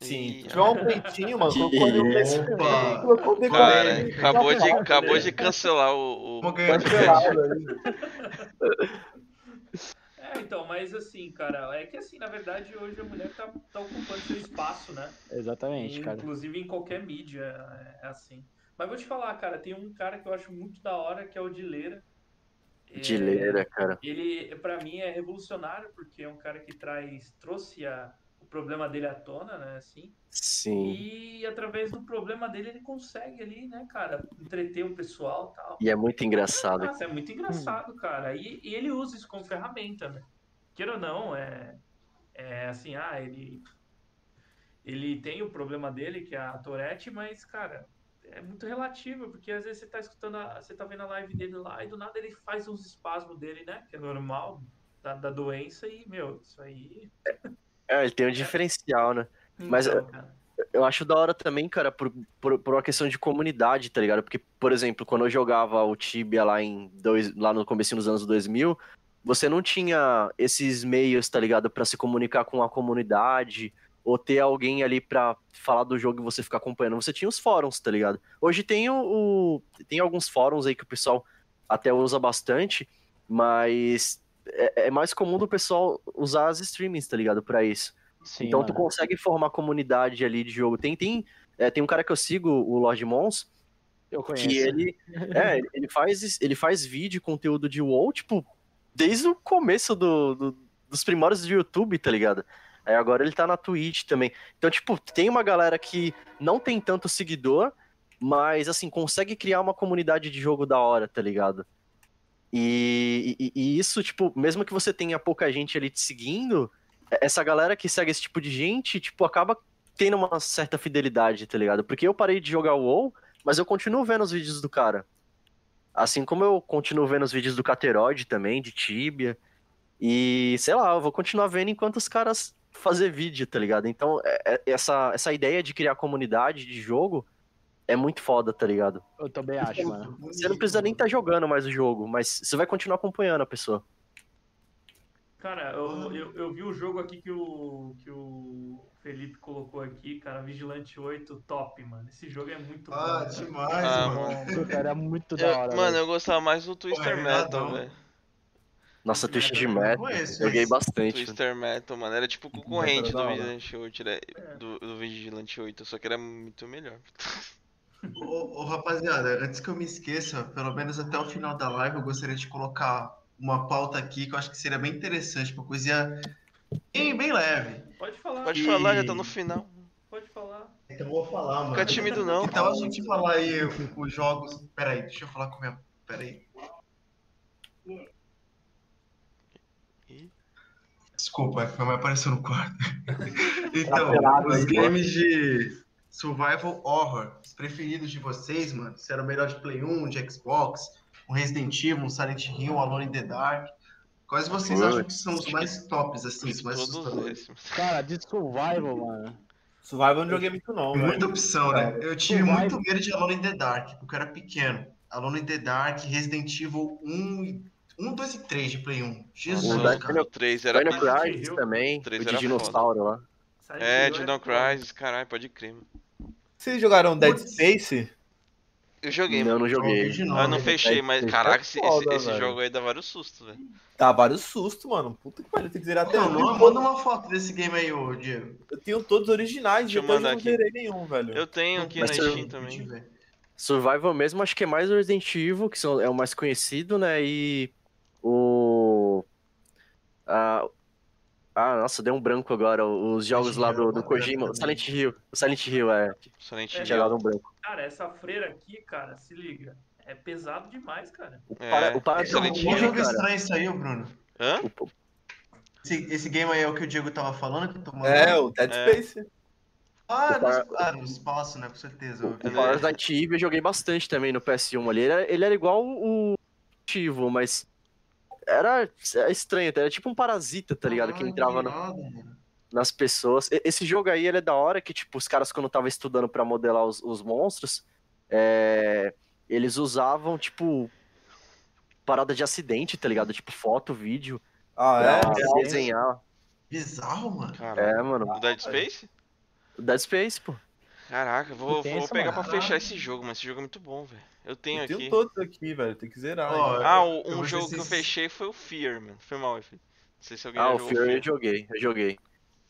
[SPEAKER 4] Sim,
[SPEAKER 2] Ih,
[SPEAKER 4] se tiver (laughs) um peitinho, mano, colocou ali um peitinho,
[SPEAKER 7] Opa!
[SPEAKER 4] colocou um
[SPEAKER 2] Cara,
[SPEAKER 4] decolinho,
[SPEAKER 2] acabou de,
[SPEAKER 4] tá
[SPEAKER 2] acabou de cancelar o, o
[SPEAKER 7] Vamos ganhar
[SPEAKER 2] podcast.
[SPEAKER 4] cancelado ali.
[SPEAKER 6] É, então, mas assim, cara, é que assim, na verdade, hoje a mulher tá, tá ocupando seu espaço, né?
[SPEAKER 3] Exatamente, cara.
[SPEAKER 6] Inclusive em qualquer mídia, é- é assim. Mas vou te falar, cara, tem um cara que eu acho muito da hora, que é o Dileira. É,
[SPEAKER 5] Dileira, cara.
[SPEAKER 6] Ele, pra mim, é revolucionário, porque é um cara que traz, trouxe a- o problema dele à tona, né, assim.
[SPEAKER 5] Sim.
[SPEAKER 6] E através do problema dele, ele consegue ali, né, cara, entreter o pessoal e tal.
[SPEAKER 5] E é muito engraçado.
[SPEAKER 6] Nossa, é muito engraçado, cara. E, e ele usa isso como ferramenta, né? Queira ou não, é, é assim, ah, ele, ele tem o problema dele, que é a Tourette, mas, cara, é muito relativo, porque às vezes você tá escutando, a- você tá vendo a live dele lá e do nada ele faz uns espasmos dele, né? Que é normal, da, da doença, e, meu, isso aí.
[SPEAKER 5] É, ele tem um diferencial, né? Mas,
[SPEAKER 6] Então, cara,
[SPEAKER 5] Eu acho da hora também, cara, por, por, por uma questão de comunidade, tá ligado? Porque, por exemplo, quando eu jogava o Tibia lá em dois, lá no começo dos anos 2000, você não tinha esses meios, tá ligado, Pra se comunicar com a comunidade ou ter alguém ali pra falar do jogo e você ficar acompanhando. Você tinha os fóruns, tá ligado? Hoje tem o, o- tem alguns fóruns aí que o pessoal até usa bastante, mas é, é mais comum do pessoal usar as streamings, tá ligado, Pra isso
[SPEAKER 3] Sim,
[SPEAKER 5] então
[SPEAKER 3] mano.
[SPEAKER 5] tu consegue formar comunidade ali de jogo. Tem, tem, é, tem um cara que eu sigo, o Lord Mons,
[SPEAKER 3] eu conheço.
[SPEAKER 5] que ele, é, ele, faz, es- ele faz vídeo, conteúdo de WoW, tipo, desde o começo do, do- dos primórdios do YouTube, tá ligado? Aí agora ele tá na Twitch também. Então, tipo, tem uma galera que não tem tanto seguidor, mas, assim, consegue criar uma comunidade de jogo da hora, tá ligado? E, e- e isso, tipo, mesmo que você tenha pouca gente ali te seguindo, essa galera que segue esse tipo de gente, tipo, acaba tendo uma certa fidelidade, tá ligado? Porque eu parei de jogar o WoW, mas eu continuo vendo os vídeos do cara. Assim como eu continuo vendo os vídeos do Cateroid também, de Tibia. E, sei lá, eu vou continuar vendo enquanto os caras fazer vídeo, tá ligado? Então, é- é- essa, essa ideia de criar comunidade de jogo é muito foda, tá ligado?
[SPEAKER 3] Eu também acho, mano.
[SPEAKER 5] Você não precisa nem estar jogando mais o jogo, mas você vai continuar acompanhando a pessoa.
[SPEAKER 6] cara eu, eu, eu vi o jogo aqui que o, que o Felipe colocou aqui, cara, Vigilante 8, top, mano. Esse jogo é muito bom.
[SPEAKER 7] Ah,
[SPEAKER 6] cara.
[SPEAKER 7] demais,
[SPEAKER 2] Ah,
[SPEAKER 7] mano.
[SPEAKER 3] Nossa, cara, é muito da
[SPEAKER 2] Eu-
[SPEAKER 3] hora.
[SPEAKER 2] mano,
[SPEAKER 3] velho.
[SPEAKER 2] eu gostava mais do Twister
[SPEAKER 7] é
[SPEAKER 2] Metal,
[SPEAKER 7] verdadão.
[SPEAKER 2] velho.
[SPEAKER 5] Nossa, Twist de
[SPEAKER 7] Eu não
[SPEAKER 5] Metal.
[SPEAKER 7] conheço
[SPEAKER 5] Joguei
[SPEAKER 7] esse.
[SPEAKER 5] bastante. mano.
[SPEAKER 2] Twister Metal, mano. Era tipo o concorrente
[SPEAKER 4] Metal
[SPEAKER 2] do
[SPEAKER 4] é da hora.
[SPEAKER 2] Vigilante 8, né? do, do Vigilante 8, só que era muito melhor.
[SPEAKER 7] Ô, ô, rapaziada, antes que eu me esqueça, pelo menos até o final da live, eu gostaria de colocar uma pauta aqui que eu acho que seria bem interessante, uma coisinha bem, bem leve.
[SPEAKER 6] Pode falar,
[SPEAKER 2] Pode
[SPEAKER 7] E-
[SPEAKER 2] falar, já tá no final.
[SPEAKER 6] pode falar.
[SPEAKER 7] Então eu vou falar, mano.
[SPEAKER 2] Fica tímido não.
[SPEAKER 7] Então a gente falar aí os jogos. Peraí, deixa eu falar com o meu. Peraí.
[SPEAKER 2] Ih.
[SPEAKER 7] é
[SPEAKER 2] (laughs)
[SPEAKER 7] Desculpa, minha mãe apareceu no quarto. Então,
[SPEAKER 4] Tá pelado
[SPEAKER 7] os
[SPEAKER 4] aí,
[SPEAKER 7] games de. Survival Horror. Os preferidos de vocês, mano? Se era o melhor de Play 1, de Xbox, um Resident Evil, um Silent Hill, um Alone in the Dark. Quais vocês
[SPEAKER 5] Putz.
[SPEAKER 7] acham que são os mais tops, assim, os mais
[SPEAKER 2] Todos
[SPEAKER 7] assustadores?
[SPEAKER 2] esses.
[SPEAKER 3] Cara, de survival, mano.
[SPEAKER 4] Survival eu não joguei muito não, velho.
[SPEAKER 7] Muita opção, né? Eu tive
[SPEAKER 3] Survival.
[SPEAKER 7] muito medo de Alone in the Dark, porque eu era pequeno. Alone in the Dark, Resident Evil 1, e- 1 2 e 3 de Play 1. Jesus,
[SPEAKER 5] Dark
[SPEAKER 7] cara.
[SPEAKER 2] O 3 era.
[SPEAKER 5] Dino
[SPEAKER 6] bizarro.
[SPEAKER 5] Crisis também,
[SPEAKER 2] Três
[SPEAKER 5] o de
[SPEAKER 2] era
[SPEAKER 5] dinossauro lá.
[SPEAKER 6] Silent
[SPEAKER 2] É,
[SPEAKER 6] Hill
[SPEAKER 2] Dino Crisis, caralho, pode crer. mano.
[SPEAKER 4] Vocês jogaram Dead
[SPEAKER 7] Putz.
[SPEAKER 4] Space?
[SPEAKER 2] Eu joguei,
[SPEAKER 5] não,
[SPEAKER 2] mano.
[SPEAKER 5] não joguei.
[SPEAKER 7] Original,
[SPEAKER 2] Ah, eu não
[SPEAKER 7] né?
[SPEAKER 2] fechei, mas caraca, esse, esse-
[SPEAKER 4] foda,
[SPEAKER 2] esse
[SPEAKER 4] velho.
[SPEAKER 2] jogo aí dá vários sustos, velho.
[SPEAKER 4] Dá vários sustos, mano. Puta que pariu, tem que zerar até
[SPEAKER 7] Não,
[SPEAKER 4] hoje.
[SPEAKER 7] não, manda uma foto desse game aí, ô Diego.
[SPEAKER 4] Eu tenho todos originais,
[SPEAKER 2] Deixa eu
[SPEAKER 4] até hoje eu
[SPEAKER 2] mandar
[SPEAKER 4] não
[SPEAKER 2] aqui.
[SPEAKER 4] zerei nenhum, velho.
[SPEAKER 2] Eu tenho um aqui na
[SPEAKER 5] Mas eu-
[SPEAKER 2] Steam também.
[SPEAKER 5] Survival mesmo, acho que é mais o Resident Evil, que são- é o mais conhecido, né? E o. Ah, ah, nossa, deu um branco agora. Os jogos lá do, do Kojima. O Silent Hill. O Silent Hill, é.
[SPEAKER 2] Silent
[SPEAKER 6] É,
[SPEAKER 5] Tinha
[SPEAKER 2] Hill.
[SPEAKER 5] dado um branco.
[SPEAKER 6] Cara, essa freira aqui, cara, se liga. É pesado demais, cara.
[SPEAKER 5] O,
[SPEAKER 2] É,
[SPEAKER 5] para, o
[SPEAKER 2] Silent
[SPEAKER 5] Paradox
[SPEAKER 2] Hill,
[SPEAKER 7] Que
[SPEAKER 5] Hill,
[SPEAKER 7] jogo
[SPEAKER 5] cara.
[SPEAKER 7] estranho isso aí, ô Bruno.
[SPEAKER 2] Hã?
[SPEAKER 5] O-
[SPEAKER 7] Esse, esse game aí é o que o Diego tava falando? Que eu tô mandando?
[SPEAKER 4] É, o Dead
[SPEAKER 2] É.
[SPEAKER 4] Space.
[SPEAKER 7] Ah,
[SPEAKER 5] O
[SPEAKER 7] no,
[SPEAKER 5] par-
[SPEAKER 7] ah, no espaço, né? Com certeza.
[SPEAKER 5] O
[SPEAKER 2] Ele- é.
[SPEAKER 5] Parasite Eve eu joguei bastante também no PS1 ali. Ele era, ele era igual o Tivo, mas era é estranho, tá? era tipo um parasita, tá ligado? Que entrava no- nas pessoas. E- Esse jogo aí, ele é da hora que, tipo, os caras quando tava estudando pra modelar os, os monstros, é, eles usavam, tipo, parada de acidente, tá ligado? Tipo, foto, vídeo,
[SPEAKER 4] Ah,
[SPEAKER 5] pra
[SPEAKER 4] é?
[SPEAKER 5] desenhar.
[SPEAKER 7] Bizarro, mano.
[SPEAKER 2] Caralho.
[SPEAKER 5] É, mano,
[SPEAKER 2] O Dead Space?
[SPEAKER 5] o Dead Space, pô.
[SPEAKER 2] Caraca, eu vou,
[SPEAKER 3] Tenso,
[SPEAKER 2] vou pegar
[SPEAKER 3] mano.
[SPEAKER 2] pra fechar esse jogo, mas esse jogo é muito bom, velho. Eu tenho
[SPEAKER 4] Eu
[SPEAKER 2] aqui.
[SPEAKER 4] tenho todos aqui, velho. Tem que zerar.
[SPEAKER 7] Ó,
[SPEAKER 4] hein.
[SPEAKER 2] Ah, o-
[SPEAKER 7] Eu
[SPEAKER 2] um
[SPEAKER 7] vou
[SPEAKER 2] jogo
[SPEAKER 7] ser
[SPEAKER 2] que eu
[SPEAKER 7] sincero.
[SPEAKER 2] fechei foi o Fear, mano. Foi mal, filho. Não sei se alguém
[SPEAKER 5] Ah,
[SPEAKER 2] já
[SPEAKER 5] o
[SPEAKER 2] jogou
[SPEAKER 5] Fear eu joguei, eu joguei.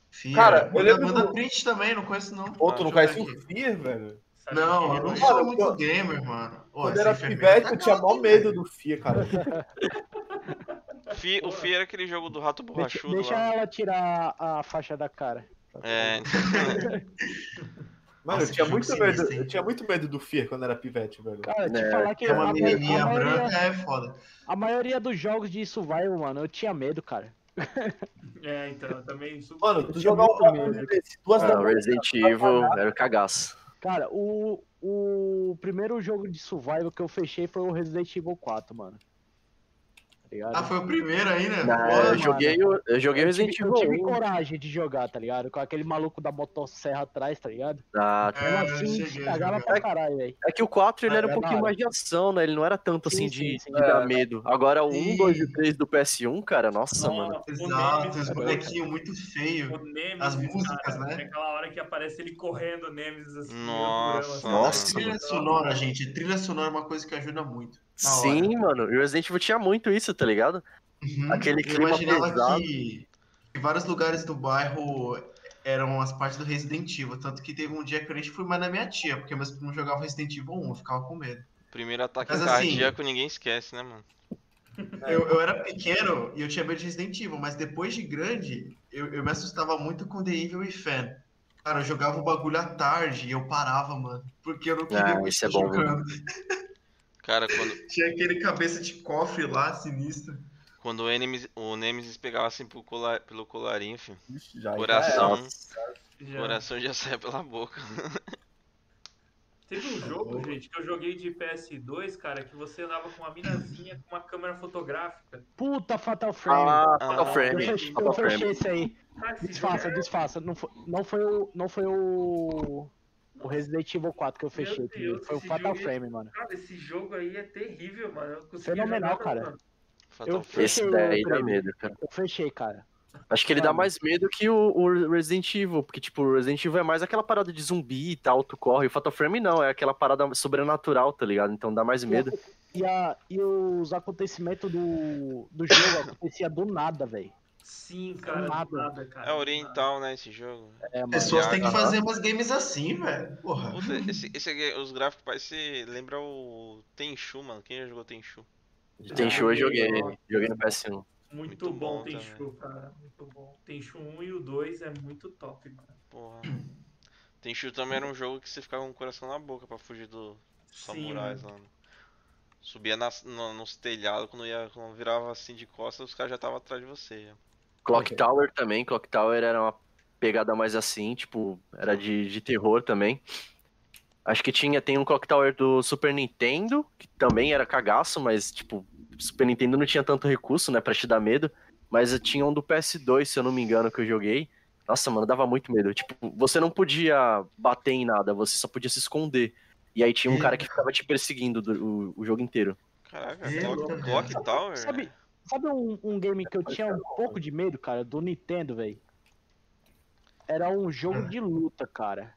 [SPEAKER 7] Fia.
[SPEAKER 4] Cara, eu
[SPEAKER 7] manda,
[SPEAKER 4] lembro
[SPEAKER 7] manda
[SPEAKER 4] do-
[SPEAKER 7] print também, não conheço não.
[SPEAKER 4] Pô, tu não
[SPEAKER 2] deixa eu
[SPEAKER 7] ver
[SPEAKER 4] conhece o Fear, velho?
[SPEAKER 6] Sabe?
[SPEAKER 7] Não, eu não
[SPEAKER 6] Ele-
[SPEAKER 4] Cara,
[SPEAKER 7] sou muito
[SPEAKER 4] quando-
[SPEAKER 7] gamer, mano. Ó,
[SPEAKER 4] Quando
[SPEAKER 7] esse
[SPEAKER 4] era
[SPEAKER 7] enfermeiro
[SPEAKER 4] pivete,
[SPEAKER 7] tá
[SPEAKER 4] eu tinha maior
[SPEAKER 7] calado,
[SPEAKER 4] medo
[SPEAKER 7] velho.
[SPEAKER 4] do Fear, cara.
[SPEAKER 2] Fear- O
[SPEAKER 6] Porra.
[SPEAKER 2] Fear é aquele jogo do rato
[SPEAKER 3] Deixa,
[SPEAKER 2] borrachudo
[SPEAKER 3] deixa
[SPEAKER 2] lá.
[SPEAKER 3] ela tirar a faixa da cara.
[SPEAKER 2] É,
[SPEAKER 4] Mano,
[SPEAKER 7] Nossa,
[SPEAKER 4] eu tinha
[SPEAKER 7] que
[SPEAKER 4] muito
[SPEAKER 7] jogo
[SPEAKER 4] medo.
[SPEAKER 7] sinistro, hein?
[SPEAKER 4] Eu tinha muito medo do Fear quando era pivete, velho.
[SPEAKER 3] Cara, te
[SPEAKER 5] É,
[SPEAKER 3] falar que
[SPEAKER 7] É uma
[SPEAKER 3] a, ma-
[SPEAKER 7] menininha
[SPEAKER 3] a maioria,
[SPEAKER 7] branca, é foda.
[SPEAKER 3] a maioria dos jogos de survival, mano, eu tinha medo, cara.
[SPEAKER 6] É, então, eu também sub...
[SPEAKER 4] Mano, tu
[SPEAKER 3] tinha
[SPEAKER 4] jogar
[SPEAKER 3] muito
[SPEAKER 4] o
[SPEAKER 3] medo.
[SPEAKER 4] BBC duas da
[SPEAKER 5] Ah, o Resident Evil era o cagaço.
[SPEAKER 3] Cara, o, o primeiro jogo de survival que eu fechei foi o Resident Evil 4, mano. Tá ligado?
[SPEAKER 7] Ah, foi o primeiro aí, né?
[SPEAKER 5] Não,
[SPEAKER 7] Pô,
[SPEAKER 5] É, eu joguei, o- eu joguei o
[SPEAKER 3] Eu
[SPEAKER 5] Resident
[SPEAKER 3] tive, eu
[SPEAKER 5] Evil
[SPEAKER 3] tive
[SPEAKER 5] 1.
[SPEAKER 3] coragem de jogar, tá ligado? Com aquele maluco da motosserra atrás, tá ligado?
[SPEAKER 5] Ah,
[SPEAKER 7] É,
[SPEAKER 3] Eu
[SPEAKER 7] eu
[SPEAKER 3] assim,
[SPEAKER 7] cheguei a
[SPEAKER 3] cagava
[SPEAKER 7] jogar.
[SPEAKER 3] pra caralho, velho.
[SPEAKER 5] É que o 4 ele
[SPEAKER 3] Ah,
[SPEAKER 5] era um
[SPEAKER 3] é,
[SPEAKER 5] pouquinho
[SPEAKER 3] cara.
[SPEAKER 5] mais de ação, né? Ele não era tanto
[SPEAKER 3] Sim,
[SPEAKER 5] assim de,
[SPEAKER 3] sim, sim.
[SPEAKER 5] de dar medo. Agora o 1, 2 e
[SPEAKER 7] Sim.
[SPEAKER 5] 3 do PS1, cara, nossa, mano.
[SPEAKER 7] Exato, os
[SPEAKER 6] cara.
[SPEAKER 7] bonequinhos muito
[SPEAKER 6] O
[SPEAKER 7] feios.
[SPEAKER 6] Nemesis,
[SPEAKER 7] As músicas,
[SPEAKER 6] cara,
[SPEAKER 7] né?
[SPEAKER 6] É aquela hora que aparece ele correndo, o Nemesis, assim.
[SPEAKER 2] Nossa,
[SPEAKER 6] olhando pro ela,
[SPEAKER 5] Nossa,
[SPEAKER 6] assim,
[SPEAKER 7] Trilha sonora, gente. Trilha sonora é uma coisa que ajuda muito. Da hora.
[SPEAKER 5] Sim, mano. E o Resident Evil tinha muito isso, tá ligado?
[SPEAKER 7] Uhum.
[SPEAKER 5] Aquele
[SPEAKER 7] Eu
[SPEAKER 5] clima
[SPEAKER 7] imaginava
[SPEAKER 5] pesado.
[SPEAKER 7] que que vários lugares do bairro eram as partes do Resident Evil. Tanto que teve um dia que eu nem fui mais na minha tia, porque meus primos jogavam Resident Evil 1, eu ficava com medo.
[SPEAKER 2] primeiro ataque
[SPEAKER 7] Mas assim-
[SPEAKER 2] cardíaco ninguém esquece, né, mano?
[SPEAKER 7] Eu, eu era pequeno e eu tinha medo de Resident Evil, mas depois de grande, eu, eu me assustava muito com The Evil e Fan. Cara, eu jogava o bagulho à tarde e eu parava, mano. Porque eu não queria
[SPEAKER 5] Ah,
[SPEAKER 7] mais
[SPEAKER 5] isso é
[SPEAKER 7] estar
[SPEAKER 5] bom,
[SPEAKER 7] jogando.
[SPEAKER 2] Cara, quando,
[SPEAKER 7] Tinha aquele cabeça de cofre lá, sinistro.
[SPEAKER 2] quando o, Nemesis, o Nemesis pegava assim pro colar, pelo colarinho, filho.
[SPEAKER 4] Ixi, já, já
[SPEAKER 2] Coração.
[SPEAKER 5] Nossa.
[SPEAKER 4] era.
[SPEAKER 2] O
[SPEAKER 6] assim, já.
[SPEAKER 2] coração já sai pela boca.
[SPEAKER 6] Teve um jogo, gente, que eu joguei de PS2, cara, que você andava com uma minazinha com uma câmera fotográfica.
[SPEAKER 3] Puta Fatal Frame.
[SPEAKER 5] Ah,
[SPEAKER 2] Ah,
[SPEAKER 5] Fatal
[SPEAKER 3] eu
[SPEAKER 5] Frame.
[SPEAKER 3] fechei,
[SPEAKER 5] Fatal
[SPEAKER 3] eu
[SPEAKER 5] Frame.
[SPEAKER 3] fechei isso aí.
[SPEAKER 6] Cara, esse jogo
[SPEAKER 3] Disfarça, disfarça. Não foi, não foi o. Não foi o. O Resident Evil 4 que eu fechei.
[SPEAKER 6] Meu
[SPEAKER 3] primeiro.
[SPEAKER 6] Deus,
[SPEAKER 3] foi o
[SPEAKER 6] esse
[SPEAKER 3] Fatal
[SPEAKER 6] jogo é-
[SPEAKER 3] Frame, mano.
[SPEAKER 6] Cara, esse jogo aí é terrível, mano. Eu não consegui
[SPEAKER 3] Fenomenal,
[SPEAKER 6] jogar,
[SPEAKER 3] cara.
[SPEAKER 6] mano.
[SPEAKER 2] Fatal
[SPEAKER 3] Eu-
[SPEAKER 2] Fury.
[SPEAKER 5] Esse
[SPEAKER 3] Fechei
[SPEAKER 5] daí
[SPEAKER 3] o
[SPEAKER 5] dá
[SPEAKER 3] Frame.
[SPEAKER 5] medo, cara.
[SPEAKER 3] Eu fechei, cara.
[SPEAKER 5] Acho que ele dá mais medo que o, o Resident Evil, porque, tipo, o Resident Evil é mais aquela parada de zumbi e tal, tu corre. O Fatal Frame não, é aquela parada sobrenatural, tá ligado? Então dá mais medo.
[SPEAKER 3] E, a, e os acontecimentos do, do jogo acontecia do nada, velho.
[SPEAKER 6] Sim, cara, do
[SPEAKER 3] Nada.
[SPEAKER 6] nada, cara.
[SPEAKER 2] É oriental, né, esse jogo.
[SPEAKER 3] É, mano.
[SPEAKER 7] Pessoas têm que
[SPEAKER 5] aham.
[SPEAKER 7] fazer umas games assim, velho. Porra.
[SPEAKER 2] Puta, esse, esse aqui, os gráficos parecem. Lembra o Tenchu, mano. Quem já jogou Tenchu?
[SPEAKER 5] Tem show, eu joguei. Joguei no PS1.
[SPEAKER 6] Muito,
[SPEAKER 2] Muito
[SPEAKER 6] bom,
[SPEAKER 2] bom
[SPEAKER 6] tem Tenchu, cara. Muito bom. Tenchu 1 e o 2 é muito top, mano.
[SPEAKER 2] Porra. Tenchu também era um jogo que você ficava com o coração na boca pra fugir do, dos
[SPEAKER 6] Sim,
[SPEAKER 2] samurais
[SPEAKER 6] mano.
[SPEAKER 2] lá. né? Subia nas, no- nos telhados, quando, ia, quando virava assim de costas, os caras já estavam atrás de você. já.
[SPEAKER 5] Clock Tower também, Clock Tower era uma pegada mais assim, tipo, era de, de terror também. Acho que tinha, tem um Clock Tower do Super Nintendo, que também era cagaço, mas, tipo, Super Nintendo não tinha tanto recurso, né, pra te dar medo. Mas tinha um do PS2, se eu não me engano, que eu joguei. Nossa, mano, dava muito medo. Tipo, você não podia bater em nada, você só podia se esconder. E aí tinha um cara que ficava te perseguindo do- o, o jogo inteiro.
[SPEAKER 2] Caraca,
[SPEAKER 7] É,
[SPEAKER 2] Clock,
[SPEAKER 6] então,
[SPEAKER 7] louco,
[SPEAKER 2] Clock
[SPEAKER 3] cara.
[SPEAKER 6] É.
[SPEAKER 2] Tower?
[SPEAKER 3] Sabe, sabe um, um game que eu tinha um pouco de medo, cara? Do Nintendo, velho. Era um jogo de luta, cara.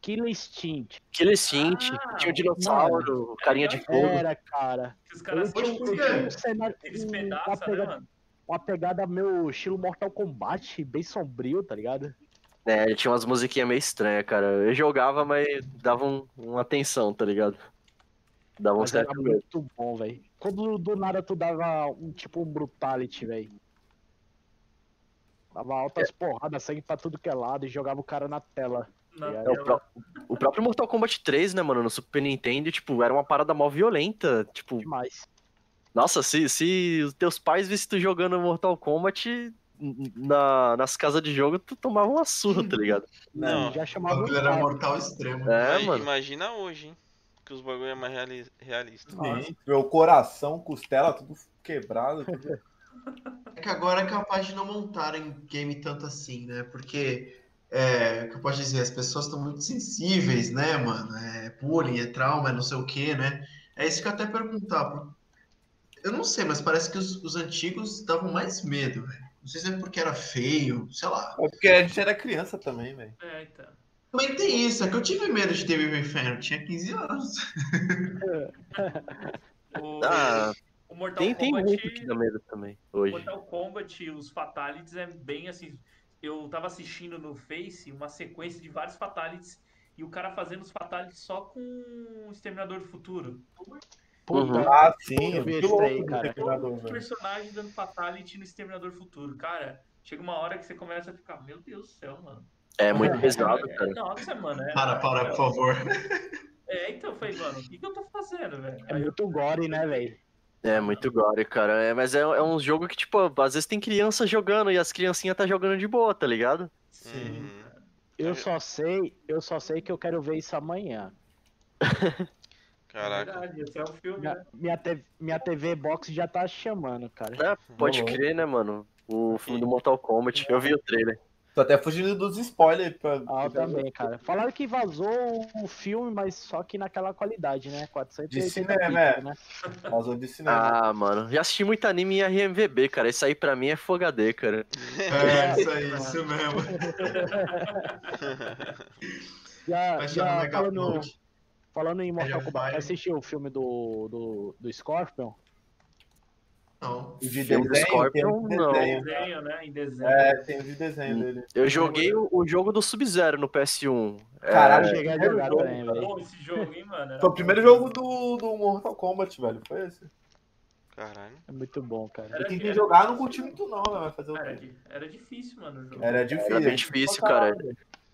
[SPEAKER 3] Killer Instinct.
[SPEAKER 5] Killer Instinct,
[SPEAKER 6] Ah,
[SPEAKER 5] tinha o dinossauro, carinha de fogo.
[SPEAKER 3] Era, cara.
[SPEAKER 6] Que os caras
[SPEAKER 3] Eu
[SPEAKER 7] Mas
[SPEAKER 3] tinha
[SPEAKER 7] por
[SPEAKER 6] são
[SPEAKER 7] quê?
[SPEAKER 3] Um cenário,
[SPEAKER 6] aqueles
[SPEAKER 3] um- uma,
[SPEAKER 6] pedaços, né,
[SPEAKER 3] pegada,
[SPEAKER 6] mano?
[SPEAKER 3] uma pegada meu estilo Mortal Kombat, bem sombrio, tá ligado?
[SPEAKER 5] É, ele tinha umas musiquinhas meio estranhas, cara. Eu jogava, mas dava um- uma atenção, tá ligado? Dava um
[SPEAKER 3] Mas era
[SPEAKER 5] certo medo.
[SPEAKER 3] muito bom, velho. Quando do nada tu dava um tipo um brutality, velho. Dava altas porradas, sangue pra tudo que é lado e jogava o cara na tela.
[SPEAKER 6] Na
[SPEAKER 3] É,
[SPEAKER 5] É, o,
[SPEAKER 6] tela.
[SPEAKER 5] pró- o próprio Mortal Kombat 3, né, mano, no Super Nintendo, tipo, era uma parada mó violenta. Tipo,
[SPEAKER 3] Demais.
[SPEAKER 5] nossa, se, se os teus pais vissem tu jogando Mortal Kombat na- nas casas de jogo, tu tomava uma surra, tá ligado?
[SPEAKER 2] Não.
[SPEAKER 3] E já chamava o
[SPEAKER 7] Aquilo era
[SPEAKER 3] cara.
[SPEAKER 7] mortal extremo.
[SPEAKER 5] É,
[SPEAKER 2] Mas
[SPEAKER 5] mano.
[SPEAKER 2] Imagina hoje, hein? Que os bagulho é mais reali- realista.
[SPEAKER 4] Sim, meu coração, costela, tudo quebrado. tudo-
[SPEAKER 7] É que agora é capaz de não montarem game tanto assim, né? Porque, é, o que eu posso dizer, as pessoas estão muito sensíveis, né, mano? É bullying, é trauma, é não sei o quê, né? É isso que eu até perguntava. Eu não sei, mas parece que os, os antigos davam mais medo, velho. Não sei se é porque era feio, sei lá.
[SPEAKER 4] É porque a gente era criança também, velho.
[SPEAKER 6] É, então.
[SPEAKER 7] Também tem isso, é que eu tive medo de Devil May Cry, eu tinha 15 anos.
[SPEAKER 6] O,
[SPEAKER 5] Ah,
[SPEAKER 6] o Mortal
[SPEAKER 5] tem, tem
[SPEAKER 6] Kombat.
[SPEAKER 5] muito que dá medo também, hoje.
[SPEAKER 6] Mortal Kombat, os Fatalities é bem assim. Eu tava assistindo no Face uma sequência de vários Fatalities e o cara fazendo os Fatalities só com o Exterminador do Futuro.
[SPEAKER 3] Puta,
[SPEAKER 5] Uhum.
[SPEAKER 4] Ah, sim,
[SPEAKER 3] eu vi esse
[SPEAKER 4] que louco
[SPEAKER 3] daí,
[SPEAKER 4] do
[SPEAKER 3] cara.
[SPEAKER 4] Terminador,
[SPEAKER 6] Todo
[SPEAKER 4] velho.
[SPEAKER 6] personagem dando Fatality no Exterminador do Futuro. Cara, chega uma hora que você começa a ficar, meu Deus do céu, mano.
[SPEAKER 5] É muito pesado,
[SPEAKER 6] É,
[SPEAKER 5] cara.
[SPEAKER 6] Nossa, mano. É,
[SPEAKER 7] Para, para, por favor.
[SPEAKER 6] é, então, eu falei, mano, o que, que eu tô fazendo, velho?
[SPEAKER 3] É muito gore, né, velho?
[SPEAKER 5] É muito gore, cara. É, mas é, é um jogo que, tipo, às vezes tem criança jogando e as criancinhas tá jogando de boa, tá ligado?
[SPEAKER 6] Sim.
[SPEAKER 2] Uhum.
[SPEAKER 3] Eu só sei, eu só sei que eu quero ver isso amanhã.
[SPEAKER 6] É
[SPEAKER 2] Caraca.
[SPEAKER 6] verdade, esse é um filme, né?
[SPEAKER 3] Minha, minha, TV, minha TV Box já tá chamando, cara.
[SPEAKER 5] É, pode
[SPEAKER 4] Ô, louco.
[SPEAKER 5] crer, né, mano? O filme do Mortal Kombat. Eu vi o trailer.
[SPEAKER 4] Tô até fugindo dos spoilers pra.
[SPEAKER 3] Ah, eu também, cara. Falaram que vazou o filme, mas só que naquela qualidade, né? 480
[SPEAKER 4] De cinema,
[SPEAKER 3] pixels, né?
[SPEAKER 4] Vazou de cinema.
[SPEAKER 5] Ah, mano. Já assisti muito anime em RMVB, cara. Isso aí pra mim é Full HD, cara.
[SPEAKER 7] É, isso aí, isso mesmo.
[SPEAKER 3] Já,
[SPEAKER 7] Vai chamar
[SPEAKER 3] já
[SPEAKER 7] Mega
[SPEAKER 3] falando,
[SPEAKER 7] Upload.
[SPEAKER 3] falando em Mortal
[SPEAKER 7] já
[SPEAKER 3] Kombat,
[SPEAKER 7] vai.
[SPEAKER 3] assistiu o filme do, do, do Scorpion?
[SPEAKER 7] Não.
[SPEAKER 4] E de
[SPEAKER 5] Filme do
[SPEAKER 4] desenho, tem um
[SPEAKER 5] Scorpion,
[SPEAKER 4] de
[SPEAKER 5] não.
[SPEAKER 4] desenho.
[SPEAKER 6] Desenho, né? Em desenho.
[SPEAKER 4] É, tem um de desenho dele.
[SPEAKER 5] Eu joguei o, o jogo do Sub-Zero no PS1. É,
[SPEAKER 4] Caralho,
[SPEAKER 3] Eu cheguei a
[SPEAKER 4] primeiro
[SPEAKER 3] jogar
[SPEAKER 4] jogo,
[SPEAKER 3] também, velho.
[SPEAKER 6] Bom esse jogo, hein, mano? Era
[SPEAKER 4] Foi o
[SPEAKER 6] bom.
[SPEAKER 4] primeiro jogo do, do Mortal Kombat, velho. Foi esse.
[SPEAKER 2] Caralho.
[SPEAKER 3] É muito bom, cara.
[SPEAKER 4] Eu
[SPEAKER 6] Era,
[SPEAKER 4] tentei
[SPEAKER 6] era-
[SPEAKER 4] jogar, não curti muito né? É. não, velho. Vai fazer o
[SPEAKER 6] era
[SPEAKER 4] quê?
[SPEAKER 6] di- era difícil, mano, o jogo.
[SPEAKER 4] Era difícil.
[SPEAKER 5] Era bem difícil, cara.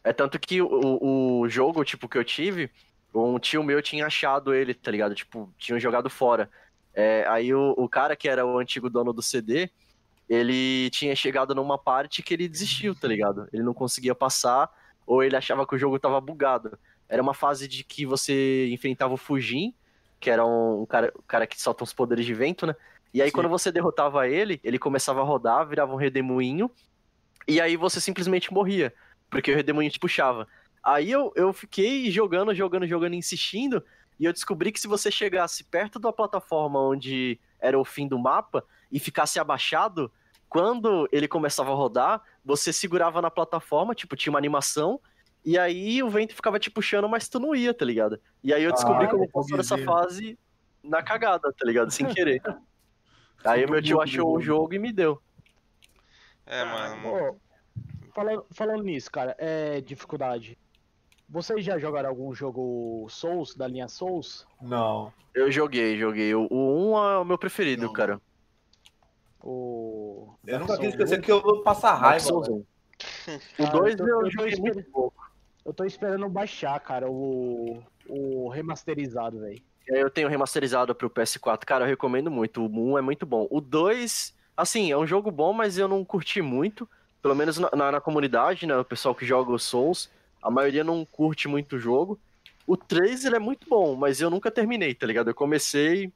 [SPEAKER 5] É tanto que o, o jogo, tipo, que eu tive, um tio meu tinha achado ele, tá ligado? Tipo, tinha jogado fora. É, aí o, o cara que era o antigo dono do CD, ele tinha chegado numa parte que ele desistiu, tá ligado? Ele não conseguia passar, ou ele achava que o jogo tava bugado. Era uma fase de que você enfrentava o Fujin, que era um, um cara, um cara que solta uns poderes de vento, né? E aí
[SPEAKER 4] Sim.
[SPEAKER 5] quando você derrotava ele, ele começava a rodar, virava um redemoinho, e aí você simplesmente morria porque o Redemoinho te puxava. Aí eu, eu fiquei jogando, jogando, jogando, insistindo, e eu descobri que se você chegasse perto da plataforma onde era o fim do mapa e ficasse abaixado, quando ele começava a rodar, você segurava na plataforma, tipo, tinha uma animação, e aí o vento ficava te puxando, mas tu não ia, tá ligado? E aí eu descobri
[SPEAKER 4] Ah,
[SPEAKER 5] como passar essa
[SPEAKER 7] doideira.
[SPEAKER 5] fase na cagada, tá ligado? Sem querer. Aí meu tio achou o jogo e me deu.
[SPEAKER 6] Ah,
[SPEAKER 2] É, mano.
[SPEAKER 3] Ô, falando, falando nisso, cara, é dificuldade. Vocês já jogaram algum jogo Souls, da linha Souls?
[SPEAKER 4] Não.
[SPEAKER 5] Eu joguei, joguei. O 1 é o meu preferido,
[SPEAKER 7] Não.
[SPEAKER 5] cara.
[SPEAKER 3] O...
[SPEAKER 4] Eu
[SPEAKER 3] Dark
[SPEAKER 4] nunca quis
[SPEAKER 3] Souls
[SPEAKER 4] esquecer que eu vou passar
[SPEAKER 5] Dark
[SPEAKER 4] raiva.
[SPEAKER 5] Souls
[SPEAKER 4] velho.
[SPEAKER 5] 1. O
[SPEAKER 3] Cara, eu
[SPEAKER 5] 2 eu,
[SPEAKER 3] tô- eu tô
[SPEAKER 5] joguei
[SPEAKER 3] esperando-
[SPEAKER 5] muito pouco.
[SPEAKER 3] Eu tô esperando baixar, cara, o, o remasterizado, velho.
[SPEAKER 5] Eu tenho remasterizado pro PS4, cara, eu recomendo muito. O 1 é muito bom. O 2, assim, é um jogo bom, mas eu não curti muito. pelo menos na, na, na comunidade, né? O pessoal que joga os Souls, a maioria não curte muito o jogo. O 3 ele é muito bom, mas eu nunca terminei, tá ligado? Eu comecei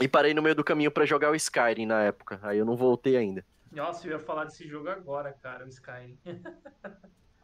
[SPEAKER 5] e parei no meio do caminho pra jogar o Skyrim na época. Aí eu não voltei ainda.
[SPEAKER 6] Nossa, eu ia falar desse jogo agora, cara, o Skyrim.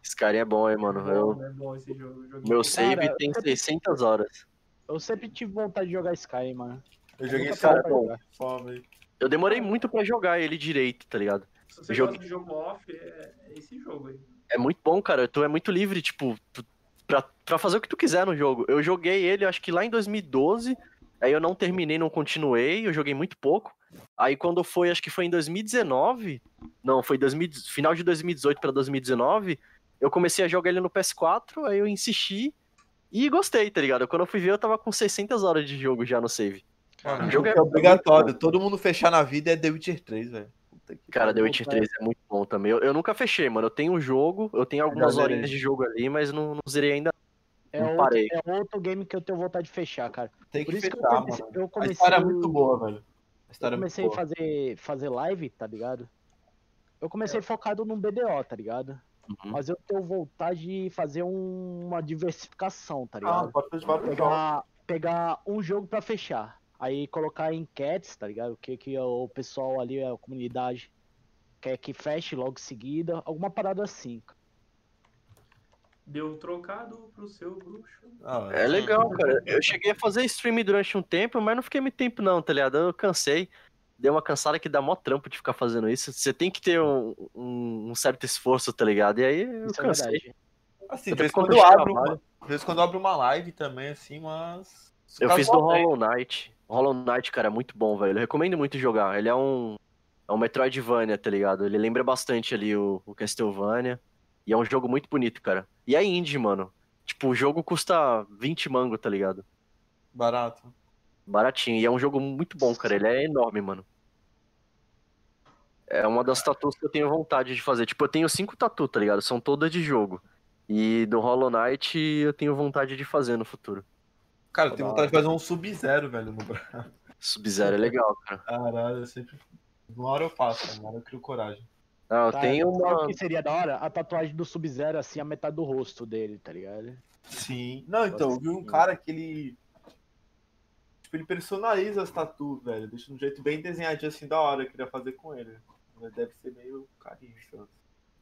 [SPEAKER 5] Skyrim é bom, hein, mano.
[SPEAKER 6] É
[SPEAKER 5] Eu-
[SPEAKER 6] bom, é bom esse jogo. eu joguei.
[SPEAKER 5] meu save
[SPEAKER 3] Cara,
[SPEAKER 5] tem 600 horas.
[SPEAKER 3] Eu sempre tive vontade de jogar Sky, mano.
[SPEAKER 4] Eu joguei
[SPEAKER 3] Nunca
[SPEAKER 4] esse
[SPEAKER 3] parei
[SPEAKER 4] cara
[SPEAKER 3] pra jogar.
[SPEAKER 4] fome.
[SPEAKER 5] Eu demorei muito pra jogar ele direito, tá ligado?
[SPEAKER 6] Se você
[SPEAKER 5] jogo-
[SPEAKER 6] gosta de jogo off, é, é esse jogo aí.
[SPEAKER 5] É muito bom, cara. Tu é muito livre, tipo, tu, pra, pra fazer o que tu quiser no jogo. Eu joguei ele, acho que lá em 2012. Aí eu não terminei, não continuei. Eu joguei muito pouco. Aí quando foi, acho que foi em 2019. Não, foi 2000, final de 2018 pra 2019. Eu comecei a jogar ele no PS4. Aí eu insisti e gostei, tá ligado? Quando eu fui ver, eu tava com 600 horas de jogo já no save.
[SPEAKER 2] Cara,
[SPEAKER 5] O jogo é
[SPEAKER 4] É obrigatório, todo mundo fechar na vida é The Witcher 3, velho. Puta que
[SPEAKER 5] Cara, The
[SPEAKER 4] pariu.
[SPEAKER 5] Witcher 3 é muito bom também. Eu, eu nunca fechei, mano. Eu tenho o jogo, eu tenho algumas
[SPEAKER 4] zerei.
[SPEAKER 5] horinhas de jogo ali, mas não, não zerei ainda.
[SPEAKER 3] É
[SPEAKER 5] Não
[SPEAKER 3] outro,
[SPEAKER 5] parei.
[SPEAKER 3] é outro game que eu tenho vontade de fechar, cara.
[SPEAKER 4] Tem
[SPEAKER 3] Por
[SPEAKER 4] que
[SPEAKER 3] isso que eu
[SPEAKER 4] fechar,
[SPEAKER 3] comecei,
[SPEAKER 4] mano.
[SPEAKER 3] eu
[SPEAKER 4] A
[SPEAKER 3] comecei,
[SPEAKER 4] história é muito boa, velho. A
[SPEAKER 3] eu
[SPEAKER 4] história é muito
[SPEAKER 3] comecei a
[SPEAKER 4] boa.
[SPEAKER 3] fazer, fazer live, tá ligado? Eu comecei
[SPEAKER 4] É.
[SPEAKER 3] focado num BDO, tá ligado?
[SPEAKER 5] Uhum.
[SPEAKER 3] Mas eu tenho vontade de fazer um- uma diversificação, tá
[SPEAKER 4] Ah,
[SPEAKER 3] ligado?
[SPEAKER 4] pode participar do jogo.
[SPEAKER 3] pegar, pegar um jogo pra fechar. Aí colocar enquetes, tá ligado? O que, que o pessoal ali, a comunidade, quer que feche logo em seguida. Alguma parada assim.
[SPEAKER 6] Deu trocado pro seu bruxo.
[SPEAKER 4] Ah,
[SPEAKER 5] É legal,
[SPEAKER 3] Uhum.
[SPEAKER 5] cara. Eu cheguei a fazer stream durante um tempo, mas não fiquei muito tempo, não, tá ligado? Eu cansei. Deu uma cansada que dá mó trampo de ficar fazendo isso. Você tem que ter um, um- um certo esforço, tá ligado? E aí eu
[SPEAKER 3] Isso é
[SPEAKER 5] cansei.
[SPEAKER 3] verdade.
[SPEAKER 4] Assim,
[SPEAKER 5] Eu
[SPEAKER 4] de vez
[SPEAKER 5] tenho
[SPEAKER 4] quando eu
[SPEAKER 5] conta de
[SPEAKER 4] abro,
[SPEAKER 5] trabalho.
[SPEAKER 4] uma, de vez quando eu abro uma live também, assim, mas.
[SPEAKER 5] eu fiz do
[SPEAKER 4] Casualmente.
[SPEAKER 5] Hollow Knight. Hollow Knight, cara, é muito bom, velho. Eu recomendo muito jogar. Ele é um. É um Metroidvania, tá ligado? Ele lembra bastante ali o, o Castlevania. E é um jogo muito bonito, cara. E é indie, mano. Tipo, o jogo custa 20 mango, tá ligado?
[SPEAKER 4] Barato.
[SPEAKER 5] Baratinho. E é um jogo muito bom, cara. Ele é enorme, mano. É uma das tatuas que eu tenho vontade de fazer. Tipo, eu tenho cinco tatu, tá ligado? São todas de jogo. E do Hollow Knight eu tenho vontade de fazer no futuro.
[SPEAKER 4] Cara,
[SPEAKER 3] Pô,
[SPEAKER 4] eu tenho
[SPEAKER 3] da
[SPEAKER 4] vontade de fazer um Sub-Zero, velho, no braço.
[SPEAKER 5] Sub-Zero é legal, cara.
[SPEAKER 4] Caralho, eu sempre. Uma hora eu faço, cara, uma hora eu crio coragem.
[SPEAKER 5] Ah, eu
[SPEAKER 3] Tá,
[SPEAKER 5] tenho
[SPEAKER 3] sabe
[SPEAKER 5] uma.
[SPEAKER 3] O que seria da hora? A tatuagem do Sub-Zero, assim, a metade do rosto dele, tá ligado?
[SPEAKER 4] Sim. Não, então, eu vi um cara que ele. Tipo, ele personaliza as tatu, velho. Deixa de um jeito bem desenhadinho, assim, da hora. Eu queria fazer com ele. Mas deve ser meio assim, carinho, sei lá.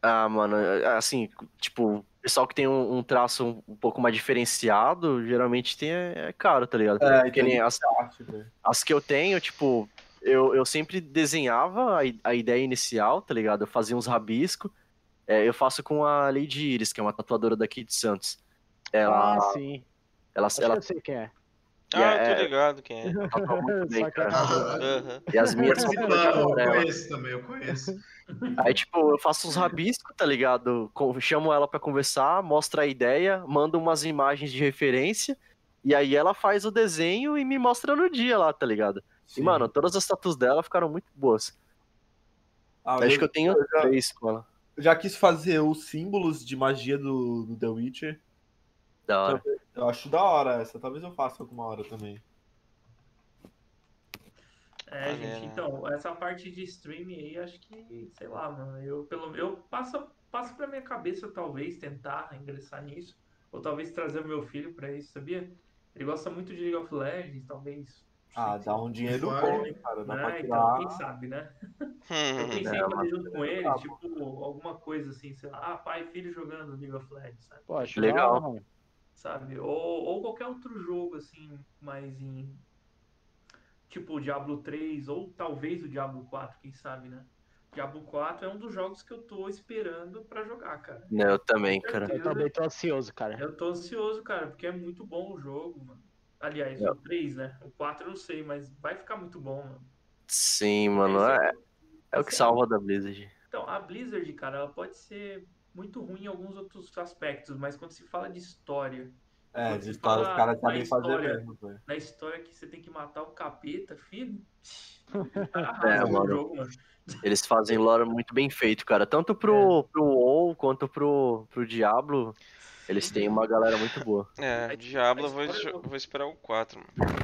[SPEAKER 5] Ah, mano, assim, tipo, pessoal que tem um, um traço um, um pouco mais diferenciado, geralmente tem é, é caro, tá ligado?
[SPEAKER 4] É,
[SPEAKER 5] Porque
[SPEAKER 4] então-
[SPEAKER 5] nem as,
[SPEAKER 4] Arte, velho.
[SPEAKER 5] As que eu tenho, tipo, eu, eu sempre desenhava a, i- a ideia inicial, tá ligado? Eu fazia uns rabiscos. É, eu faço com a Lady Iris, que é uma tatuadora daqui de Santos. Ela,
[SPEAKER 3] Ah, sim.
[SPEAKER 5] ela,
[SPEAKER 3] Acho
[SPEAKER 5] ela
[SPEAKER 3] que eu sei quem é.
[SPEAKER 2] Ah, eu
[SPEAKER 5] é-
[SPEAKER 2] tô ligado
[SPEAKER 6] (laughs)
[SPEAKER 2] quem é.
[SPEAKER 5] tatua muito bem, cara.
[SPEAKER 3] Sacanagem.
[SPEAKER 2] Aham.
[SPEAKER 5] E as minhas são todas de
[SPEAKER 6] É,
[SPEAKER 7] Não, eu
[SPEAKER 5] aquarela.
[SPEAKER 7] conheço também, eu conheço.
[SPEAKER 5] Aí, tipo, eu faço uns rabiscos, tá ligado? Com- Chamo ela pra conversar, mostro a ideia, mando umas imagens de referência. E aí ela faz o desenho e me mostra no dia lá, tá ligado? E,
[SPEAKER 4] Sim.
[SPEAKER 5] mano, todas as tatuas dela ficaram muito boas.
[SPEAKER 4] Ah,
[SPEAKER 5] Acho que eu tenho
[SPEAKER 4] já-
[SPEAKER 5] três com ela.
[SPEAKER 4] eu já quis fazer os símbolos de magia do, do The Witcher.
[SPEAKER 5] Da hora.
[SPEAKER 4] Eu acho da hora essa. Talvez eu faça alguma hora também.
[SPEAKER 6] É,
[SPEAKER 2] Olha,
[SPEAKER 6] gente,
[SPEAKER 2] né?
[SPEAKER 6] então, essa parte de streaming aí, acho que, sei lá, mano, eu pelo eu passo, passo pra minha cabeça, talvez, tentar ingressar nisso, ou talvez trazer o meu filho pra isso, sabia? Ele gosta muito de League of Legends, talvez.
[SPEAKER 4] Ah, dá um dinheiro
[SPEAKER 7] Vai.
[SPEAKER 4] bom, hein, cara.
[SPEAKER 3] Ah,
[SPEAKER 4] Dá pra
[SPEAKER 6] né?
[SPEAKER 4] tirar.
[SPEAKER 6] Então, quem sabe, né? Eu
[SPEAKER 4] (laughs)
[SPEAKER 2] Hum.
[SPEAKER 6] pensei em
[SPEAKER 5] É,
[SPEAKER 6] fazer
[SPEAKER 5] mas-
[SPEAKER 6] junto com ele,
[SPEAKER 4] Ah,
[SPEAKER 6] tipo, alguma coisa assim, sei lá, ah, pai e filho jogando League of Legends, sabe?
[SPEAKER 3] Pô, acho
[SPEAKER 5] Legal.
[SPEAKER 3] da hora, mano.
[SPEAKER 6] sabe? Ou, ou qualquer outro jogo, assim, mais em. Tipo o Diablo 3, ou talvez o Diablo 4, quem sabe, né? Diablo 4 é um dos jogos que eu tô esperando pra jogar, cara.
[SPEAKER 5] Não, Eu também, cara.
[SPEAKER 3] Eu também tô ansioso, cara.
[SPEAKER 6] Eu tô ansioso, cara, porque é muito bom o jogo, mano. Aliás,
[SPEAKER 5] É.
[SPEAKER 6] o 3, né? O 4 eu não sei, mas vai ficar muito bom, mano.
[SPEAKER 5] Sim, mano. É, é o que salva da Blizzard.
[SPEAKER 6] Então, a Blizzard, cara, ela pode ser muito ruim em alguns outros aspectos, mas quando se fala de história,
[SPEAKER 4] É,
[SPEAKER 6] Quando
[SPEAKER 4] de
[SPEAKER 6] se
[SPEAKER 4] história, os
[SPEAKER 6] fala
[SPEAKER 4] caras
[SPEAKER 6] na
[SPEAKER 4] sabem fazer
[SPEAKER 6] história-
[SPEAKER 4] mesmo, velho.
[SPEAKER 6] na história que você tem que matar o capeta, filho.
[SPEAKER 5] É,
[SPEAKER 6] Arrasa no
[SPEAKER 5] mano.
[SPEAKER 6] jogo, mano.
[SPEAKER 5] Eles fazem lore muito bem feito, cara. Tanto pro,
[SPEAKER 3] É.
[SPEAKER 5] pro WoW quanto pro, pro Diablo. Eles têm uma galera muito boa.
[SPEAKER 2] É,
[SPEAKER 6] Mas-
[SPEAKER 2] Diablo eu
[SPEAKER 6] mas
[SPEAKER 2] vou,
[SPEAKER 6] olha-
[SPEAKER 2] jo- vou esperar o 4, mano.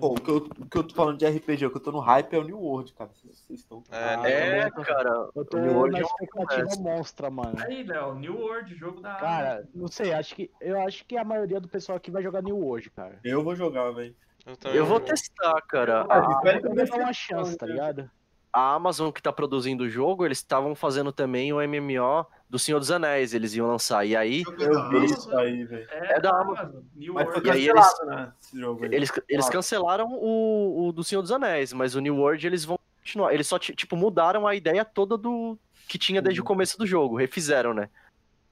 [SPEAKER 4] Pô, o que, eu, o que eu tô falando de RPG, o que eu tô no hype é o New World, cara. Vocês vocês estão.
[SPEAKER 2] É,
[SPEAKER 3] Ah,
[SPEAKER 2] né?
[SPEAKER 5] É,
[SPEAKER 3] eu também
[SPEAKER 5] cara.
[SPEAKER 3] Eu tô
[SPEAKER 5] New World
[SPEAKER 3] na
[SPEAKER 5] é um
[SPEAKER 3] expectativa
[SPEAKER 5] sucesso.
[SPEAKER 3] monstra, mano.
[SPEAKER 6] Aí, Léo, New World, jogo da
[SPEAKER 3] Cara, não sei, acho que eu acho que a maioria do pessoal aqui vai jogar New World, cara.
[SPEAKER 4] Eu vou jogar, velho.
[SPEAKER 2] Eu, também
[SPEAKER 5] Eu vou testar, cara.
[SPEAKER 4] Ah,
[SPEAKER 5] A-
[SPEAKER 4] espero que
[SPEAKER 3] Eu
[SPEAKER 4] eu
[SPEAKER 3] vou
[SPEAKER 4] não
[SPEAKER 3] dar uma chance,
[SPEAKER 4] né?
[SPEAKER 3] tá ligado?
[SPEAKER 5] A Amazon que tá produzindo o jogo, eles estavam fazendo também o MMO do Senhor dos Anéis, eles iam lançar. E aí,
[SPEAKER 7] Jogo da
[SPEAKER 4] Eu vi
[SPEAKER 7] Amazon.
[SPEAKER 4] isso aí, velho.
[SPEAKER 6] É,
[SPEAKER 5] é da
[SPEAKER 6] da
[SPEAKER 5] Amazon.
[SPEAKER 6] Amazon. New
[SPEAKER 4] Mas foi
[SPEAKER 6] World. é
[SPEAKER 5] E aí
[SPEAKER 4] cancelado, né? Esse jogo aí.
[SPEAKER 5] eles, eles cancelaram o, o do Senhor dos Anéis, mas o New World eles vão continuar. Eles só, ti- tipo, mudaram a ideia toda do que tinha desde o começo do jogo, refizeram, né?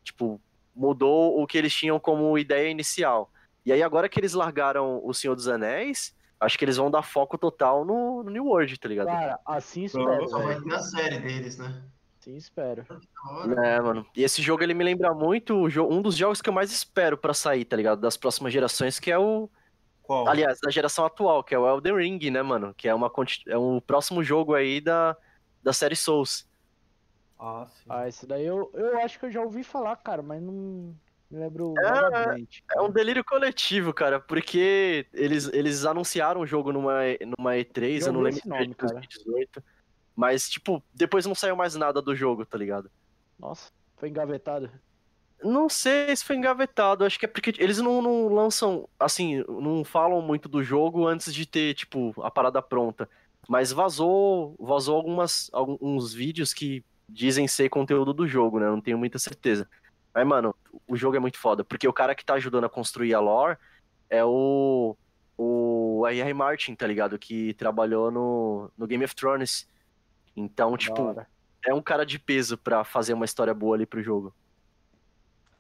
[SPEAKER 5] Tipo, mudou o que eles tinham como ideia inicial. E aí agora que eles largaram o Senhor dos Anéis, acho que eles vão dar foco total no, no New World, tá ligado?
[SPEAKER 3] Cara, assim espero,
[SPEAKER 7] Só vai
[SPEAKER 3] velho.
[SPEAKER 7] ter a série deles, né?
[SPEAKER 3] Assim espero.
[SPEAKER 7] Da hora.
[SPEAKER 5] É, mano. E esse jogo ele me lembra muito o jo- um dos jogos que eu mais espero pra sair, tá ligado? Das próximas gerações, que é o.
[SPEAKER 4] Qual?
[SPEAKER 5] Aliás, da geração atual, que é o Elden Ring, né, mano? Que é, uma, conti- é o próximo jogo aí da, da série Souls.
[SPEAKER 4] Ah, sim.
[SPEAKER 3] Ah, esse daí eu, eu acho que eu já ouvi falar, cara, mas não me lembro
[SPEAKER 5] É,
[SPEAKER 3] vagamente.
[SPEAKER 5] É um delírio coletivo, cara, porque eles, eles anunciaram o jogo numa, numa E3,
[SPEAKER 3] Já
[SPEAKER 5] eu não
[SPEAKER 3] ouvi
[SPEAKER 5] lembro
[SPEAKER 3] esse
[SPEAKER 5] se foi de
[SPEAKER 3] nome, cara.
[SPEAKER 5] 2018. Mas, tipo, depois não saiu mais nada do jogo, tá ligado?
[SPEAKER 3] Nossa, foi engavetado.
[SPEAKER 5] Não sei se foi engavetado. Acho que é porque eles não, não lançam, assim, não falam muito do jogo antes de ter, tipo, a parada pronta. Mas vazou, vazou algumas, alguns vídeos que dizem ser conteúdo do jogo, né? Eu Não tenho muita certeza. Mas, mano, o jogo é muito foda. Porque o cara que tá ajudando a construir a lore é o. O R.R. Martin, tá ligado? Que trabalhou no, no Game of Thrones. Então,
[SPEAKER 3] Da
[SPEAKER 5] tipo,
[SPEAKER 3] hora.
[SPEAKER 5] é um cara de peso pra fazer uma história boa ali pro jogo.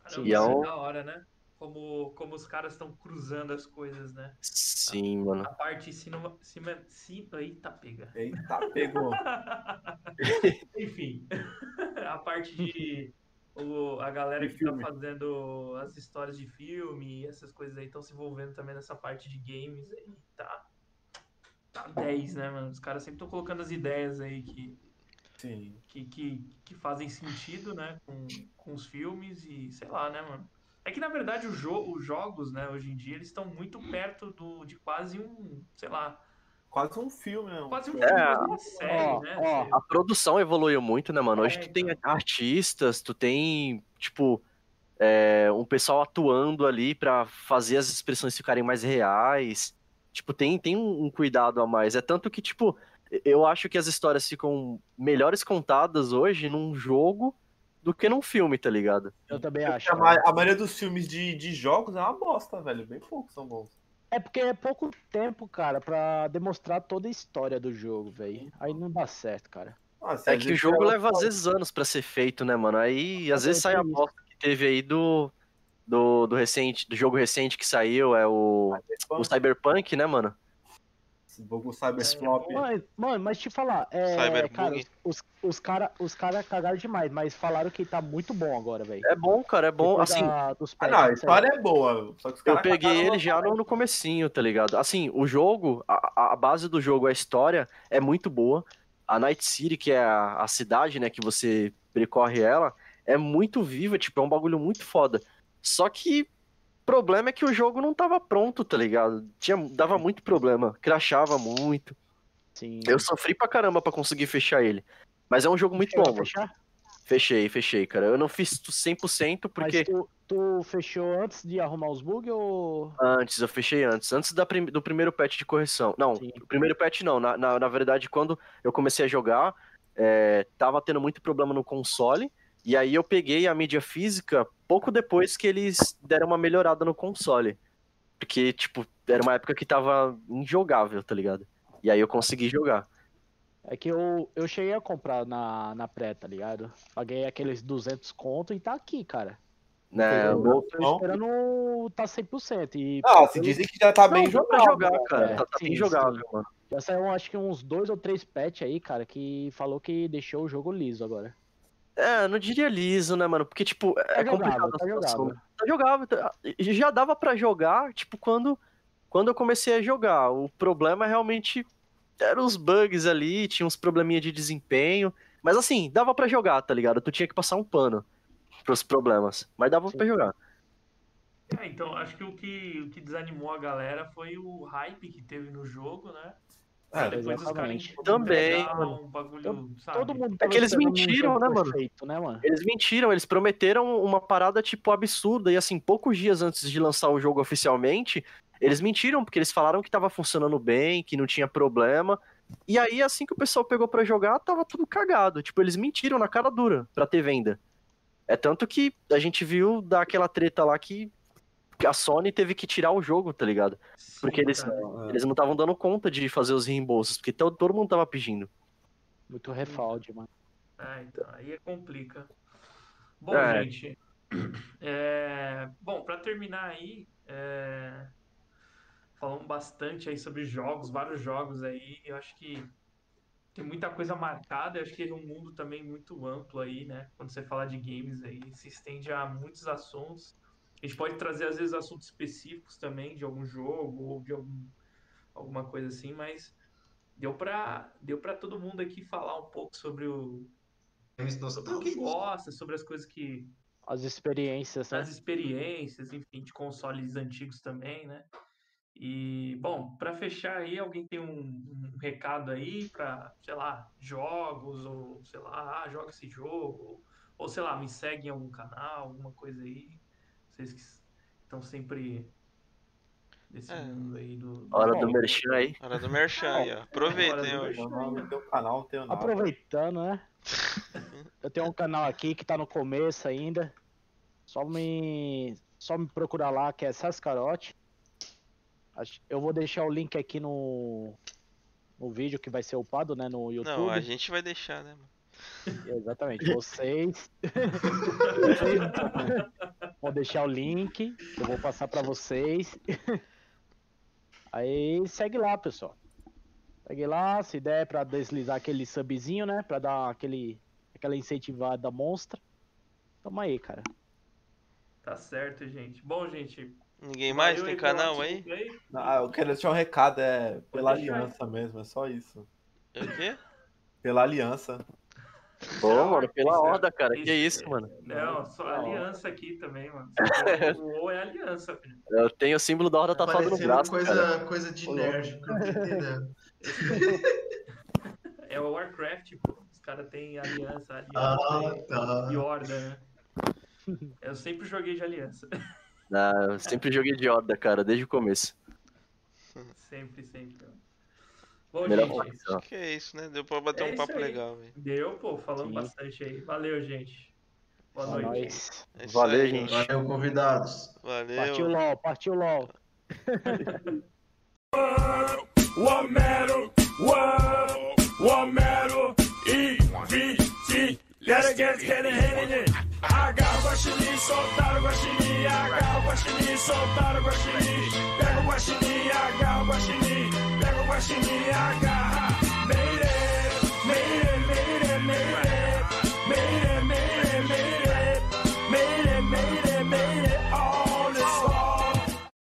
[SPEAKER 6] Caramba,
[SPEAKER 5] E é
[SPEAKER 6] isso é
[SPEAKER 5] um-
[SPEAKER 6] da hora, né? Como, como os caras estão cruzando as coisas, né?
[SPEAKER 5] Sim, mano.
[SPEAKER 6] A parte cinema, cinema, cinema, eita, pega.
[SPEAKER 4] Eita, pegou.
[SPEAKER 6] (laughs) Enfim, a parte de o- a galera
[SPEAKER 4] De
[SPEAKER 6] que tá
[SPEAKER 4] filme.
[SPEAKER 6] fazendo as histórias de filme e essas coisas aí estão se envolvendo também nessa parte de games aí, tá? Tá 10, né, mano? Os caras sempre estão colocando as ideias aí que,
[SPEAKER 4] Sim.
[SPEAKER 6] que, que, que fazem sentido, né, com, com os filmes e sei lá, né, mano. É que na verdade o jo os jogos, né, hoje em dia, eles estão muito perto do, de quase um, sei lá,
[SPEAKER 4] Quase um filme, né?
[SPEAKER 6] quase um
[SPEAKER 4] É,
[SPEAKER 6] filme, quase uma série,
[SPEAKER 3] Ó,
[SPEAKER 6] né?
[SPEAKER 3] ó,
[SPEAKER 6] Sei-
[SPEAKER 5] A produção evoluiu muito, né, mano? Hoje
[SPEAKER 6] É,
[SPEAKER 5] tu tem artistas, tu tem, tipo, é, um pessoal atuando ali pra fazer as expressões ficarem mais reais. Tipo, tem, tem um um cuidado a mais. É tanto que, tipo, eu acho que as histórias ficam melhores contadas hoje num jogo do que num filme, tá ligado?
[SPEAKER 3] Eu também
[SPEAKER 4] porque
[SPEAKER 5] né?
[SPEAKER 3] acho.
[SPEAKER 4] a,
[SPEAKER 3] cara.
[SPEAKER 4] ma- a maioria dos filmes de, de jogos é uma bosta, velho. Bem poucos são bons.
[SPEAKER 3] É porque é pouco tempo, cara, pra demonstrar toda a história do jogo, velho. Aí não dá certo, cara.
[SPEAKER 4] Ah, se
[SPEAKER 5] É
[SPEAKER 4] a
[SPEAKER 5] que
[SPEAKER 4] gente
[SPEAKER 5] o jogo
[SPEAKER 4] for-
[SPEAKER 5] leva às vezes anos pra ser feito, né, mano? Aí às
[SPEAKER 3] É,
[SPEAKER 5] vezes sai
[SPEAKER 3] tem
[SPEAKER 5] a
[SPEAKER 3] isso.
[SPEAKER 5] bosta que teve aí do, do, do recente, do jogo recente que saiu, é o, o Cyberpunk, né, mano?
[SPEAKER 4] Esse jogo
[SPEAKER 5] É
[SPEAKER 4] Cyberflop.
[SPEAKER 3] Mano, mano, mas te falar, é,
[SPEAKER 2] Cyberbug.
[SPEAKER 3] cara, os, os cara, os cara cagaram demais, mas falaram que tá muito bom agora, velho.
[SPEAKER 5] É bom, cara, é bom.
[SPEAKER 3] Depois
[SPEAKER 5] Assim,
[SPEAKER 3] da- dos
[SPEAKER 4] Ah,
[SPEAKER 3] patches,
[SPEAKER 4] não, a
[SPEAKER 3] etc.
[SPEAKER 4] história é boa. Só que os
[SPEAKER 5] eu
[SPEAKER 4] caras
[SPEAKER 5] peguei
[SPEAKER 4] cagaram
[SPEAKER 5] ele já no, no comecinho, tá ligado? Assim, o jogo, a, a- a base do jogo, a história é muito boa. A Night City, que é a, a cidade, né, que você percorre ela, é muito viva, tipo, é um bagulho muito foda. Só que o problema é que o jogo não tava pronto, tá ligado? Tinha, dava muito problema, crashava muito.
[SPEAKER 3] Sim.
[SPEAKER 5] Eu sofri pra caramba pra conseguir fechar ele. Mas é um jogo muito
[SPEAKER 3] Chegou
[SPEAKER 5] bom.
[SPEAKER 3] a
[SPEAKER 5] mano.
[SPEAKER 3] fechar?
[SPEAKER 5] Fechei, fechei, cara. Eu não fiz 100% porque
[SPEAKER 3] Mas tu, tu fechou antes de arrumar os bugs ou.
[SPEAKER 5] Antes, eu fechei antes. Antes da prim- do primeiro patch de correção. Não,
[SPEAKER 3] Sim.
[SPEAKER 5] o primeiro patch não. Na, na, na verdade, quando eu comecei a jogar, é, tava tendo muito problema no console. E aí eu peguei a mídia física pouco depois que eles deram uma melhorada no console. Porque, tipo, era uma época que tava injogável, tá ligado? E aí eu consegui jogar.
[SPEAKER 3] É que eu, eu cheguei a comprar na, na pré, tá ligado? Paguei aqueles 200 conto e tá aqui, cara.
[SPEAKER 5] Né?
[SPEAKER 4] Entendeu?
[SPEAKER 5] o meu-
[SPEAKER 3] Tô
[SPEAKER 4] Bom.
[SPEAKER 3] esperando tá 100%. E
[SPEAKER 4] Ah, se dizem que já tá bem
[SPEAKER 5] Não, dá pra
[SPEAKER 4] jogado.
[SPEAKER 5] jogar, cara.
[SPEAKER 3] É,
[SPEAKER 5] tá tá
[SPEAKER 3] sim,
[SPEAKER 5] bem
[SPEAKER 3] sim.
[SPEAKER 5] jogável, mano.
[SPEAKER 3] já saíram acho que uns dois ou três patch aí, cara, que falou que deixou o jogo liso agora.
[SPEAKER 5] É, eu não diria liso, né, mano? Porque, tipo, é
[SPEAKER 3] jogável,
[SPEAKER 5] complicado a
[SPEAKER 3] tá
[SPEAKER 5] situação.
[SPEAKER 3] jogável.
[SPEAKER 5] Tá jogável. tá- Já dava pra jogar, tipo, quando, quando eu comecei a jogar. O problema realmente eram os bugs ali, tinha uns probleminha de desempenho. Mas assim, dava pra jogar, tá ligado? Tu tinha que passar um pano pros problemas. Mas dava pra jogar.
[SPEAKER 6] É, então, acho que o, que o que desanimou a galera foi o hype que teve no jogo, né?
[SPEAKER 4] É,
[SPEAKER 6] Depois os caras
[SPEAKER 3] exatamente.
[SPEAKER 6] foram
[SPEAKER 5] Também,
[SPEAKER 6] entregar
[SPEAKER 5] mano.
[SPEAKER 6] um bagulho, sabe?
[SPEAKER 3] Todo mundo
[SPEAKER 5] É que eles
[SPEAKER 3] tava esperando um
[SPEAKER 5] mentiram,
[SPEAKER 3] jogo
[SPEAKER 5] né, mano?
[SPEAKER 3] perfeito, né, mano?
[SPEAKER 5] Eles mentiram, eles prometeram uma parada, tipo, absurda. E assim, poucos dias antes de lançar o jogo oficialmente, eles mentiram, porque eles falaram que tava funcionando bem, que não tinha problema. E aí, assim que o pessoal pegou pra jogar, tava tudo cagado. Tipo, eles mentiram na cara dura pra ter venda. É tanto que a gente viu daquela treta lá que que a Sony teve que tirar o jogo, tá ligado?
[SPEAKER 6] Sim,
[SPEAKER 5] Porque eles,
[SPEAKER 6] cara.
[SPEAKER 5] eles não estavam dando conta de fazer os reembolsos, porque to- todo mundo tava pedindo.
[SPEAKER 3] Muito refalde, mano.
[SPEAKER 6] É, então, aí é complica. Bom,
[SPEAKER 5] É.
[SPEAKER 6] gente. é, Bom, pra terminar aí, é, falamos bastante aí sobre jogos, vários jogos aí. Eu acho que tem muita coisa marcada. Eu acho que é um mundo também muito amplo aí, né? Quando você fala de games aí, se estende a muitos assuntos. A gente pode trazer, às vezes, assuntos específicos também de algum jogo ou de algum, alguma coisa assim, mas deu pra, deu pra todo mundo aqui falar um pouco sobre o,
[SPEAKER 7] Games
[SPEAKER 6] sobre o
[SPEAKER 7] nostálgicos.
[SPEAKER 6] que gosta, sobre as coisas que.
[SPEAKER 3] As experiências, né?
[SPEAKER 6] as experiências, enfim, de consoles antigos também, né? E, bom, pra fechar aí, alguém tem um, um recado aí pra, sei lá, jogos, ou sei lá, ah, joga esse jogo, ou, ou, sei lá, me segue em algum canal, alguma coisa aí. Vocês que s- estão sempre nesse
[SPEAKER 2] É.
[SPEAKER 6] mundo aí do. do
[SPEAKER 5] Hora
[SPEAKER 3] Bom.
[SPEAKER 5] do merchan aí.
[SPEAKER 2] Hora do merchan aí, ó. Aproveita,
[SPEAKER 6] Hora
[SPEAKER 2] hein,
[SPEAKER 6] do
[SPEAKER 2] ó.
[SPEAKER 6] merchan.
[SPEAKER 4] Não, não, não tem o canal, não tem um nada.
[SPEAKER 3] Aproveitando, né? (laughs) Eu tenho um canal aqui que tá no começo ainda. Só me, só me procurar lá, que é Sascarote. Acho- Eu vou deixar o link aqui no, no vídeo que vai ser upado, né? No YouTube.
[SPEAKER 2] Não, a gente vai deixar, né, mano?
[SPEAKER 6] (laughs)
[SPEAKER 3] Exatamente. Vocês. vocês... vou deixar o link, que eu vou passar pra vocês. Aí segue lá, pessoal. Segue lá, se der pra deslizar aquele subzinho, né? Pra dar aquele, aquela incentivada monstra. Tamo aí, cara.
[SPEAKER 6] Tá certo, gente. Bom, gente.
[SPEAKER 2] Ninguém mais
[SPEAKER 6] valeu
[SPEAKER 2] tem
[SPEAKER 6] aí pela
[SPEAKER 2] canal aí?
[SPEAKER 6] audiência aí?
[SPEAKER 4] Ah, eu quero deixar um recado, é pela
[SPEAKER 6] deixar.
[SPEAKER 4] aliança mesmo, é só isso.
[SPEAKER 2] É O quê?
[SPEAKER 4] Pela aliança.
[SPEAKER 5] Pô,
[SPEAKER 6] Será
[SPEAKER 5] mano, pela
[SPEAKER 6] isso é-
[SPEAKER 5] horda, cara. Que
[SPEAKER 6] isso-
[SPEAKER 5] isso, mano.
[SPEAKER 6] Não, só
[SPEAKER 3] Não.
[SPEAKER 6] aliança aqui também,
[SPEAKER 2] (laughs)
[SPEAKER 6] mano. Você pode- O O é aliança, filho.
[SPEAKER 5] Eu tenho o símbolo da horda
[SPEAKER 7] Tá
[SPEAKER 5] tatuado no
[SPEAKER 7] parecendo
[SPEAKER 5] braço,
[SPEAKER 7] coisa,
[SPEAKER 5] cara.
[SPEAKER 7] coisa de
[SPEAKER 5] Ô,
[SPEAKER 7] nerd, que eu não tô entendendo.
[SPEAKER 6] É o Warcraft, pô. Os caras têm aliança,
[SPEAKER 7] Ah,
[SPEAKER 6] aliança
[SPEAKER 7] tá.
[SPEAKER 6] e- e horda, (laughs) né? Eu sempre joguei de aliança. (laughs)
[SPEAKER 5] Ah, eu sempre joguei de horda, cara, desde o começo.
[SPEAKER 6] Sempre, sempre. Bom,
[SPEAKER 5] Melhor
[SPEAKER 6] gente.
[SPEAKER 5] facção.
[SPEAKER 2] Que é isso, né? Deu pra bater
[SPEAKER 6] É
[SPEAKER 2] um
[SPEAKER 6] isso
[SPEAKER 2] papo
[SPEAKER 6] aí.
[SPEAKER 2] legal, velho.
[SPEAKER 6] Deu, pô, falando
[SPEAKER 3] Sim.
[SPEAKER 6] bastante aí. Valeu, gente. Boa
[SPEAKER 3] É
[SPEAKER 6] noite.
[SPEAKER 3] nóis.
[SPEAKER 2] É isso
[SPEAKER 5] Valeu,
[SPEAKER 2] aí,
[SPEAKER 5] gente. né?
[SPEAKER 7] Valeu, convidados.
[SPEAKER 2] Valeu.
[SPEAKER 3] Partiu LOL, partiu LOL.
[SPEAKER 8] What matter? What? What matter? E V T. Let it get heady, heady, heady. Agarra o guaxinim, soltar o guaxinim, agarra o guaxinim, soltar o guaxinim, pega o guaxinim, agarra o guaxinim, pega o guaxinim, agarra.